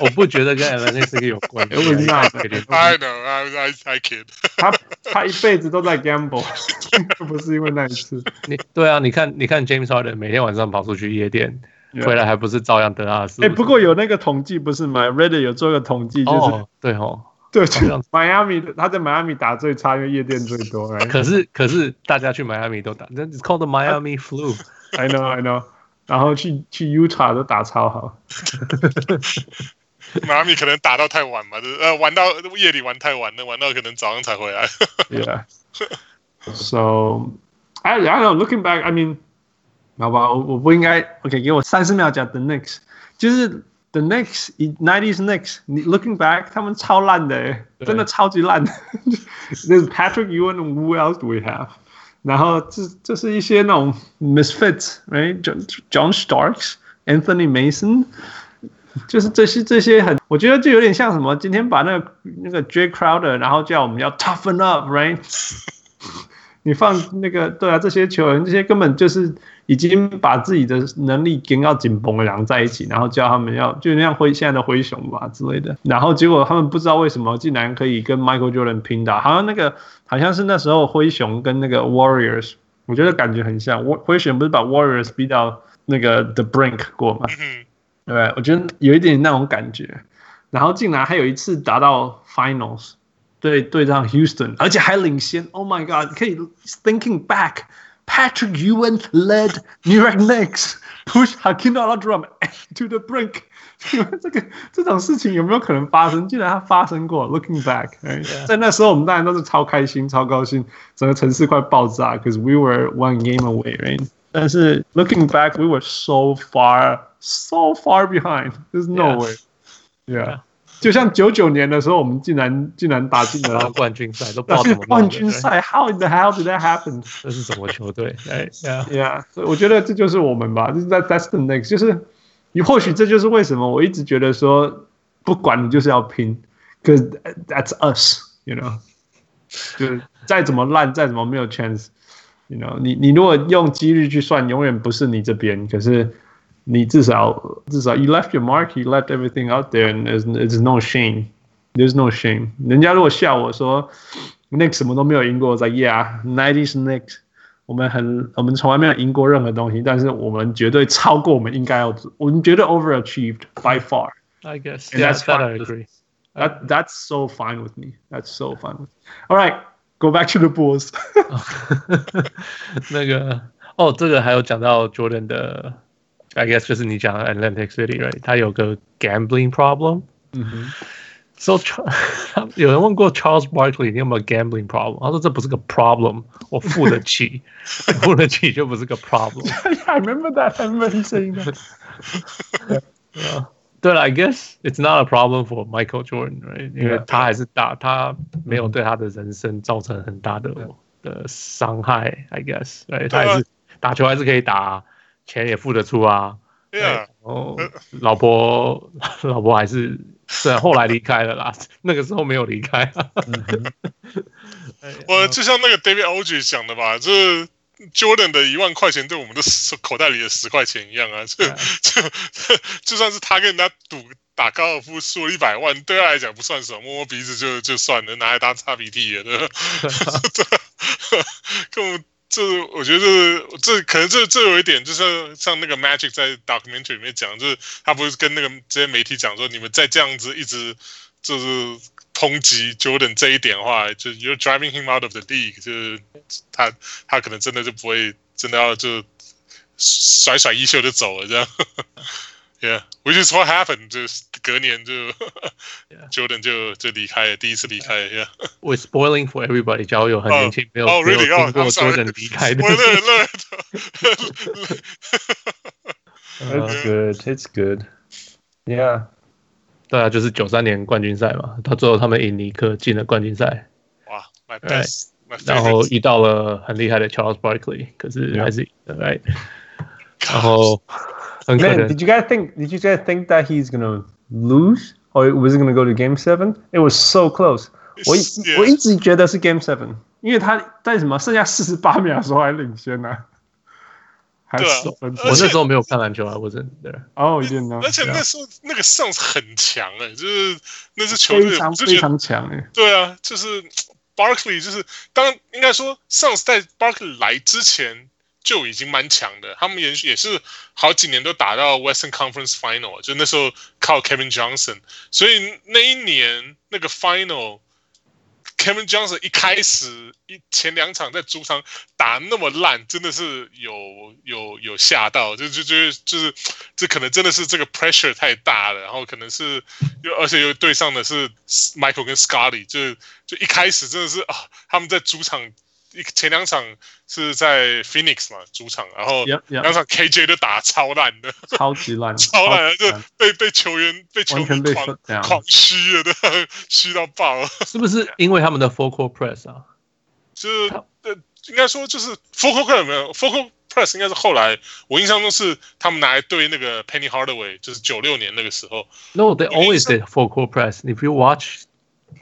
Speaker 3: 我不觉得跟 Atlanta 这个有关
Speaker 2: <laughs>
Speaker 3: 系。
Speaker 2: It was not.
Speaker 1: I know, I I I kid. <laughs>
Speaker 2: 他他一辈子都在 gamble，不 <laughs> 是因为那一次。
Speaker 3: 你对啊，你看，你看 James Harden 每天晚上跑出去夜店，
Speaker 2: Yeah
Speaker 3: 回来还不是照样得阿斯？
Speaker 2: 哎哎、不过有那个统计不是吗？Reddit 有做个统计，就是
Speaker 3: 哦，对哦，
Speaker 2: 对，
Speaker 3: 好像
Speaker 2: 迈阿密的他在迈阿密打最差，因为夜店最多。Right?
Speaker 3: <laughs> 可是可是大家去迈阿密都打，那 it's called the Miami
Speaker 2: <laughs>
Speaker 3: flu。
Speaker 2: I know, I know。然后去去 Utah 都打超好，
Speaker 1: 迈阿密可能打到太晚嘛，就是呃玩到夜里玩太晚了，玩到可能早上才回来。
Speaker 2: yeah. So I I don't know. Looking back, I mean，好吧，我我不应该 OK，给我三十秒讲 The Knicks，就是 The Knicks nineties Knicks，你 Looking back，他们超烂的、欸，
Speaker 3: 对
Speaker 2: 真的超级烂的。There's Patrick Ewing and who else do we have？然后这这是一些那种 misfits，right？John John Starks，Anthony Mason。就是这些这些很，我觉得就有点像什么，今天把那个那个 J Crowder，然后叫我们要 toughen up，right？你放那个对啊，这些球员这些根本就是已经把自己的能力跟到紧绷两在一起，然后叫他们要就那样灰现在的灰熊吧之类的，然后结果他们不知道为什么竟然可以跟 Michael Jordan 拼打，好像那个好像是那时候灰熊跟那个 Warriors，我觉得感觉很像，灰灰熊不是把 Warriors 逼到那个 The Brink 过吗？
Speaker 1: 嗯，
Speaker 2: 对，我觉得有一点那种感觉。然后竟然还有一次达到 Finals，对对上 Houston，而且还领先。Oh my God！可以 thinking back，Patrick Ewing led New York Knicks <laughs> push Hakeem Olajuwon to the brink。你 <laughs> 们这个这种事情有没有可能发生？竟然它发生过。Looking back，、right? 在那时候我们当然都是超开心、超高兴，整个城市快爆炸，because we were one game away，right？但是 looking back，we were so far, so far behind. There's no
Speaker 3: Yeah.
Speaker 2: way.
Speaker 3: 啊
Speaker 2: Yeah，就啊像九九年的时候，我们竟然竟然打进
Speaker 3: 然后
Speaker 2: 了
Speaker 3: 冠军赛 <laughs> 都不
Speaker 2: 打
Speaker 3: 知道
Speaker 2: 进
Speaker 3: 怎么弄
Speaker 2: <laughs> 冠
Speaker 3: 的
Speaker 2: 军，赛。How in the hell did that happen?
Speaker 3: 对这是什么球队？哎呀，
Speaker 2: Yeah，所以我觉得这就是我们吧，就是 that that's the next，就是你或许这就是为什么我一直觉得说，不管你就是要拼，cause that's us，you know，就是再怎么烂，再怎么没有 chance，you know，你你如果用几率去算，永远不是你这边，可是你至少至少 you left your mark，you left everything out there，and there's there's no shame。There's no shame。人家如果笑我说 Nick 什么都没有赢过，我在 Yeah，90s Nick，我们很我们从来没有赢过任何东西，但是我们绝对超过我们应该要，我们绝对 overachieved by far。
Speaker 3: I guess.
Speaker 2: And
Speaker 3: Yeah,
Speaker 2: that's
Speaker 3: that I
Speaker 2: fine.
Speaker 3: agree.
Speaker 2: That that's so fine with me. That's so fine with. Me. All right, go back to the Bulls.
Speaker 3: <laughs> 那个哦，这个还有讲到 Jordan 的，I guess 就是你讲的 Atlantic City，right？他有个 gambling problem。
Speaker 2: 嗯哼，
Speaker 3: So Char- <laughs> 有人问过 Charles Barkley 你有没有 gambling problem？他说这不是个 problem，我付得起， <laughs> 我付得起就不是个 problem。
Speaker 2: <laughs> I remember that. I remember him saying that.
Speaker 3: <laughs> 对了，I guess it's not a problem for Michael Jordan，right？因为
Speaker 1: 啊
Speaker 2: Yeah.
Speaker 3: 他还是打，他没有对他的人生造成很大的的伤害，I guess，right？他
Speaker 1: 啊
Speaker 3: 还是打球还是可以打，钱也付得出啊。
Speaker 1: 对啊，
Speaker 3: 哦，老婆， <laughs> 老婆还是虽然后来离开了啦， <laughs> 那个时候没有离开。啊
Speaker 1: <laughs> 我
Speaker 3: 嗯
Speaker 1: 就像那个 David o g 讲的吧，就是 Jordan 的一万块钱对我们的十口袋里的十块钱一样啊，这 <laughs> 这就算是他跟人家赌打高尔夫输了一百万，对他来讲不算什么，摸摸鼻子就就算了，拿来当擦鼻涕也对吧？啊 <laughs> 这 <laughs> 根本。这我觉得这这可能这这有一点，就是像那个 Magic 在 documentary 里面讲，就是他不是跟那个这些媒体讲说，你们再这样子一直就是抨击 Jordan 这一点的话，就 you're driving him out of the league，就是他他可能真的就不会真的要就甩甩衣袖就走了这样。Yeah，which is what happened，就是隔年就
Speaker 3: Yeah.
Speaker 1: Jordan 就就离开了，第一次离开了。Yeah.
Speaker 3: <laughs> We're spoiling for everybody，假如有很年轻没有
Speaker 1: oh,
Speaker 3: 没有
Speaker 1: really? Oh,
Speaker 3: 听过
Speaker 1: I'm sorry.
Speaker 3: Jordan 离开的
Speaker 1: 我，乐乐的，
Speaker 3: 呃
Speaker 1: Yeah.
Speaker 4: That's good. It's good. Yeah.
Speaker 3: 对啊，就是九三年冠军赛嘛，到最后他们赢尼克进了冠军赛，
Speaker 1: <laughs> 哇，my best，my
Speaker 3: 然后
Speaker 1: favorite，
Speaker 3: 遇到了很厉害的 Charles Barkley，可是
Speaker 4: Yeah.
Speaker 3: 还是赢了，right？然后很可
Speaker 2: Man,
Speaker 3: 能
Speaker 2: did you guys think? Did you guys think that he's gonna lose, or was it gonna go to Game Seven? It was so close.
Speaker 1: <laughs>
Speaker 2: 我一
Speaker 1: Yeah.
Speaker 2: 我一直觉得是 Game Seven，因为他在什么剩下四十八秒的时候还领先呢、还
Speaker 1: 对啊
Speaker 2: 十
Speaker 1: 而
Speaker 2: 分
Speaker 3: 我
Speaker 2: 钟。
Speaker 1: 且
Speaker 3: 那时候没有看篮球啊，我真的
Speaker 2: <laughs> 哦，一点呢，
Speaker 1: 而且那时候那个 Suns 很强哎、就是那支球
Speaker 2: 啊非
Speaker 1: 队，
Speaker 2: 常
Speaker 1: 我就觉
Speaker 2: 非
Speaker 1: 得
Speaker 2: 常强哎，
Speaker 1: 对啊，就是 Barkley，就是当应该说上次在 Barkley 来之前就已经蛮强的。他们也也是好几年都打到 Western Conference Final，就那时候靠 Kevin Johnson，所以那一年那个 Final。Kevin Johnson 一开始一前两场在主场打那么烂，真的是有有有吓到，就就就就是这可能真的是这个 pressure 太大了，然后可能是又而且又对上的是 Michael 跟 Scotty，就就一开始真的是啊，他们在主场一前两场是在 Phoenix 嘛主场，然后
Speaker 2: Yeah, yeah.
Speaker 1: 两 <laughs> 场 KJ 就打超烂的，
Speaker 2: 超级烂，
Speaker 1: <laughs> 超烂的，
Speaker 2: 级
Speaker 1: 就被被球员被球
Speaker 2: 哦完全被啊
Speaker 1: 迷
Speaker 2: shut
Speaker 1: 狂
Speaker 2: down。
Speaker 1: 狂虚了，对，虚到爆。
Speaker 3: 是不是因为他们的 f o r c o press 啊？
Speaker 1: 就是
Speaker 3: 他
Speaker 1: 呃，应该说就是 Focal Press 没有 Focal Press 应该是后来，我印象中是他们拿来对那个 Penny Hardaway，就是九六年那个时候，
Speaker 3: No, they
Speaker 1: 因为
Speaker 3: always
Speaker 1: 像
Speaker 3: did full court press. If you watch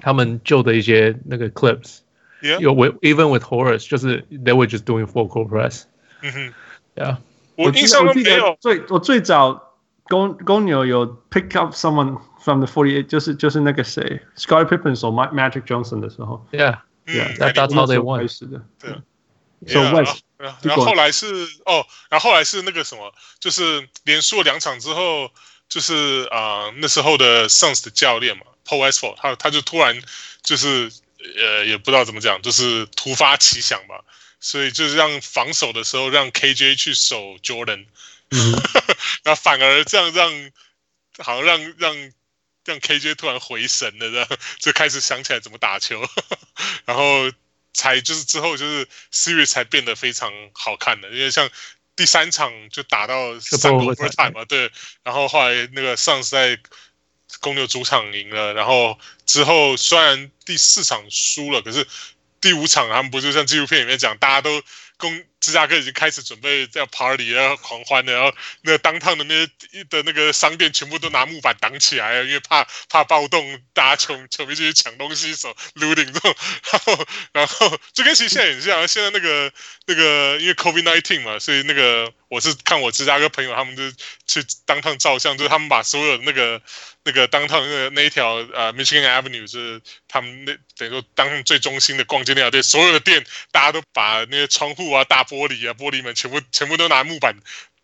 Speaker 3: 他们旧的一些那个 clips,
Speaker 1: Yeah.
Speaker 3: you with even with Horace, 就是 they were just doing full court press.
Speaker 1: 嗯哼，
Speaker 3: Yeah，
Speaker 1: 我
Speaker 2: 记
Speaker 1: 印
Speaker 2: 得
Speaker 1: 象
Speaker 2: 啊我
Speaker 1: 中
Speaker 2: 记
Speaker 1: 没
Speaker 2: 得
Speaker 1: 有，
Speaker 2: 最我最早公公牛有 pick up someone from the forty eight，就是就是那个谁 Scottie Pippen 手 Ma- Magic Johnson 的时候，
Speaker 3: yeah.
Speaker 1: 嗯
Speaker 2: Yeah，
Speaker 1: 那
Speaker 3: that- that's
Speaker 1: 个
Speaker 3: how
Speaker 2: 那
Speaker 3: they
Speaker 2: 时候
Speaker 3: won
Speaker 2: 开始的。
Speaker 1: 对啊
Speaker 2: So
Speaker 1: Yeah，
Speaker 2: West
Speaker 1: 然后
Speaker 2: 结
Speaker 1: 然
Speaker 2: 果
Speaker 1: 后后来是哦，然后后来是那个什么，就是连输了两场之后，就是啊、呃那时候的 Suns 的教练嘛，Paul Westphal，他他就突然就是呃也不知道怎么讲，就是突发奇想吧，所以就是让防守的时候让 KJ 去守 Jordan，那、 <laughs> 反而这样让好像让让让 KJ 突然回神了，这样就开始想起来怎么打球， <laughs> 然后才就是之后就是 series 才变得非常好看的，因为像第三场就打到三
Speaker 3: Triple overtime
Speaker 1: overtime 嘛，对，然后后来那个上次在公牛主场赢了，然后之后虽然第四场输了，可是第五场他们不是像纪录片里面讲，大家都公芝加哥已经开始准备要 party 要狂欢了，然后那个当趟的那些的那个商店全部都拿木板挡起来了，因为怕怕暴动，大家球球迷进去抢东西，手 looting 这种，然后然后就跟其实现在很像，啊现在那个那个因为 COVID nineteen 嘛，所以那个我是看我芝加哥朋友他们就去当趟照相，就是他们把所有的那个那个当趟那个那一条呃 Michigan Avenue 就是他们那等于说当趟最中心的逛街那条店，所有的店大家都把那些窗户啊、大玻璃啊、玻璃门全部全部都拿木板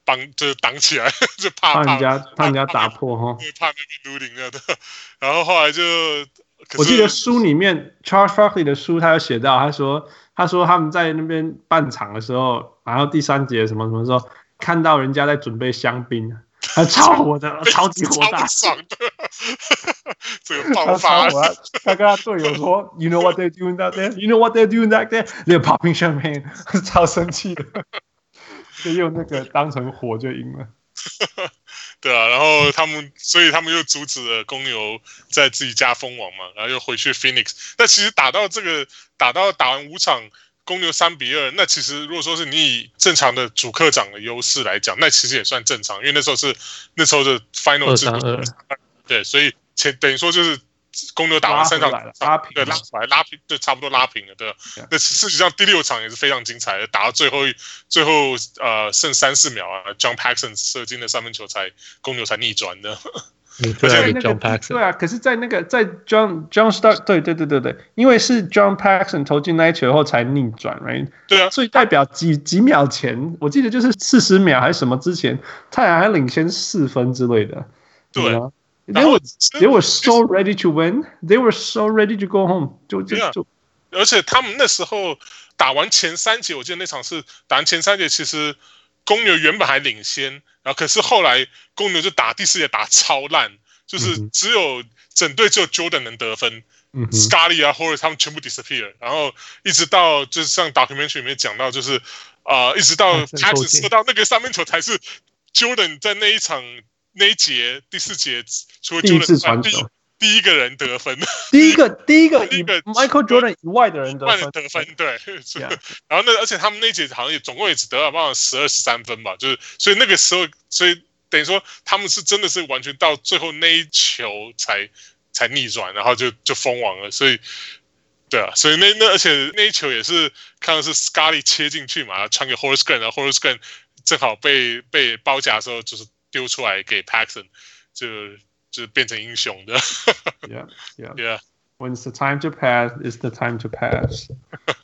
Speaker 1: 绑，就是挡起来， <laughs> 就怕
Speaker 2: 怕
Speaker 1: 怕
Speaker 2: 人家怕人家
Speaker 1: 怕
Speaker 2: 打破哈。
Speaker 1: 怕被 looting 了的。然后后来就，可是
Speaker 2: 我记得书里面 Charles Barkley 的书，他有写到，他说他说他们在那边办场的时候，然后第三节什么什么时候看到人家在准备香槟，啊，超
Speaker 1: <laughs>
Speaker 2: 火的，超级火
Speaker 1: 超
Speaker 2: 大
Speaker 1: 不。爽的， <laughs> 这个爆
Speaker 2: 他超
Speaker 1: 发
Speaker 2: 火，他跟他队友说，You know what they're doing back there? You know what they're doing back there? They're popping champagne，超 <laughs> 生气的。 <laughs> 就用那个当成火就赢了。
Speaker 1: 对啊，然后他们，所以他们又阻止了公牛在自己家封王嘛，然后又回去 Phoenix。那其实打到这个，打到打完五场，公牛三比二，那其实如果说是你以正常的主客场的优势来讲，那其实也算正常，因为那时候是那时候的 Final 制度
Speaker 3: 2-3-2，
Speaker 1: 对，所以前等于说就是公牛打
Speaker 2: 拉
Speaker 1: 完三
Speaker 2: 回
Speaker 1: 场
Speaker 2: 来了，拉平
Speaker 1: 对，拉
Speaker 2: 了。
Speaker 1: 出来拉平，对，差不多拉平了，对吧
Speaker 2: Yeah.？
Speaker 1: 那事实上第六场也是非常精彩的，打到最后一最后呃剩三四秒啊，John Paxson 射进的三分球才公牛才逆转的。 <laughs>
Speaker 3: 你突
Speaker 1: 在
Speaker 3: 然
Speaker 2: 在
Speaker 3: 给
Speaker 2: 那个
Speaker 3: John
Speaker 2: 对
Speaker 3: Paxson，
Speaker 2: 啊，可是，在那个在 John John Stark，对对对对对，因为是 John Paxson 投进那一球后才逆转，right？
Speaker 1: 对啊，
Speaker 2: 所以代表几几秒前，我记得就是四十秒还是什么之前，太阳还领先四分之类的。
Speaker 1: 对
Speaker 2: You know？
Speaker 1: 然
Speaker 2: They
Speaker 1: 后
Speaker 2: were they were so ready to win. They were so ready to go home. 就就
Speaker 1: Yeah
Speaker 2: 就
Speaker 1: 而且他们那时候打完前三节，我记得那场是打完前三节，其实公牛原本还领先，然后可是后来公牛就打第四节打超烂，就是只有、整队只有 Jordan 能得分，
Speaker 2: 嗯哼
Speaker 1: Scully 啊，或者他们全部 disappear，然后一直到就是像 documentary 里面讲到，就是啊、呃一直到
Speaker 3: 啊这个
Speaker 1: 他
Speaker 3: 够
Speaker 1: 只
Speaker 3: 劲
Speaker 1: 射到那个三分球才是 Jordan 在那一场那一节第四节，除了
Speaker 2: 第一
Speaker 1: Jordan
Speaker 2: 次
Speaker 1: 之外
Speaker 2: 传
Speaker 1: 第一
Speaker 2: 球，
Speaker 1: 第一个人得分，
Speaker 2: 第一个第一个
Speaker 1: 第
Speaker 2: 以
Speaker 1: 一个
Speaker 2: Michael Jordan 以外的人得
Speaker 1: 换
Speaker 2: 分
Speaker 1: 人得分，
Speaker 2: <laughs>
Speaker 1: 对。是
Speaker 2: Yeah
Speaker 1: 然后那而且他们那一节好像也总共也只得了好像十二十三分吧，就是所以那个时候，所以等于说他们是真的是完全到最后那一球才才逆转，然后就就封王了，所以。对啊，所以那那而且那一球也是看到是 Scully 切进去嘛，传给 Horace Grant，然后 Horace Grant 正好被被包夹的时候就是丢出来给 Paxson，就就变成英雄的 <laughs>
Speaker 2: Yeah, yeah.
Speaker 1: ，Yeah，
Speaker 2: When it's the time to pass, it's the time to pass.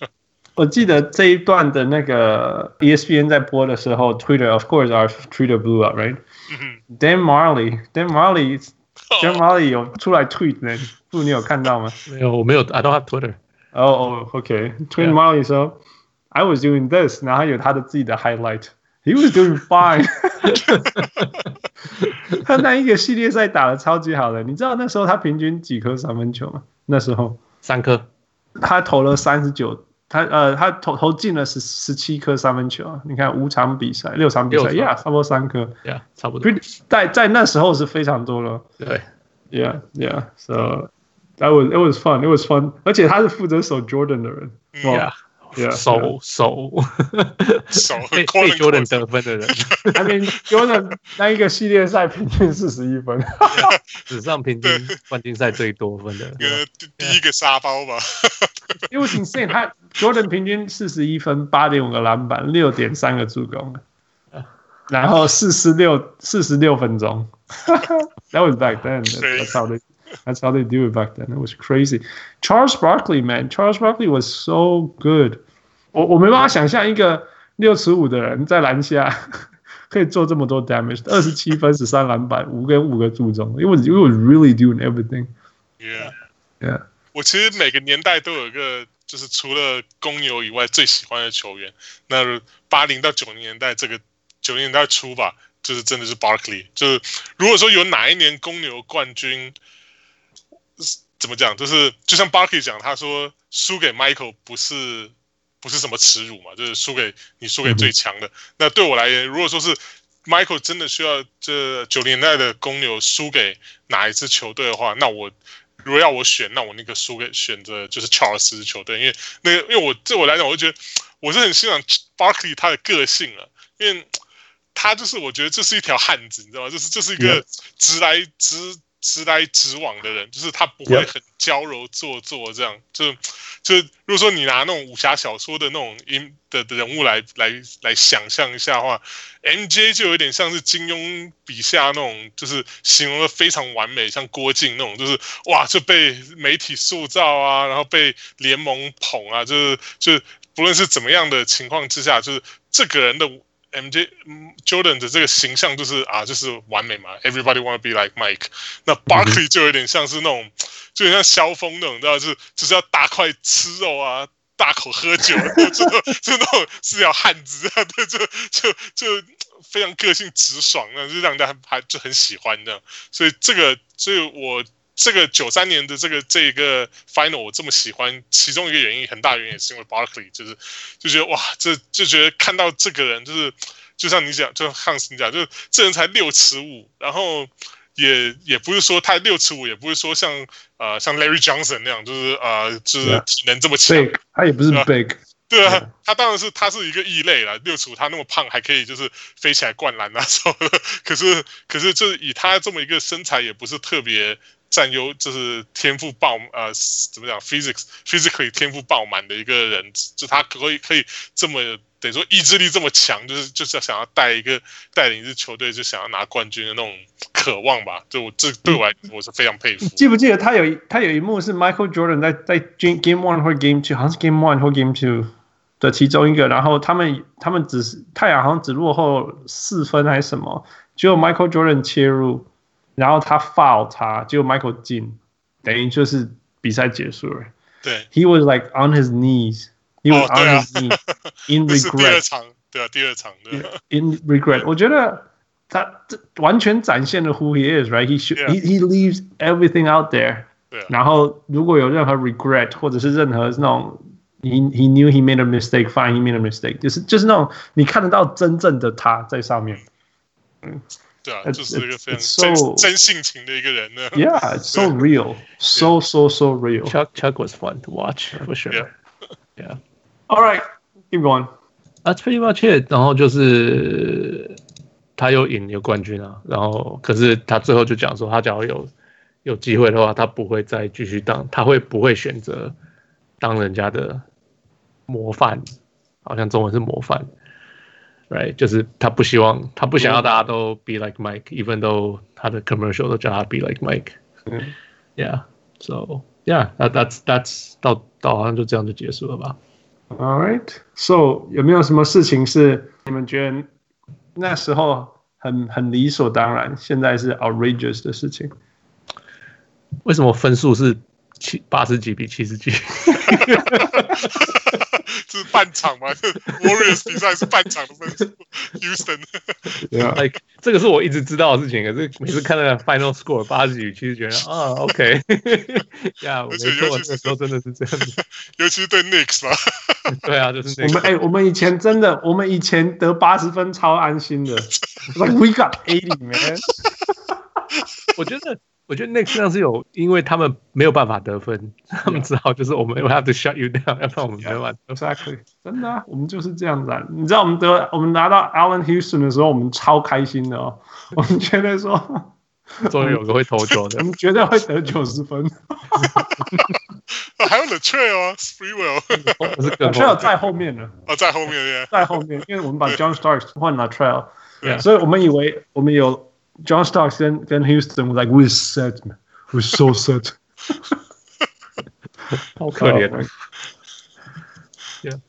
Speaker 2: <laughs> 我记得这一段的那个 E ESPN 在播的时候，Twitter of course our Twitter blew up right。
Speaker 1: 嗯哦
Speaker 2: Dan Marley，Dan Marley，Dan
Speaker 1: 哼，
Speaker 2: Marley 有出来 tweet 呢，不，你有看到吗？
Speaker 3: 没有，我没有，I don't have Twitter。
Speaker 2: 哦哦，OK，Twin
Speaker 3: Yeah.
Speaker 2: oh, Marley 说，I was doing this，然后有他的自己的 highlight，He was doing fine 。他那一个系列赛打的超级好的，你知道那时候他平均几颗三分球吗？那时候
Speaker 3: 三颗，
Speaker 2: 他投了三十九，他呃他投投进了十十七颗三分球啊，你看五场比赛六场比赛
Speaker 3: 六场
Speaker 2: ，Yeah，差不多三颗，
Speaker 3: 对啊，差不多。
Speaker 2: Pretty- 在在那时候是非常多了。
Speaker 3: 对，
Speaker 2: Yeah, yeah. So that was it was fun. It was fun. 而且他是负责守 Jordan 的人。
Speaker 1: 哇
Speaker 3: 呀
Speaker 2: Yeah,
Speaker 3: 手手 <laughs>
Speaker 1: 手
Speaker 3: 被
Speaker 1: 扣
Speaker 3: 被
Speaker 1: 人
Speaker 3: Jordan
Speaker 1: 扣
Speaker 3: 得分的人，
Speaker 2: <laughs> I mean Jordan 那一个系列赛平均四十一分。
Speaker 3: 史上平均冠军赛最多分的。
Speaker 1: 那个第第一个沙包吧，
Speaker 2: It was insane. 他 Jordan 平均四十一分，八点五个篮板，六点三个助攻，然后四十六四十六分钟。that was back then. That's how they. That's how they do it back then. It was crazy. Charles Barkley, man, Charles Barkley was so good. 我我没办法想象一个六尺五的人在篮下 <laughs> 可以做这么多 damage，二十七分、十三篮板、五跟五个助攻。It was it was really doing everything.
Speaker 1: Yeah.
Speaker 2: Yeah.
Speaker 1: 我其实每个年代都有一个，就是除了公牛以外最喜欢的球员。那八零到九零年代，这个九零年代初吧，就是真的是 Barkley。就是如果说有哪一年公牛冠军，是怎么讲？就是就像 Barkley 讲，他说输给 Michael 不是不是什么耻辱嘛，就是输给你输给最强的。那对我来言，如果说是 Michael 真的需要这九零年代的公牛输给哪一支球队的话，那我如果要我选，那我那个输给选择就是乔尔斯球队，因为那个因为我对我来讲，我就觉得我是很欣赏 Barkley 他的个性啊，因为他就是我觉得这是一条汉子，你知道吗？就是这是一个直来直直来直往的人，就是他不会
Speaker 4: Yeah.
Speaker 1: 很娇柔做作这样，就就如果说你拿那种武侠小说的那种音的的人物来来来想象一下的话，MJ 就有点像是金庸笔下那种，就是形容的非常完美，像郭靖那种，就是哇，就被媒体塑造啊，然后被联盟捧啊，就是就是不论是怎么样的情况之下，就是这个人的 MJ 嗯 Jordan 的这个形象就是啊，就是完美嘛，Everybody wanna be like Mike。那 Barkley 就有点像是那种，就有点像萧峰那种，你知道，就是就是要大块吃肉啊。大口喝酒， <laughs> 就就那种是条汉子啊， <laughs> 对，就就就非常个性直爽，那就让大家还就很喜欢这样。所以这个，所以我这个九三年的这个这一个 final 我这么喜欢，其中一个原因很大原因也是因为 Barkley，就是就觉得哇，这就觉得看到这个人就是。就像你讲，就像汉斯你讲，就是这人才六尺五，然后也也不是说他六尺五，也不是说像呃像 Larry Johnson 那样，就是呃就是
Speaker 2: Yeah.
Speaker 1: 体能这么强
Speaker 2: Big，他也不是
Speaker 1: 对啊
Speaker 2: big。
Speaker 1: 对
Speaker 2: 对
Speaker 1: 啊，他当然是他是一个异类啦，六楚他那么胖还可以就是飞起来灌篮啊什么的， <laughs> 可是可是就是以他这么一个身材，也不是特别占优，就是天赋爆呃怎么讲，physics physically 天赋爆满的一个人，就他可以可以这么等于说意志力这么强，就是就是想要带一个带领一支球队就想要拿冠军的那种渴望吧，就我这对我来我是非常佩服
Speaker 2: 你。记不记得他有一他有一幕是 Michael Jordan 在在 Game Game One 或 Game Two，好像是 Game One 或 Game Two 的其中一个，然后他们他们只是太阳好像只落后四分还是什么，结果 Michael Jordan 切入，然后他 foul 他，结果 Michael 进，等于就是比赛结束了。
Speaker 1: 对，
Speaker 2: He was like on his knees. He was
Speaker 1: 哦
Speaker 2: on
Speaker 1: 对啊
Speaker 2: his knees
Speaker 1: <laughs>
Speaker 2: in
Speaker 1: 这是第二
Speaker 2: regret.
Speaker 1: 场，对啊，第二场对啊
Speaker 2: in regret. 我觉得他这完全展现了 who he is, right? He should,
Speaker 1: Yeah.
Speaker 2: he he leaves everything out there.
Speaker 1: 对啊
Speaker 2: 然后如果有任何 regret 或者是任何那种 he he knew he made a mistake, fine, he made a mistake，就是就是那种你看得到真正的他在上面。
Speaker 1: 对啊，
Speaker 2: It's-
Speaker 1: 就是一个非常
Speaker 2: it's
Speaker 1: 真
Speaker 2: 呃 so-
Speaker 1: 真性情的一个人呢。
Speaker 2: Yeah, it's so
Speaker 1: <laughs>
Speaker 2: <laughs> real, so so so real.
Speaker 3: Chuck Chuck was fun to watch for
Speaker 1: Yeah.
Speaker 3: sure. Yeah.
Speaker 2: All right, keep going.
Speaker 3: That's pretty much it。然后就是他又赢有冠军啊，然后可是他最后就讲说，他只要有有机会的话，他不会再继续当，他会不会选择当人家的模范？好像中文是模范，right？就是他不希望，他不想要大家都 be like Mike，even though 他的 commercial 都叫他 be like Mike。
Speaker 2: 嗯
Speaker 3: Yeah，so yeah，that that's that's 到到好像就这样就结束了吧。
Speaker 2: All right. So 有没有什么事情是你们觉得那时候很很理所当然，现在是 outrageous 的事情？
Speaker 3: 为什么分数是七八十几比七十几？
Speaker 1: 这是半场嘛这？Warriors 比赛是半场的分数，Houston
Speaker 2: 对啊
Speaker 3: <laughs> like 这个是我一直知道的事情，可是每次看到 final score 八十几，其实觉得啊，OK，呀，我没
Speaker 1: 而且尤
Speaker 3: 错，
Speaker 1: 其是
Speaker 3: 那时候真的是这样子。 <laughs>
Speaker 1: 尤其是对 Knicks 嘛，
Speaker 3: 对啊，就是
Speaker 2: 我
Speaker 3: 那
Speaker 2: 们哎、
Speaker 3: 个。
Speaker 2: 我们以前真的，我们以前得八十分超安心
Speaker 3: <laughs>
Speaker 2: 的，like we got eighty man。
Speaker 3: 我觉得，我觉得 Nick 上是有，因为他们没有办法得分， <laughs> 他们只好就是我们 we have to shut you down，要不然我们没有办法得分。
Speaker 2: Exactly，真的、啊，我们就是这样子、啊。你知道我们得我们拿到 Allen Houston 的时候，我们超开心的哦，我们觉得说，
Speaker 3: 终于有个会投球的 <laughs>
Speaker 2: 我，们绝对会得九十分。
Speaker 1: 啊还有 l e t r e 哦，Free Will <laughs>
Speaker 3: 我是更
Speaker 2: t r a i 在后面呢，
Speaker 1: 哦，在后面耶，
Speaker 2: 在后面，因为我们把 John Starks 换了 t r a i
Speaker 3: Yeah
Speaker 2: 所以我们以为我们有 John Starks 跟跟 Houston，我们 like we set man，we so
Speaker 3: <laughs>
Speaker 2: set。
Speaker 3: 好可怜啊。Yeah.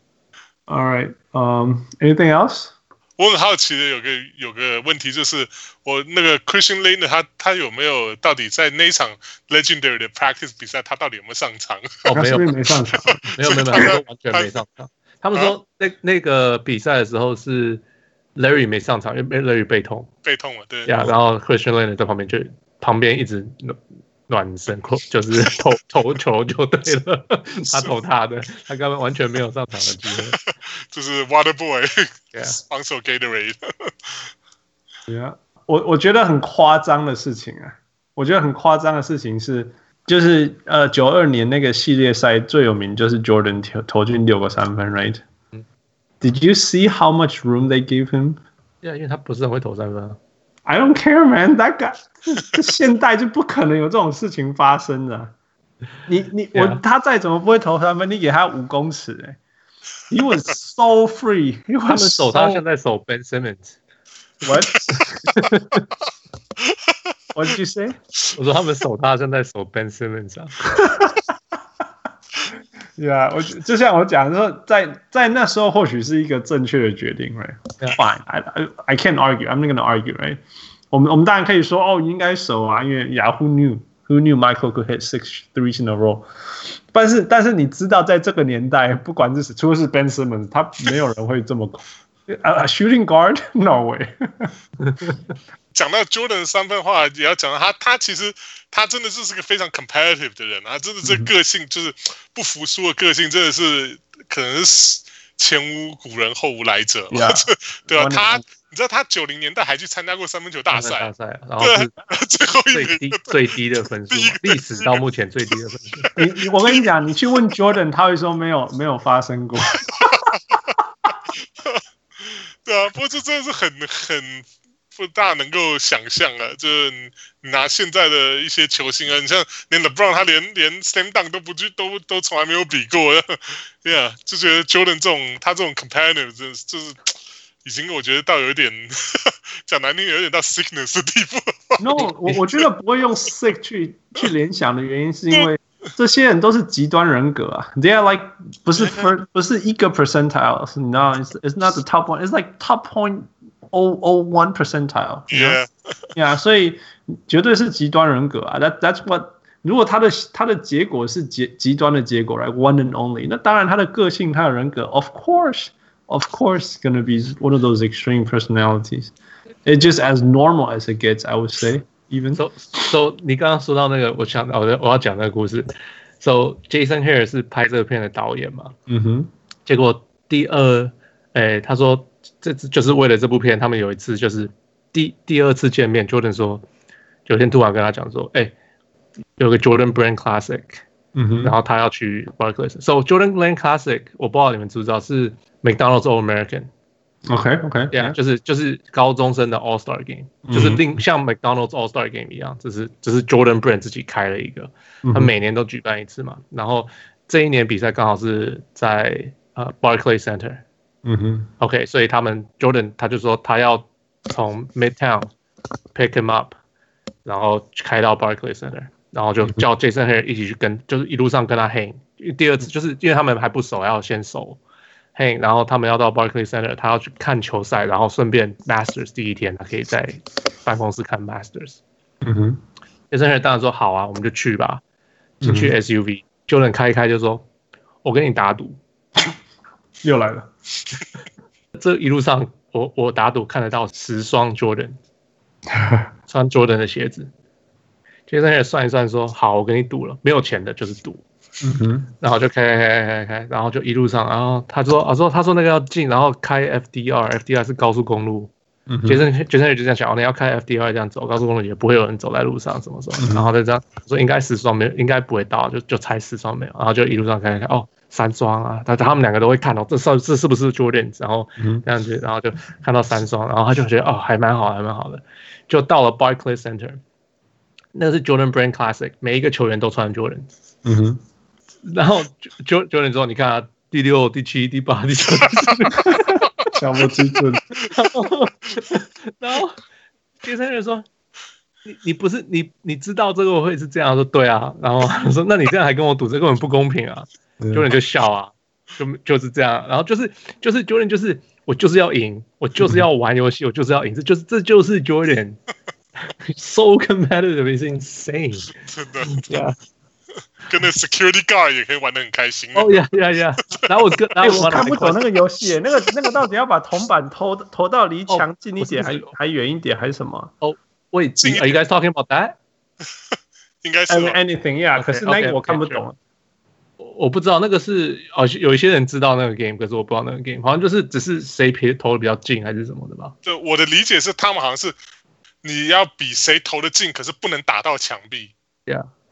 Speaker 2: All right. Um. Anything else?
Speaker 1: 我很好奇的有个有个问题就是，我那个 Christian Laner 他他有没有到底在那一场 Legendary 的 Practice 比赛，他到底有没有上场？ <laughs>
Speaker 3: 哦，
Speaker 2: 他
Speaker 3: 没
Speaker 2: 是
Speaker 3: 有，
Speaker 2: 不
Speaker 3: 没
Speaker 2: 是
Speaker 3: 有，
Speaker 2: 没上场？
Speaker 3: 没有，没有，他们完全没上场。他们说那那个比赛的时候是 Larry 没上场，因为 Larry 背痛，
Speaker 1: 被痛了，对，
Speaker 3: 呀，然后 Christian l a n e r 在旁边就旁边一直暖暖身， <laughs> 扣就是投投球就对 <laughs> 了，他投他的，他根本完全没有上场的机 <laughs> 会。
Speaker 1: 就是 Water Boy
Speaker 3: Yeah
Speaker 1: 防守 Gatorade，
Speaker 2: Yeah，我我觉得很夸张的事情啊，我觉得很夸张的事情是，就是呃，九二年那个系列赛最有名就是 Jordan 投投进六个三分，right？Did
Speaker 3: 嗯
Speaker 2: you see how much room they gave him?
Speaker 3: 对啊，因为他不是很会投三分啊。
Speaker 2: I don't care, man. <laughs> That guy，这现代就不可能有这种事情发生的啊。你你我
Speaker 3: Yeah.
Speaker 2: 他再怎么不会投三分，你给他五公尺、欸，He was so free. He
Speaker 3: <laughs> 他
Speaker 2: was
Speaker 3: 们手
Speaker 2: so
Speaker 3: 他现在手 Ben Simmons，
Speaker 2: what? <laughs> What did you say?
Speaker 3: 我说他们手他现在手 Ben Simmons 啊。
Speaker 2: 对啊，我就像我讲的说，在在那时候或许是一个正确的决定，right?
Speaker 3: Yeah.
Speaker 2: Fine, I I I can't argue. I'm not gonna argue, right? 我们我们当然可以说，哦，应该守啊，因为 Yahoo knew who knew Michael could hit six threes in a row. 但是但是你知道，在这个年代，不管是除了是 Ben Simmons，他没有人会这么 <laughs> 啊、shooting guard no way
Speaker 1: 讲到 Jordan 的三分的话，也要讲到他，他其实他真的就是个非常 competitive 的人啊，真的这个性就是不服输的个性，真的是可能是前无古人后无来者嘛
Speaker 2: Yeah.
Speaker 1: 对啊，
Speaker 2: Wonderful.
Speaker 1: 他你知道他九零年代还去参加过三分球大赛
Speaker 3: 大，赛啊，然后
Speaker 1: 对
Speaker 3: 是
Speaker 1: 啊， <laughs> 最后一
Speaker 3: 最
Speaker 1: 名
Speaker 3: 低最低的分数
Speaker 1: 第一个，
Speaker 3: 历史到目前最低的分数。
Speaker 2: 你。你我跟你讲，你去问 Jordan，他会说没有没有发生过。
Speaker 1: <laughs> 对啊，不过这真的是很很不大能够想象啊！就是你拿现在的一些球星啊，你像连 LeBron 他连连 slam dunk 都不去都都从来没有比过啊 <laughs> ，Yeah，就觉得 Jordan 这种他这种 companion 真的是就是已经我觉得到有一点 <laughs> 讲难听点有点到 sickness 的地步了。
Speaker 2: No，我我觉得不会用 sick 去去联想的原因，是因为这些人都是极端人格啊。They are like 不是 per, 不是一个 percentile，是你知道，it's it's not the top one，it's like top point o o one percentile。
Speaker 1: Yeah，
Speaker 2: 呀，所以绝对是极端人格啊。That that's what 如果他的他的结果是极极端的结果，right one and only，那当然他的个性他的人格，of course of course gonna be one of those extreme personalities. It's just as normal as it gets, I would say. Even
Speaker 3: So so，你刚刚说到那个，我想我我要讲那个故事。So Jason Hare 是拍这个片的导演嘛？
Speaker 2: 嗯哼，
Speaker 3: 结果第二，诶，他说这次就是为了这部片，他们有一次就是第第二次见面，Jordan 说，有一天突然跟他讲说，哎，有个 Jordan Brand Classic，
Speaker 2: 嗯哼，
Speaker 3: 然后他要去 Barclays。So Jordan Brand Classic，我不知道你们知不知道，是 McDonald's All American。
Speaker 2: OK OK，嗯
Speaker 3: 对啊，就是就是高中生的 All Star Game，、就是另像 McDonald's All Star Game 一样，这是这是 Jordan Brand 自己开了一个，
Speaker 2: 嗯 Mm-hmm.
Speaker 3: 他每年都举办一次嘛。然后这一年比赛刚好是在呃 Barclay Center，
Speaker 2: 嗯哼
Speaker 3: OK，所以他们 Jordan 他就说他要从 Midtown pick him up，然后开到 Barclays Center，然后就叫 Jason Hayer 一起去跟，就是一路上跟他 hang。第二次就是因为他们还不熟，要先熟， Hank，然后他们要到 Barclays Center，他要去看球赛，然后顺便 Masters 第一天，他可以在办公室看 Masters。
Speaker 2: 嗯哼，
Speaker 3: Jason h e r 当然说好啊，我们就去吧。进
Speaker 2: 嗯 Mm-hmm.
Speaker 3: 去 SUV，就能开一开就说：“我跟你打赌，
Speaker 2: 又来了。
Speaker 3: 这一路上我我打赌看得到十双 Jordan，穿 Jordan 的鞋子。” Jason h e r 算一算说：“好，我跟你赌了，没有钱的就是赌。”
Speaker 2: 嗯哼，
Speaker 3: 然后就开开开开开，然后就一路上，然后他说啊说他说那个要进，然后开 FDR，FDR 是高速公路。
Speaker 2: 嗯
Speaker 3: 杰
Speaker 2: 哼，
Speaker 3: 森杰森也就这样想，哦，你要开 FDR 这样走高速公路也不会有人走在路上，什么什么，然后再这样说应该十双没有，应该不会到，就就猜十双没有，然后就一路上开开开，哦，三双啊，他他们两个都会看哦，这是这是不是 Jordan？然后
Speaker 2: 嗯
Speaker 3: 这样子，然后就看到三双，然后他就觉得哦还蛮好，还蛮好的，就到了 Barclays Center，那是 Jordan Brand Classic，每一个球员都穿 Jordan。
Speaker 2: 嗯哼，
Speaker 3: 然后九九九点之后，你看啊，第六、第七、第八、第九，
Speaker 2: 小魔之尊，
Speaker 3: <laughs> 然后杰森就说：“你你不是你你知道这个会是这样？”他说：“对啊。”然后他说：“那你这样还跟我赌，这根本不公平啊！”
Speaker 2: 对
Speaker 3: 九点就笑啊，就就是这样。然后就是就是九点就是我就是要赢，我就是要玩游戏，我就是要赢，这就是这就是九点。So competitive
Speaker 2: <laughs>
Speaker 3: is insane.
Speaker 1: 真的
Speaker 3: Yeah.
Speaker 1: 跟那 security guard 也可以玩的很开心啊的。
Speaker 2: 哦
Speaker 3: Oh yeah, yeah, yeah. That was good. That
Speaker 2: 哎、
Speaker 3: was
Speaker 2: 我
Speaker 3: one
Speaker 2: 看
Speaker 3: of
Speaker 2: 不
Speaker 3: my
Speaker 2: 懂
Speaker 3: questions.
Speaker 2: 那个游戏耶，那个那个到底要把铜板投投到离墙近一点，
Speaker 3: 哦我是
Speaker 2: 还还远一点，还是什么
Speaker 3: Wait, are you guys talking about that?
Speaker 1: 应该是啊
Speaker 2: ？I
Speaker 1: 吧
Speaker 2: mean anything yeah，
Speaker 3: OK，
Speaker 2: 可是那个
Speaker 3: OK，
Speaker 2: 我看不
Speaker 3: OK，
Speaker 2: 懂。
Speaker 3: 我不知道那个是哦，有一些人知道那个 game，可是我不知道那个 game，好像就是只是谁投投的比较近还是什么的吧。
Speaker 1: 对，我的理解是，他们好像是你要比谁投的进，可是不能打到墙壁。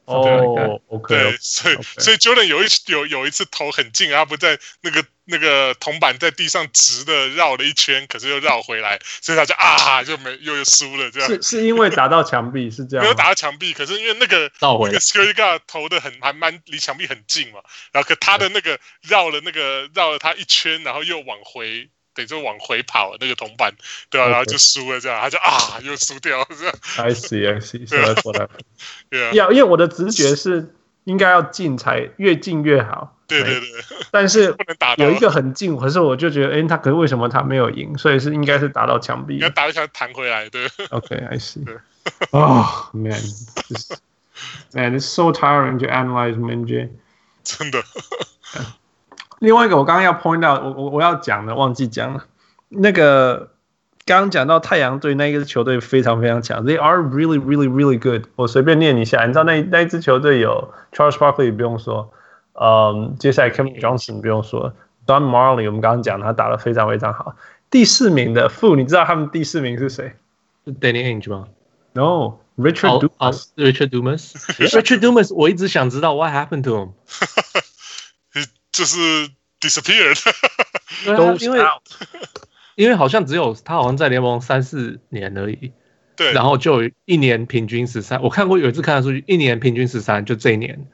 Speaker 2: 哦，OK，
Speaker 1: 对，所以
Speaker 2: OK
Speaker 1: 所以 Jordan 有一有有一次投很近，他不在那个那个铜板在地上直的绕了一圈，可是又绕回来，所以他就啊就没又又输了，这样
Speaker 2: 是是因为打到墙壁是这
Speaker 1: 啊
Speaker 2: 样
Speaker 1: 没有
Speaker 2: 吗，
Speaker 1: 打到墙壁，可是因为那个。
Speaker 3: 倒
Speaker 1: 那
Speaker 3: 回来
Speaker 1: 个 security guard 投的很还蛮离墙壁很近嘛，然后可他的那个绕了那个绕了他一圈，然后又往回，等于就往回跑那个铜板，对吧、啊
Speaker 2: OK
Speaker 1: 然后就输了这样，他就啊又输掉了这样，
Speaker 2: I see, I see. So that's what happened.
Speaker 1: 对啊，
Speaker 2: 要因为我的直觉是应该要近才越近越好，
Speaker 1: 对对对，
Speaker 2: 但是
Speaker 1: 不能打到
Speaker 2: 有一个很近，可是我就觉得，哎，他可是为什么他没有赢？所以是应该是打到墙壁
Speaker 1: 你要。打一下弹回来，对，
Speaker 2: OK，I see
Speaker 1: 对。
Speaker 2: Oh man, this- man, it's so tiring to analyze MJ.
Speaker 1: <laughs> 真的，
Speaker 2: 另外一个我刚刚要 point out，我我我要讲的忘记讲了，那个刚刚讲到太阳队那一个球队非常非常强，They are really really really good。我随便念一下，你知道那那一支球队有 Charles Barkley 不用说，嗯，接下来 Kevin Johnson 不用说，Don Marley 我们刚刚讲他打得非常非常好。第四名的负，你知道他们第四名是谁
Speaker 3: 是 Danny Ainge 吗？
Speaker 2: ？No，Richard
Speaker 3: 哦
Speaker 2: d u
Speaker 3: 哦
Speaker 2: a <laughs>
Speaker 3: ，Richard Dumas，Richard Dumas，我一直想知道 what happened to him
Speaker 1: 就是 disappeared， <laughs>
Speaker 3: 对啊。
Speaker 2: 都
Speaker 3: 因
Speaker 2: 是
Speaker 3: 为
Speaker 2: out。
Speaker 3: 因为好像只有他好像在联盟三四年而已，
Speaker 1: 对，
Speaker 3: 然后就有一年平均十三，我看过有一次看的数据，一年平均十三，就这一年。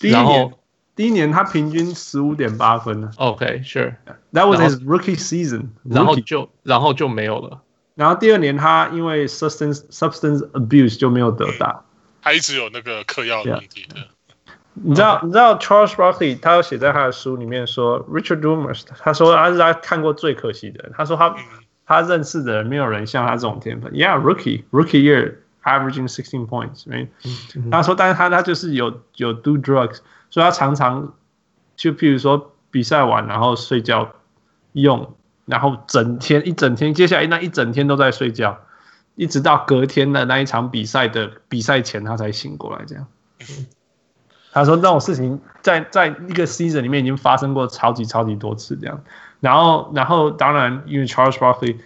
Speaker 2: 第一
Speaker 3: 然后
Speaker 2: 年，第一年他平均十五点八分呢
Speaker 3: OK，sure，、
Speaker 2: ，That was
Speaker 3: 然
Speaker 2: his rookie season。
Speaker 3: 然后就然后就没有了。
Speaker 2: 然后第二年他因为 substance substance abuse 就没有得到。
Speaker 1: 他一直有那个嗑
Speaker 3: 啊
Speaker 1: 药的问题的，
Speaker 2: 你知道你知道 Charles Barkley 他有写在他的书里面说 Richard Dumas 他说他是他看过最可惜的人，他说他他认识的人没有人像他这种天分。Yeah, rookie rookie year averaging sixteen points. Right? 他说，但是他他就是有有 do drugs，所以他常常就譬如说比赛完然后睡觉用，然后整天一整天，接下来那一整天都在睡觉，一直到隔天的那一场比赛的比赛前他才醒过来。这样，他说那种事情在在一个 season 里面已经发生过超级超级多次这样。然后然后当然因为 Charles Barkley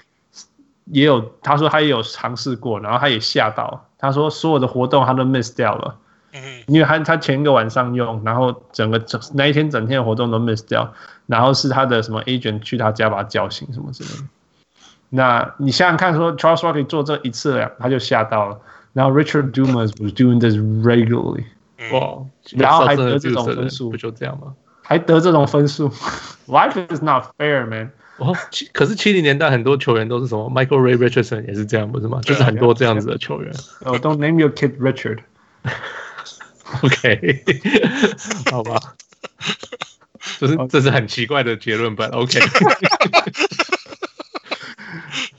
Speaker 2: 也有他说他也有尝试过，然后他也吓到，他说所有的活动他都 miss 掉了。
Speaker 1: 嗯，
Speaker 2: 因为他他前一个晚上用，然后整个整那一天整天的活动都 miss 掉，然后是他的什么 agent 去他家把他叫醒什么之类的。那你想想看说 Charles Barkley 做这一次了，他就吓到了。然后 Richard Dumas was doing this regularly，
Speaker 1: 嗯
Speaker 3: 哇，
Speaker 2: 然后还
Speaker 3: 真的
Speaker 2: 得这种
Speaker 3: abuse 的人
Speaker 2: 分数
Speaker 3: 不就这样吗？
Speaker 2: 还得这种分数 <laughs> ，Life is not fair, man。
Speaker 3: 哦，七可是七零年代很多球员都是什么 Michael Ray Richardson 也是这样，不是吗？就是很多这样子的球员。
Speaker 2: Oh, don't name your kid Richard。
Speaker 3: <laughs> OK，好吧，这是这是很奇怪的结论，but OK， <laughs>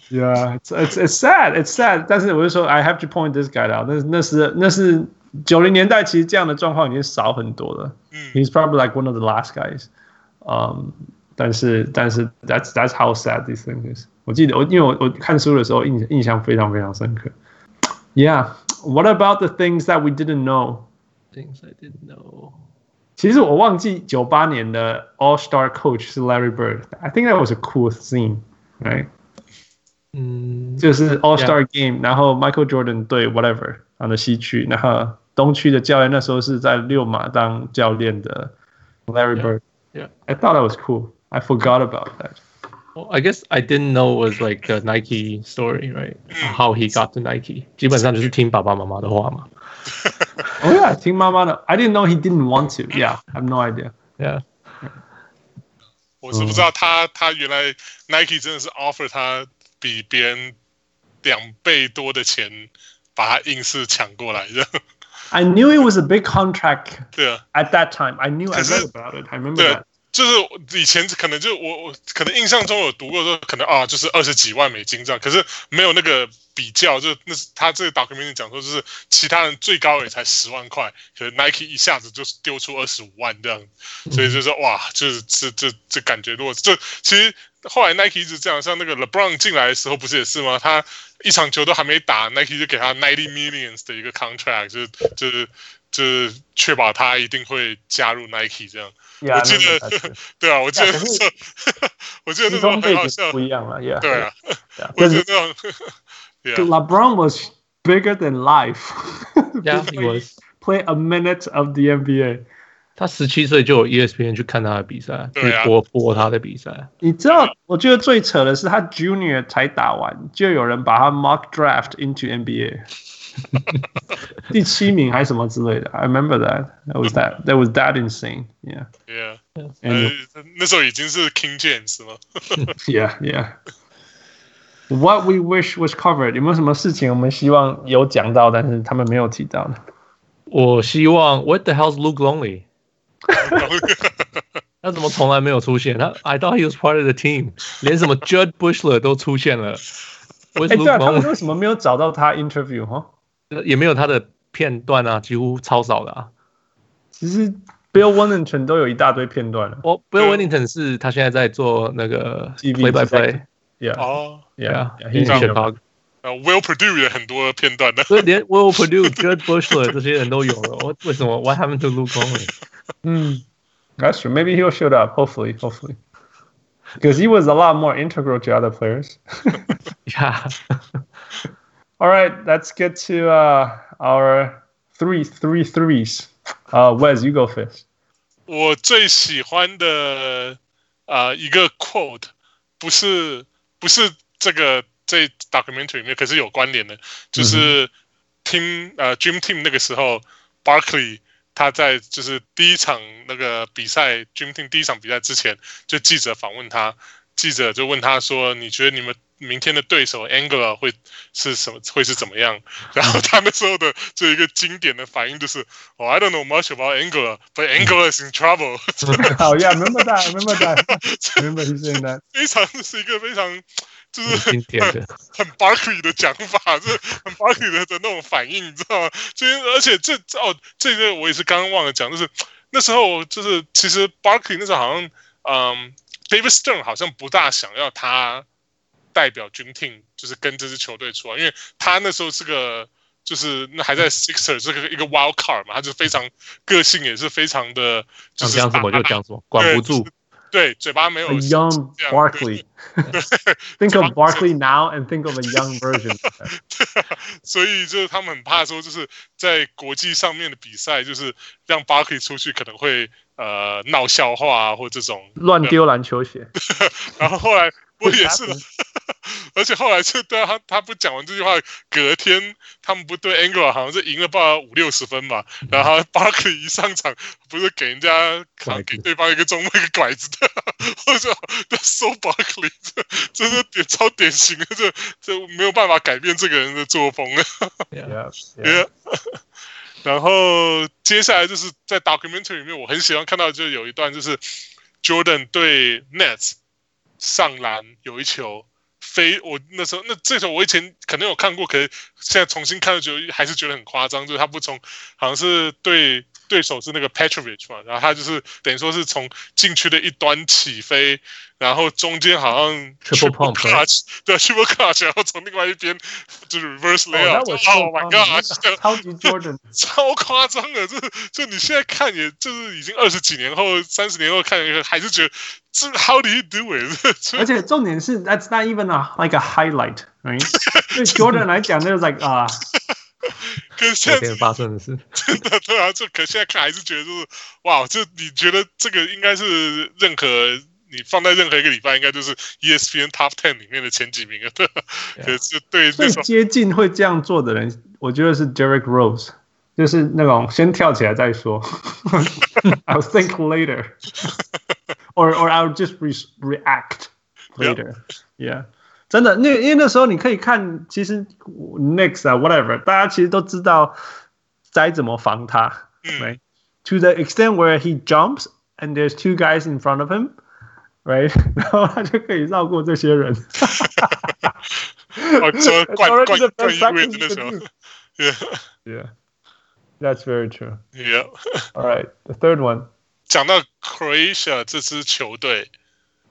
Speaker 2: Yeah, it's it's it's sad, it's sad. 但是我就说 I have to point this guy out 那。那是那是九零年代，其实这样的状况已经少很多了。
Speaker 1: 嗯
Speaker 2: He's probably like one of the last guys. 嗯、但是但是 that's that's how sad this thing is. 我记得我因为我我看书的时候印印象非常非常深刻。Yeah, what about the things that we didn't know?
Speaker 3: things I didn't know。
Speaker 2: 其实我忘记九八年的 All Star Coach 是 Larry Bird. I think that was a cool scene, right?
Speaker 3: 嗯，
Speaker 2: 就是 All Star Game，、然后 Michael Jordan 对 whatever 然后西区，然后东区的教练那时候是在六马当教练的 Larry Bird。
Speaker 3: Yeah, yeah.
Speaker 2: I thought that was cool. I forgot about that.
Speaker 3: Well, I guess I didn't know was like the Nike story, right? How he got to Nike，基本上就是听爸爸妈妈的话嘛。
Speaker 2: Oh yeah，听妈妈的。I didn't know he didn't want to. Yeah, I have no idea.
Speaker 3: Yeah，
Speaker 1: 我是不知道他他原来 Nike 真的是 offer 他比别人两倍多的钱，把他硬是抢过来的。 <laughs>
Speaker 2: I knew it was a big contract
Speaker 1: 对啊，
Speaker 2: at that time. I knew I
Speaker 1: 可是
Speaker 2: read about it. I remember
Speaker 1: 对
Speaker 2: that.
Speaker 1: 就是以前可能就我我可能印象中有读过说可能啊就是二十几万美金这样，可是没有那个比较，就那是他这个 documentary 讲说就是其他人最高也才十万块，可是 Nike 一下子就是丢出二十五万这样，所以就是哇，就是这这这感觉如果就其实后来 Nike 一直这样，像那个 LeBron 进来的时候不是也是吗？他一场球都还没打，Nike 就给他 ninety millions 的一个 contract，就是就是就是确保他一定会加入 Nike 这样。
Speaker 2: Yeah,
Speaker 1: 我记得
Speaker 2: I remember <laughs> that.
Speaker 1: 对啊，我记得
Speaker 2: 可
Speaker 1: 那
Speaker 2: 是
Speaker 1: 时候， <laughs> 我记得那
Speaker 2: 时
Speaker 1: 时候很
Speaker 2: 空背
Speaker 1: 好
Speaker 2: 景
Speaker 1: 笑
Speaker 2: 不。一样了。Yeah，
Speaker 1: 对啊，
Speaker 2: yeah.
Speaker 1: 我
Speaker 2: 但
Speaker 1: 觉得
Speaker 2: 是
Speaker 1: 那种，对啊，
Speaker 2: LeBron was bigger than life. <laughs>
Speaker 3: Yeah, he was.
Speaker 2: play a minute of the NBA.
Speaker 3: 他十七岁就有 E ESPN 去看他的比赛，去
Speaker 1: 对啊
Speaker 3: 播播他的比赛。
Speaker 2: 你知道，我觉得最扯的是他 Junior 才打完，就有人把他 mock draft into NBA，第七名还是什么之类的。I remember that. That was that. That was that insane. Yeah.
Speaker 1: 对啊，呃
Speaker 2: And，
Speaker 1: 那时候已经是 King James 了。
Speaker 2: yeah, yeah. What we wish was covered. 有没有什么事情我们希望有讲到，但是他们没有提到呢？
Speaker 3: 我希望 What the hell's Luke Longley？他怎么从来没有出现？他 I thought he was part of the team，连什么 Judd Bushler 都出现了。Where's
Speaker 2: 哎，对
Speaker 3: Luke
Speaker 2: 啊，他们
Speaker 3: Longley？
Speaker 2: 为什么没有找到他 interview 哈？
Speaker 3: 也没有他的片段啊，几乎超少的啊。
Speaker 2: 其实 Bill Wennington 都有一大堆片段了。
Speaker 3: 我 Bill
Speaker 1: 嗯
Speaker 3: Wellington 是他现在在做那个
Speaker 2: TV
Speaker 3: play by play，
Speaker 2: Yeah,
Speaker 1: 哦，
Speaker 3: 对啊
Speaker 2: yeah,
Speaker 3: ，in
Speaker 2: he's on
Speaker 3: Chicago。
Speaker 1: 啊，Will Purdue 也很多片段的。
Speaker 3: 所以连 Will Purdue、Judd Bushler 这些人都有了，我为什么 What happened to Luke Longley？
Speaker 2: Mm. That's true. Maybe he'll show up. Hopefully, hopefully. Because he was a lot more integral to other players.
Speaker 3: <laughs> Yeah，
Speaker 2: All right, let's get to uh, our three three threes. Uh, Wes, you
Speaker 1: <laughs>
Speaker 2: go first.
Speaker 1: 我最喜欢的呃一个 quote 不是不是这个这 documentary 里面，可是有关联的，就是听呃 Dream Team 那个时候 Barkley 他在就是第一场那个比赛 Dream Team 第一场比赛之前，就记者访问他，记者就问他说：“你觉得你们明天的对手 Angela 会是什么？会是怎么样？”然后他那时候的这一个经典的反应就是：“哦、i don't know much about Angela, but Angela is in trouble。” <laughs>
Speaker 2: Oh yeah, remember that. I Remember that. I remember he saying
Speaker 1: <laughs>
Speaker 2: that.
Speaker 1: 非常这是一个非常就是
Speaker 3: 很经典的。
Speaker 1: 很 Barkley 的讲法， <laughs> 就是很 Barkley 的的那种反应，你知道吗？就是而且这这哦，这个我也是刚刚忘了讲，就是那时候就是其实 Barkley 那时候好像嗯，David Stern 好像不大想要他代表 Dream Team，就是跟这支球队出来，因为他那时候是个。就是那还在 Sixer 这个一个 Wild Card 嘛，他就非常个性，也是非常的，就
Speaker 3: 想
Speaker 1: 是
Speaker 3: 讲什么就讲什么，管不住。
Speaker 1: 对，嘴巴没
Speaker 2: A
Speaker 1: 有
Speaker 2: young
Speaker 1: Oh, Yeah.
Speaker 2: Barkley.
Speaker 1: <laughs>
Speaker 2: think of Barkley now and think of a young version.
Speaker 1: <laughs> 所以就是他们很怕说，就是在国际上面的比赛，就是让巴克利出去可能会呃闹笑话啊，或这种。
Speaker 2: <laughs> 乱丢篮球鞋。
Speaker 1: 然后后来我也
Speaker 2: <laughs>
Speaker 1: 是 <laughs>
Speaker 2: happened.，
Speaker 1: 而且后来就对啊他他不讲完这句话，隔天他们不对 Angle 好像是赢了吧五六十分吧，然后巴克利一上场不是给人家好像给对方一个中锋一个拐子的， <laughs> 我说 That's so Barkley，这 <laughs> 这是典超典型的，这这没有办法改变这个人的作风啊。
Speaker 3: Yeah，
Speaker 2: Yeah, yeah.
Speaker 1: Yeah. 然后接下来就是在 documentary 里面，我很喜欢看到，就是有一段就是 Jordan 对 Nets 上篮有一球飞，我那时候那这球我以前可能有看过，可是现在重新看就觉得还是觉得很夸张，就是他不从好像是对对手是那个 Petrovic 嘛，然后他就是等于说是从禁区的一端起飞，然后中间好像
Speaker 3: Triple pump，
Speaker 1: c l u t c 对 triple clutch，然后从另外一边就是 reverse
Speaker 2: 哦
Speaker 1: layup，
Speaker 2: 那我
Speaker 1: 哦 Oh, my
Speaker 2: 超
Speaker 1: god，这
Speaker 2: 超级 Jordan
Speaker 1: 超夸张的，这这你现在看也，就是已经二十几年后、三十年后看，还是觉得这 How do you do it？这这
Speaker 2: 而且重点是，that's not even a like a highlight，right？对 <laughs> Jordan 来讲，就是 like 啊、
Speaker 1: 可是
Speaker 3: 昨
Speaker 1: 现在
Speaker 3: 天发生的事。
Speaker 1: 对啊，这可现在看还是觉得就是哇，这你觉得这个应该是任何你放在任何一个礼拜，应该就是 E ESPN Top Ten 里面的前几名了。对吧可是对
Speaker 2: 最
Speaker 1: 那种
Speaker 2: 接近会这样做的人，我觉得是 Derek Rose，就是那种先跳起来再说 <laughs> ，I'll think later，or or I'll just re- react later，yeah。真的，那因为那时候你可以看，其实 next 啊 whatever，大家其实都知道该怎么防他。
Speaker 1: 嗯
Speaker 2: right? To the extent where he jumps and there's two guys in front of him, right? <laughs> 然后他就可以绕过这些人。 <laughs>
Speaker 1: 哦，说冠
Speaker 4: already
Speaker 1: 冠
Speaker 4: the
Speaker 1: 冠
Speaker 4: best
Speaker 1: 一位的
Speaker 4: practice
Speaker 1: 那
Speaker 4: you
Speaker 1: 时候
Speaker 4: can do.
Speaker 1: <laughs> ，Yeah
Speaker 2: Yeah.
Speaker 4: That's very true.
Speaker 1: Yeah。
Speaker 4: All right, the third one.
Speaker 1: 讲到 Croatia 这支球队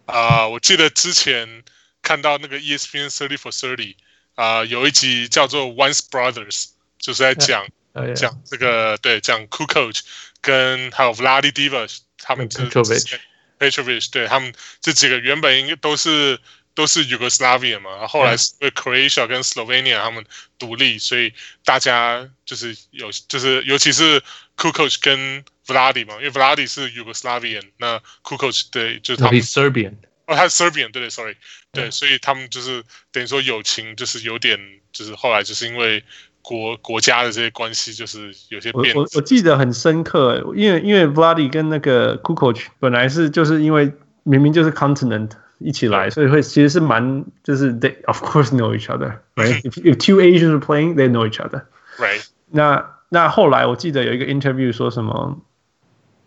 Speaker 1: 啊、我记得之前看到那个 E ESPN Thirty for Thirty 啊、有一集叫做 Once Brothers，就是在讲
Speaker 3: 哎呀，
Speaker 1: 讲这个对讲 Kukoc 跟还有 Vladi Divac 他们
Speaker 3: 跟
Speaker 1: 这
Speaker 3: Petrovic
Speaker 1: Petrovic 对他们这几个原本应该都是都是 Yugoslavia 嘛，然后
Speaker 3: 嗯
Speaker 1: 后来是因为 Croatia 跟 Slovenia 他们独立，所以大家就是有就是尤其是 Kukoc 跟 Vladi 嘛，因为 Vladi 是 Yugoslavian，那 Kukoc 对就是他
Speaker 3: 他比
Speaker 1: 们
Speaker 3: Serbian，
Speaker 1: 哦，他是 Serbian，对对，sorry，对，
Speaker 3: Yeah.
Speaker 1: 所以他们就是等于说友情，就是有点，就是后来就是因为国国家的这些关系，就是有些
Speaker 2: 我
Speaker 1: 变，
Speaker 2: 我我记得很深刻，因为因为 Vladi 跟那个 Kukoc 本来是就是因为明明就是 continent 一起来，所以会其实是蛮就是 they of course know each other, right? if if two Asians are playing, they know each other.
Speaker 1: right，
Speaker 2: 那那后来我记得有一个 interview 说什么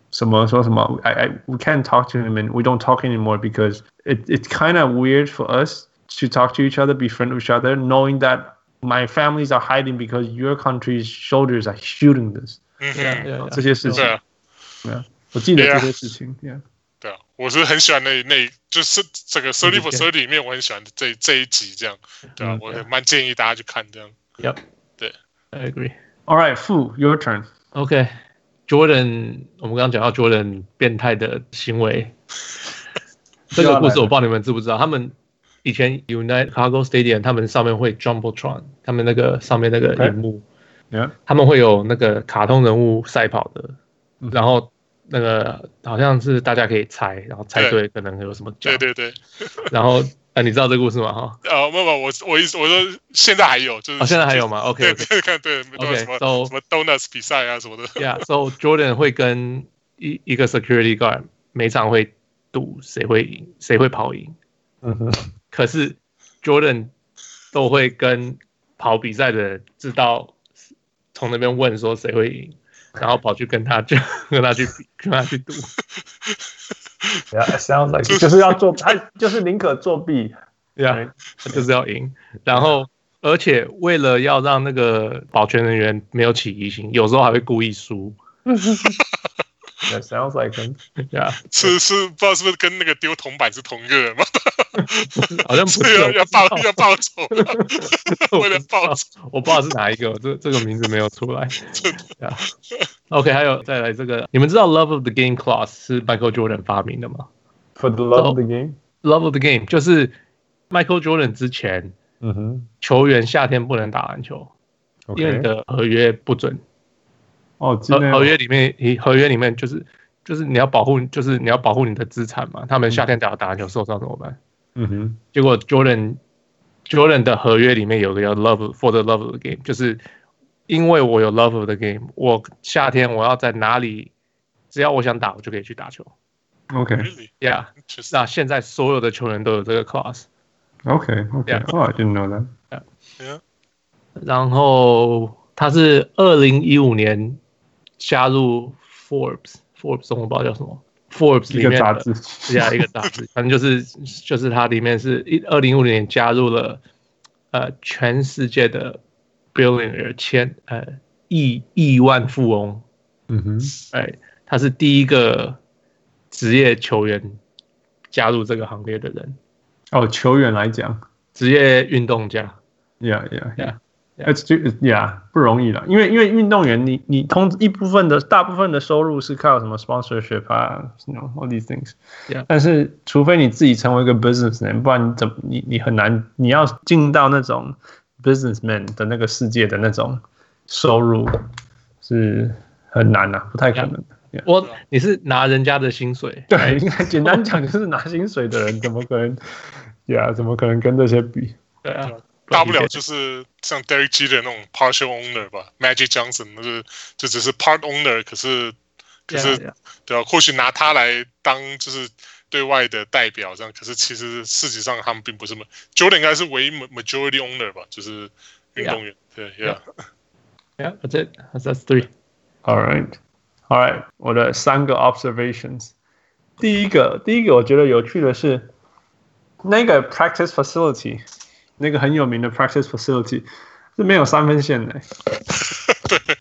Speaker 2: 什么说什么，I I we can't talk to him and we don't talk anymore because it it's kind of weird for us to talk to each other, be friends with each other, knowing that my families are hiding because your country's shoulders are shooting this
Speaker 1: 嗯
Speaker 3: 对
Speaker 1: 哼，
Speaker 3: 对
Speaker 2: 这些事情
Speaker 1: 对。啊，
Speaker 2: 我记得
Speaker 1: Yeah
Speaker 2: 这些事情，yeah，
Speaker 1: 对啊，我是很喜欢那那，就是整个 Thirty for
Speaker 3: 嗯
Speaker 1: Thirty 里面，我很喜欢这这一集这样，对啊
Speaker 3: 嗯，
Speaker 1: 我蛮建议大家去看这样。
Speaker 3: ，Yep，
Speaker 1: 对
Speaker 3: ，I agree。
Speaker 2: All right, Fu, your turn.
Speaker 3: OK，Jordan，、我们刚刚讲到 Jordan 变态的行
Speaker 1: <laughs>
Speaker 3: 为，这个故事我不知道你们知不知道，他们以前 United Cargo Stadium 他们上面会 Jumbotron，他们那个上面那个
Speaker 1: 哎
Speaker 2: Okay
Speaker 3: 荧幕
Speaker 2: Yeah
Speaker 3: 他们会有那个卡通人物赛跑的，
Speaker 1: 嗯
Speaker 3: 然后那个好像是大家可以猜，然后猜对可能有什么奖
Speaker 1: 对，对对，
Speaker 3: 然后呃你知道这个故事吗？哈，
Speaker 1: 呃，不不，我我意思我说现在还有，就是
Speaker 3: 哦，现在还有吗
Speaker 1: 对
Speaker 3: ？OK，
Speaker 1: 对看对，没有
Speaker 3: OK，
Speaker 1: 什么
Speaker 3: so-
Speaker 1: 什么 Donuts 比赛啊什么的，
Speaker 3: Yeah, so Jordan 会跟一一个 security guard 每场会赌谁会赢，谁会跑赢。
Speaker 4: 嗯哼，
Speaker 3: 可是 Jordan 都会跟跑比赛的人知道，从那边问说谁会赢，然后跑去跟他 <laughs> 就跟他去比跟他去赌。
Speaker 4: Yeah, it sounds like 就是要作，他 <laughs> 就是宁可作弊。
Speaker 3: Yeah，他就是要赢。然后而且为了要让那个保全人员没有起疑心，有时候还会故意输。
Speaker 4: That sounds like him.
Speaker 3: Yeah，
Speaker 1: 是是不知道是不是跟那个丢铜板是同一个人吗？
Speaker 3: 好像不是哦
Speaker 1: 是啊要要报
Speaker 3: 我不知道
Speaker 1: 要报 <laughs>
Speaker 3: <laughs>
Speaker 1: 仇，为了报仇，
Speaker 3: 我不知道是哪一个，这这个名字没有出来。对啊 OK，还有再来这个，你们知道 Love of the Game Clause 是 Michael Jordan 发明的吗
Speaker 4: For the love of the game.
Speaker 3: ？Love of the Game 就是 Michael Jordan 之前
Speaker 4: 嗯哼
Speaker 3: 球员夏天不能打篮球，因为你
Speaker 4: ，OK，
Speaker 3: 的合约不准。
Speaker 2: 哦，今
Speaker 3: 合
Speaker 2: 天
Speaker 3: 合约里面，你合约里面就是就是你要保护，就是你要保护你的资产嘛。他们夏天打打篮球受伤怎么办？
Speaker 4: 嗯哼，
Speaker 3: 结果 Jordan Jordan 的合约里面有个叫 Love for the Love of the Game，就是因为我有 Love of the Game，我夏天我要在哪里，只要我想打，我就可以去打球。
Speaker 2: OK
Speaker 1: Really?
Speaker 3: Yeah，
Speaker 1: Interesting.
Speaker 3: 那现在所有的球员都有这个 clause。
Speaker 2: OK OK，
Speaker 3: Yeah.
Speaker 2: oh, I didn't know that.
Speaker 3: 然后他是二零一五年加入 Forbes，Forbes 中文不知道叫什么， Forbes
Speaker 2: 一
Speaker 3: 里
Speaker 2: 个
Speaker 3: 面
Speaker 2: 杂
Speaker 3: 的
Speaker 2: 志，
Speaker 3: 对啊，一个杂志，反正就是就是它里面是一二零五零年加入了呃全世界的 billionaire 千呃亿亿万富翁，
Speaker 2: <laughs> 嗯哼，
Speaker 3: 哎，他是第一个职业球员加入这个行列的人，
Speaker 2: 哦，球员来讲
Speaker 3: 职业运动家。
Speaker 2: ，Yeah Yeah
Speaker 3: Yeah,
Speaker 2: Yeah。It's j yeah，不容易了，因为因为运动员你，你通一部分的大部分的收入是靠什么 sponsorship 啊，you know all these things。
Speaker 3: Yeah
Speaker 2: 但是除非你自己成为一个 businessman，不然你怎么你你很难，你要进到那种 businessman 的那个世界的那种收入是很难啊，不太可能的。Yeah
Speaker 3: 我你是拿人家的薪水，
Speaker 2: <laughs> 对，应该简单讲就是拿薪水的人，怎么可能？呀、怎么可能跟这些比？
Speaker 3: 对啊，
Speaker 1: 大不了就是像 Derek Jeter 那种 partial owner 吧，Magic Johnson 那是就只是 part owner，可是可是
Speaker 3: Yeah, yeah.
Speaker 1: 对啊，或许拿他来当就是对外的代表这样，可是其实事实上他们并不是 ma- Jordan 应该是唯一 ma- majority owner 吧，就是运动员。对，Yeah，
Speaker 3: Yeah, that's it. That's, that's three.
Speaker 2: All right, all right，我的三个 observations。第一个，第一个我觉得有趣的是，那个 practice facility，那个很有名的 practice facility 是没有三分线的。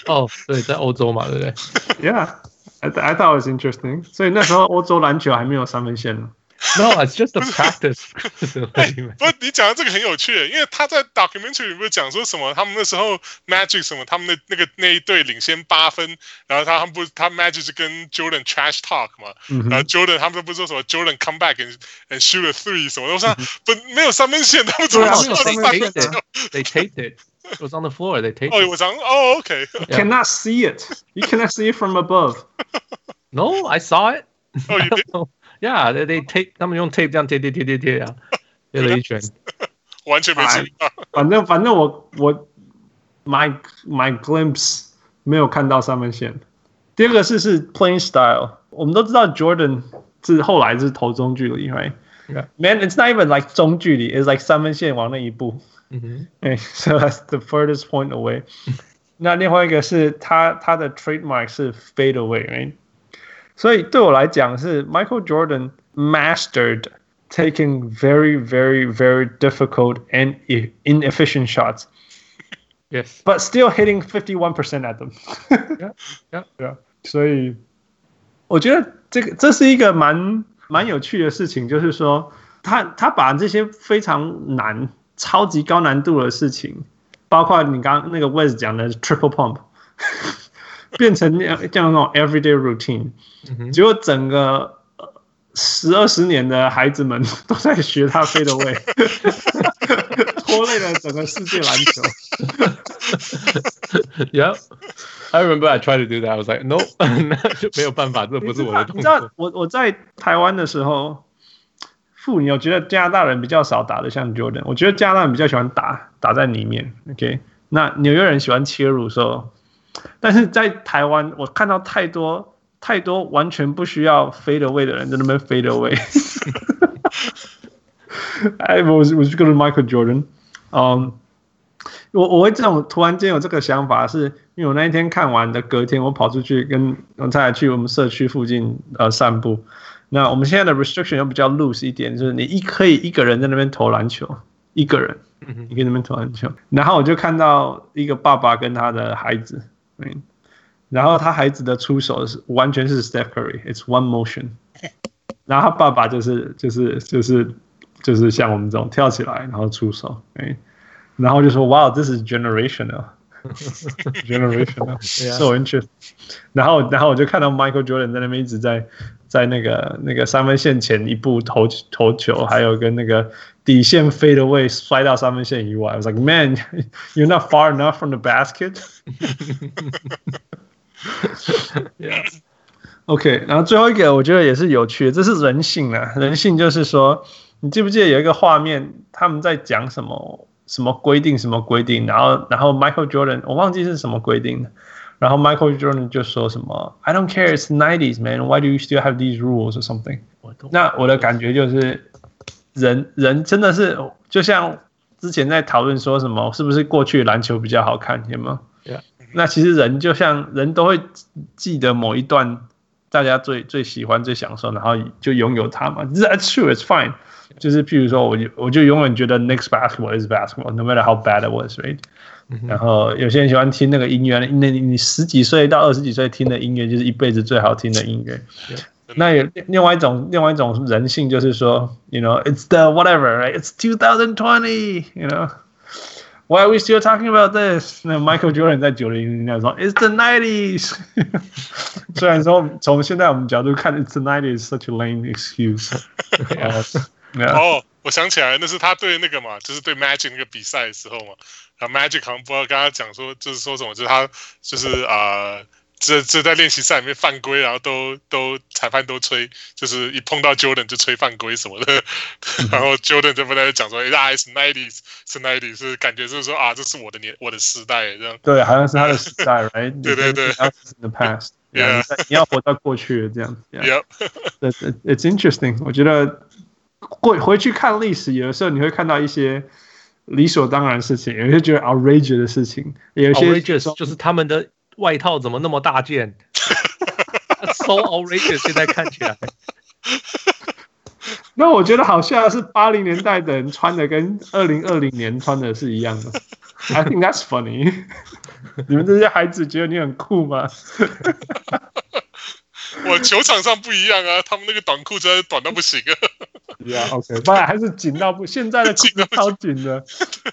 Speaker 3: 哦，对，在欧洲嘛，对不对？
Speaker 2: Yeah, I th- I thought it was interesting。所以那时候欧洲篮球还没有三分线呢。
Speaker 3: No, it's just a practice. <laughs>
Speaker 1: 不过你讲的这个很有趣，因为他在 documentary 里面讲说什么，他们那时候 Magic 什么，他们那那个那一队领先八分，然后他他们不他 Magic 就跟 Jordan trash talk 嘛，
Speaker 2: 嗯
Speaker 1: 然
Speaker 2: 哼
Speaker 1: 后 Jordan 他们都不是说什么 Jordan come back and and shoot a three 什么的，我说不没有三分线，他们怎么
Speaker 2: 嗯对啊
Speaker 1: 知道是
Speaker 2: 没有
Speaker 1: 三
Speaker 2: 三
Speaker 1: 分
Speaker 2: 分
Speaker 1: 线？
Speaker 2: 线
Speaker 3: They taped it. It was on the floor. They taped
Speaker 1: 哦，
Speaker 3: Oh, it.
Speaker 1: 我想哦，OK，
Speaker 3: Yeah
Speaker 2: ，Cannot see it. You cannot see it from above.
Speaker 3: No, <laughs> I saw it.
Speaker 1: 哦，你
Speaker 3: Yeah, they they tape. 他们用 tape 这样贴贴贴贴 <laughs> 贴啊，贴了一圈。
Speaker 1: 完全没
Speaker 2: 哎
Speaker 1: 注意到。
Speaker 2: 反正反正我我 my my glimpse 没有看到三分线。第二个是是 playing style，我们都知道 Jordan 是后来是投中距离，right？Man,
Speaker 3: Yeah.
Speaker 2: it's not even like 中距离，it's like 三分线往那一步。
Speaker 3: 嗯哼，
Speaker 2: <laughs> 哎，so that's the furthest point away。那另外一个是他他的 trademark 是 fade away，right？所以对我来讲是 Michael Jordan mastered taking very very very difficult and i- inefficient shots。
Speaker 3: Yes. <laughs>
Speaker 2: but still hitting 51% at them.
Speaker 3: Yeah, yeah.
Speaker 2: <laughs> yeah. 所以我觉得这个这是一个蛮蛮有趣的事情，就是说他他把这些非常难、超级高难度的事情，包括你刚刚那个 Wes 讲的 triple pump，变成那样这样那种 everyday routine，
Speaker 3: 嗯哼
Speaker 2: 结果整个。十二十年的孩子们都在学他飞的
Speaker 3: <laughs>
Speaker 2: 位，拖累了整个世界篮球。
Speaker 3: Yep. I remember I tried to do that. I was like, no, 那就 <laughs> 没有办法，这不是我的
Speaker 2: 你
Speaker 3: 动
Speaker 2: 知道
Speaker 3: 作。
Speaker 2: 我我在台湾的时候，妇女我觉得加拿大人比较少打的像 Jordan，我觉得加拿大人比较喜欢打打在里面。OK，那纽约人喜欢切入说，但是在台湾我看到太多太多完全不需要飞的位的人在那边飞的
Speaker 3: <laughs>
Speaker 2: 位。哎，我我就跟 Michael Jordan，嗯、我我会这种突然间有这个想法，是因为我那一天看完的隔天，我跑出去跟我太太去我们社区附近呃散步。那我们现在的 restriction 又比较 loose 一点，就是你一可以一个人在那边投篮球，一个人，
Speaker 3: 嗯
Speaker 2: 你可以在那边投篮球。然后我就看到一个爸爸跟他的孩子，嗯，然后他孩子的出手是完全是 Steph Curry，it's one motion。然后他爸爸就是就是就是就是像我们这种跳起来然后出手，哎，然后就说哇，this is generational，generational，so
Speaker 3: 对啊
Speaker 2: interesting。然后然后我就看到 Michael Jordan 在那边一直在在那个那个三分线前一步投投球，还有跟那个底线飞的位摔到三分线以外，I was like <laughs> man，you're not far enough from the basket。 <laughs>
Speaker 3: Yeah.
Speaker 2: OK，然后最后一个我觉得也是有趣的，这是人性啊。人性就是说，你记不记得有一个画面，他们在讲什么什么规定什么规定，然后然后 Michael Jordan 我忘记是什么规定了，然后 Michael Jordan 就说什么 I don't care it's nineties man why do you still have these rules or something。
Speaker 3: 我懂。
Speaker 2: 那我的感觉就是，人人真的是就像之前在讨论说什么是不是过去篮球比较好看，有没有
Speaker 3: Yeah.
Speaker 2: 那其实人就像人都会记得某一段大家最最喜欢、最享受，然后就拥有它嘛。That's true, it's fine。就是譬如说，我就我就永远觉得 next basketball is basketball, no matter how bad it was, right？、然后有些人喜欢听那个音乐，那你你十几岁到二十几岁听的音乐就是一辈子最好听的音乐。那有另外一种另外一种人性，就是说，you know，it's the whatever, right? It's 2020, you know. Why are we still talking about this？那 Michael Jordan 在九零年代说，It's the nineties <laughs> 虽然说从现在我们角度看，It's the nineties such a lame excuse。哦，
Speaker 1: 哦，
Speaker 2: <laughs>
Speaker 1: 我想起来，那是他对那个嘛，就是对 Magic 那个比赛的时候嘛，然后 Magic 好像不知道跟他讲说，就是说什么，就是他就是啊。呃这这在练习赛里面犯规，然后都都裁判都吹，就是一碰到 Jordan 就吹犯规什么的，
Speaker 2: 嗯
Speaker 1: 然后 Jordan 就不在那讲说，哎、欸、，is nineties，是 nineties，是感觉就是说啊，这是我的年我的时代这样。
Speaker 2: 对，好像是他的时
Speaker 1: <laughs>
Speaker 2: 代，right？
Speaker 1: 对对对
Speaker 2: In the past，
Speaker 1: <laughs> Yeah
Speaker 2: 你在你要活到过去这样
Speaker 1: <laughs>
Speaker 2: 子。Yeah.
Speaker 1: Yep，
Speaker 2: That's it's interesting。我觉得过回去看历史，有的时候你会看到一些理所当然的事情，有些觉得 outrageous 的事情，有些
Speaker 3: outrageous 就是他们的外套怎么那么大 <laughs> 件？So outrageous！现在看起来，
Speaker 2: 那我觉得好像是八零年代的人穿的跟二零二零年穿的是一样的。I think that's funny 。 <laughs> 你们这些孩子觉得你很酷吗？ <laughs>
Speaker 1: 我球场上不一样啊，他们那个短裤真的短到不行啊。
Speaker 2: Yeah, OK，不然还是紧到不，现在的裤
Speaker 1: 紧
Speaker 2: 子
Speaker 1: 到
Speaker 2: 超紧的，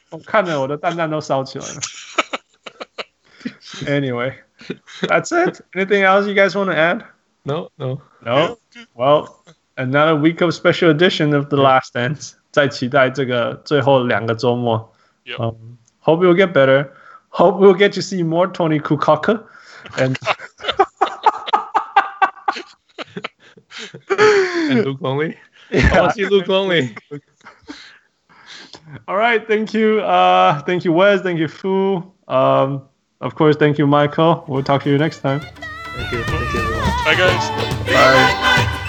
Speaker 2: 我看了我的蛋蛋都烧起来了。Anyway, that's it. Anything else you guys want to add?
Speaker 3: no no， <laughs>
Speaker 1: <laughs>
Speaker 2: No. Well, another week of special edition of The Last Dance. 再期待这个最后两个周末。
Speaker 1: Yep.
Speaker 2: Um, hope you'll get better. Hope we'll get to see more Tony Kukoc. And
Speaker 3: 陆光伟，我是陆光伟，
Speaker 2: All right, thank you. Uh, thank you, Wes. Thank you, Fu. Um, of course, thank you, Michael. We'll talk to you next time.
Speaker 1: Hi guys。
Speaker 2: Bye.
Speaker 5: Bye.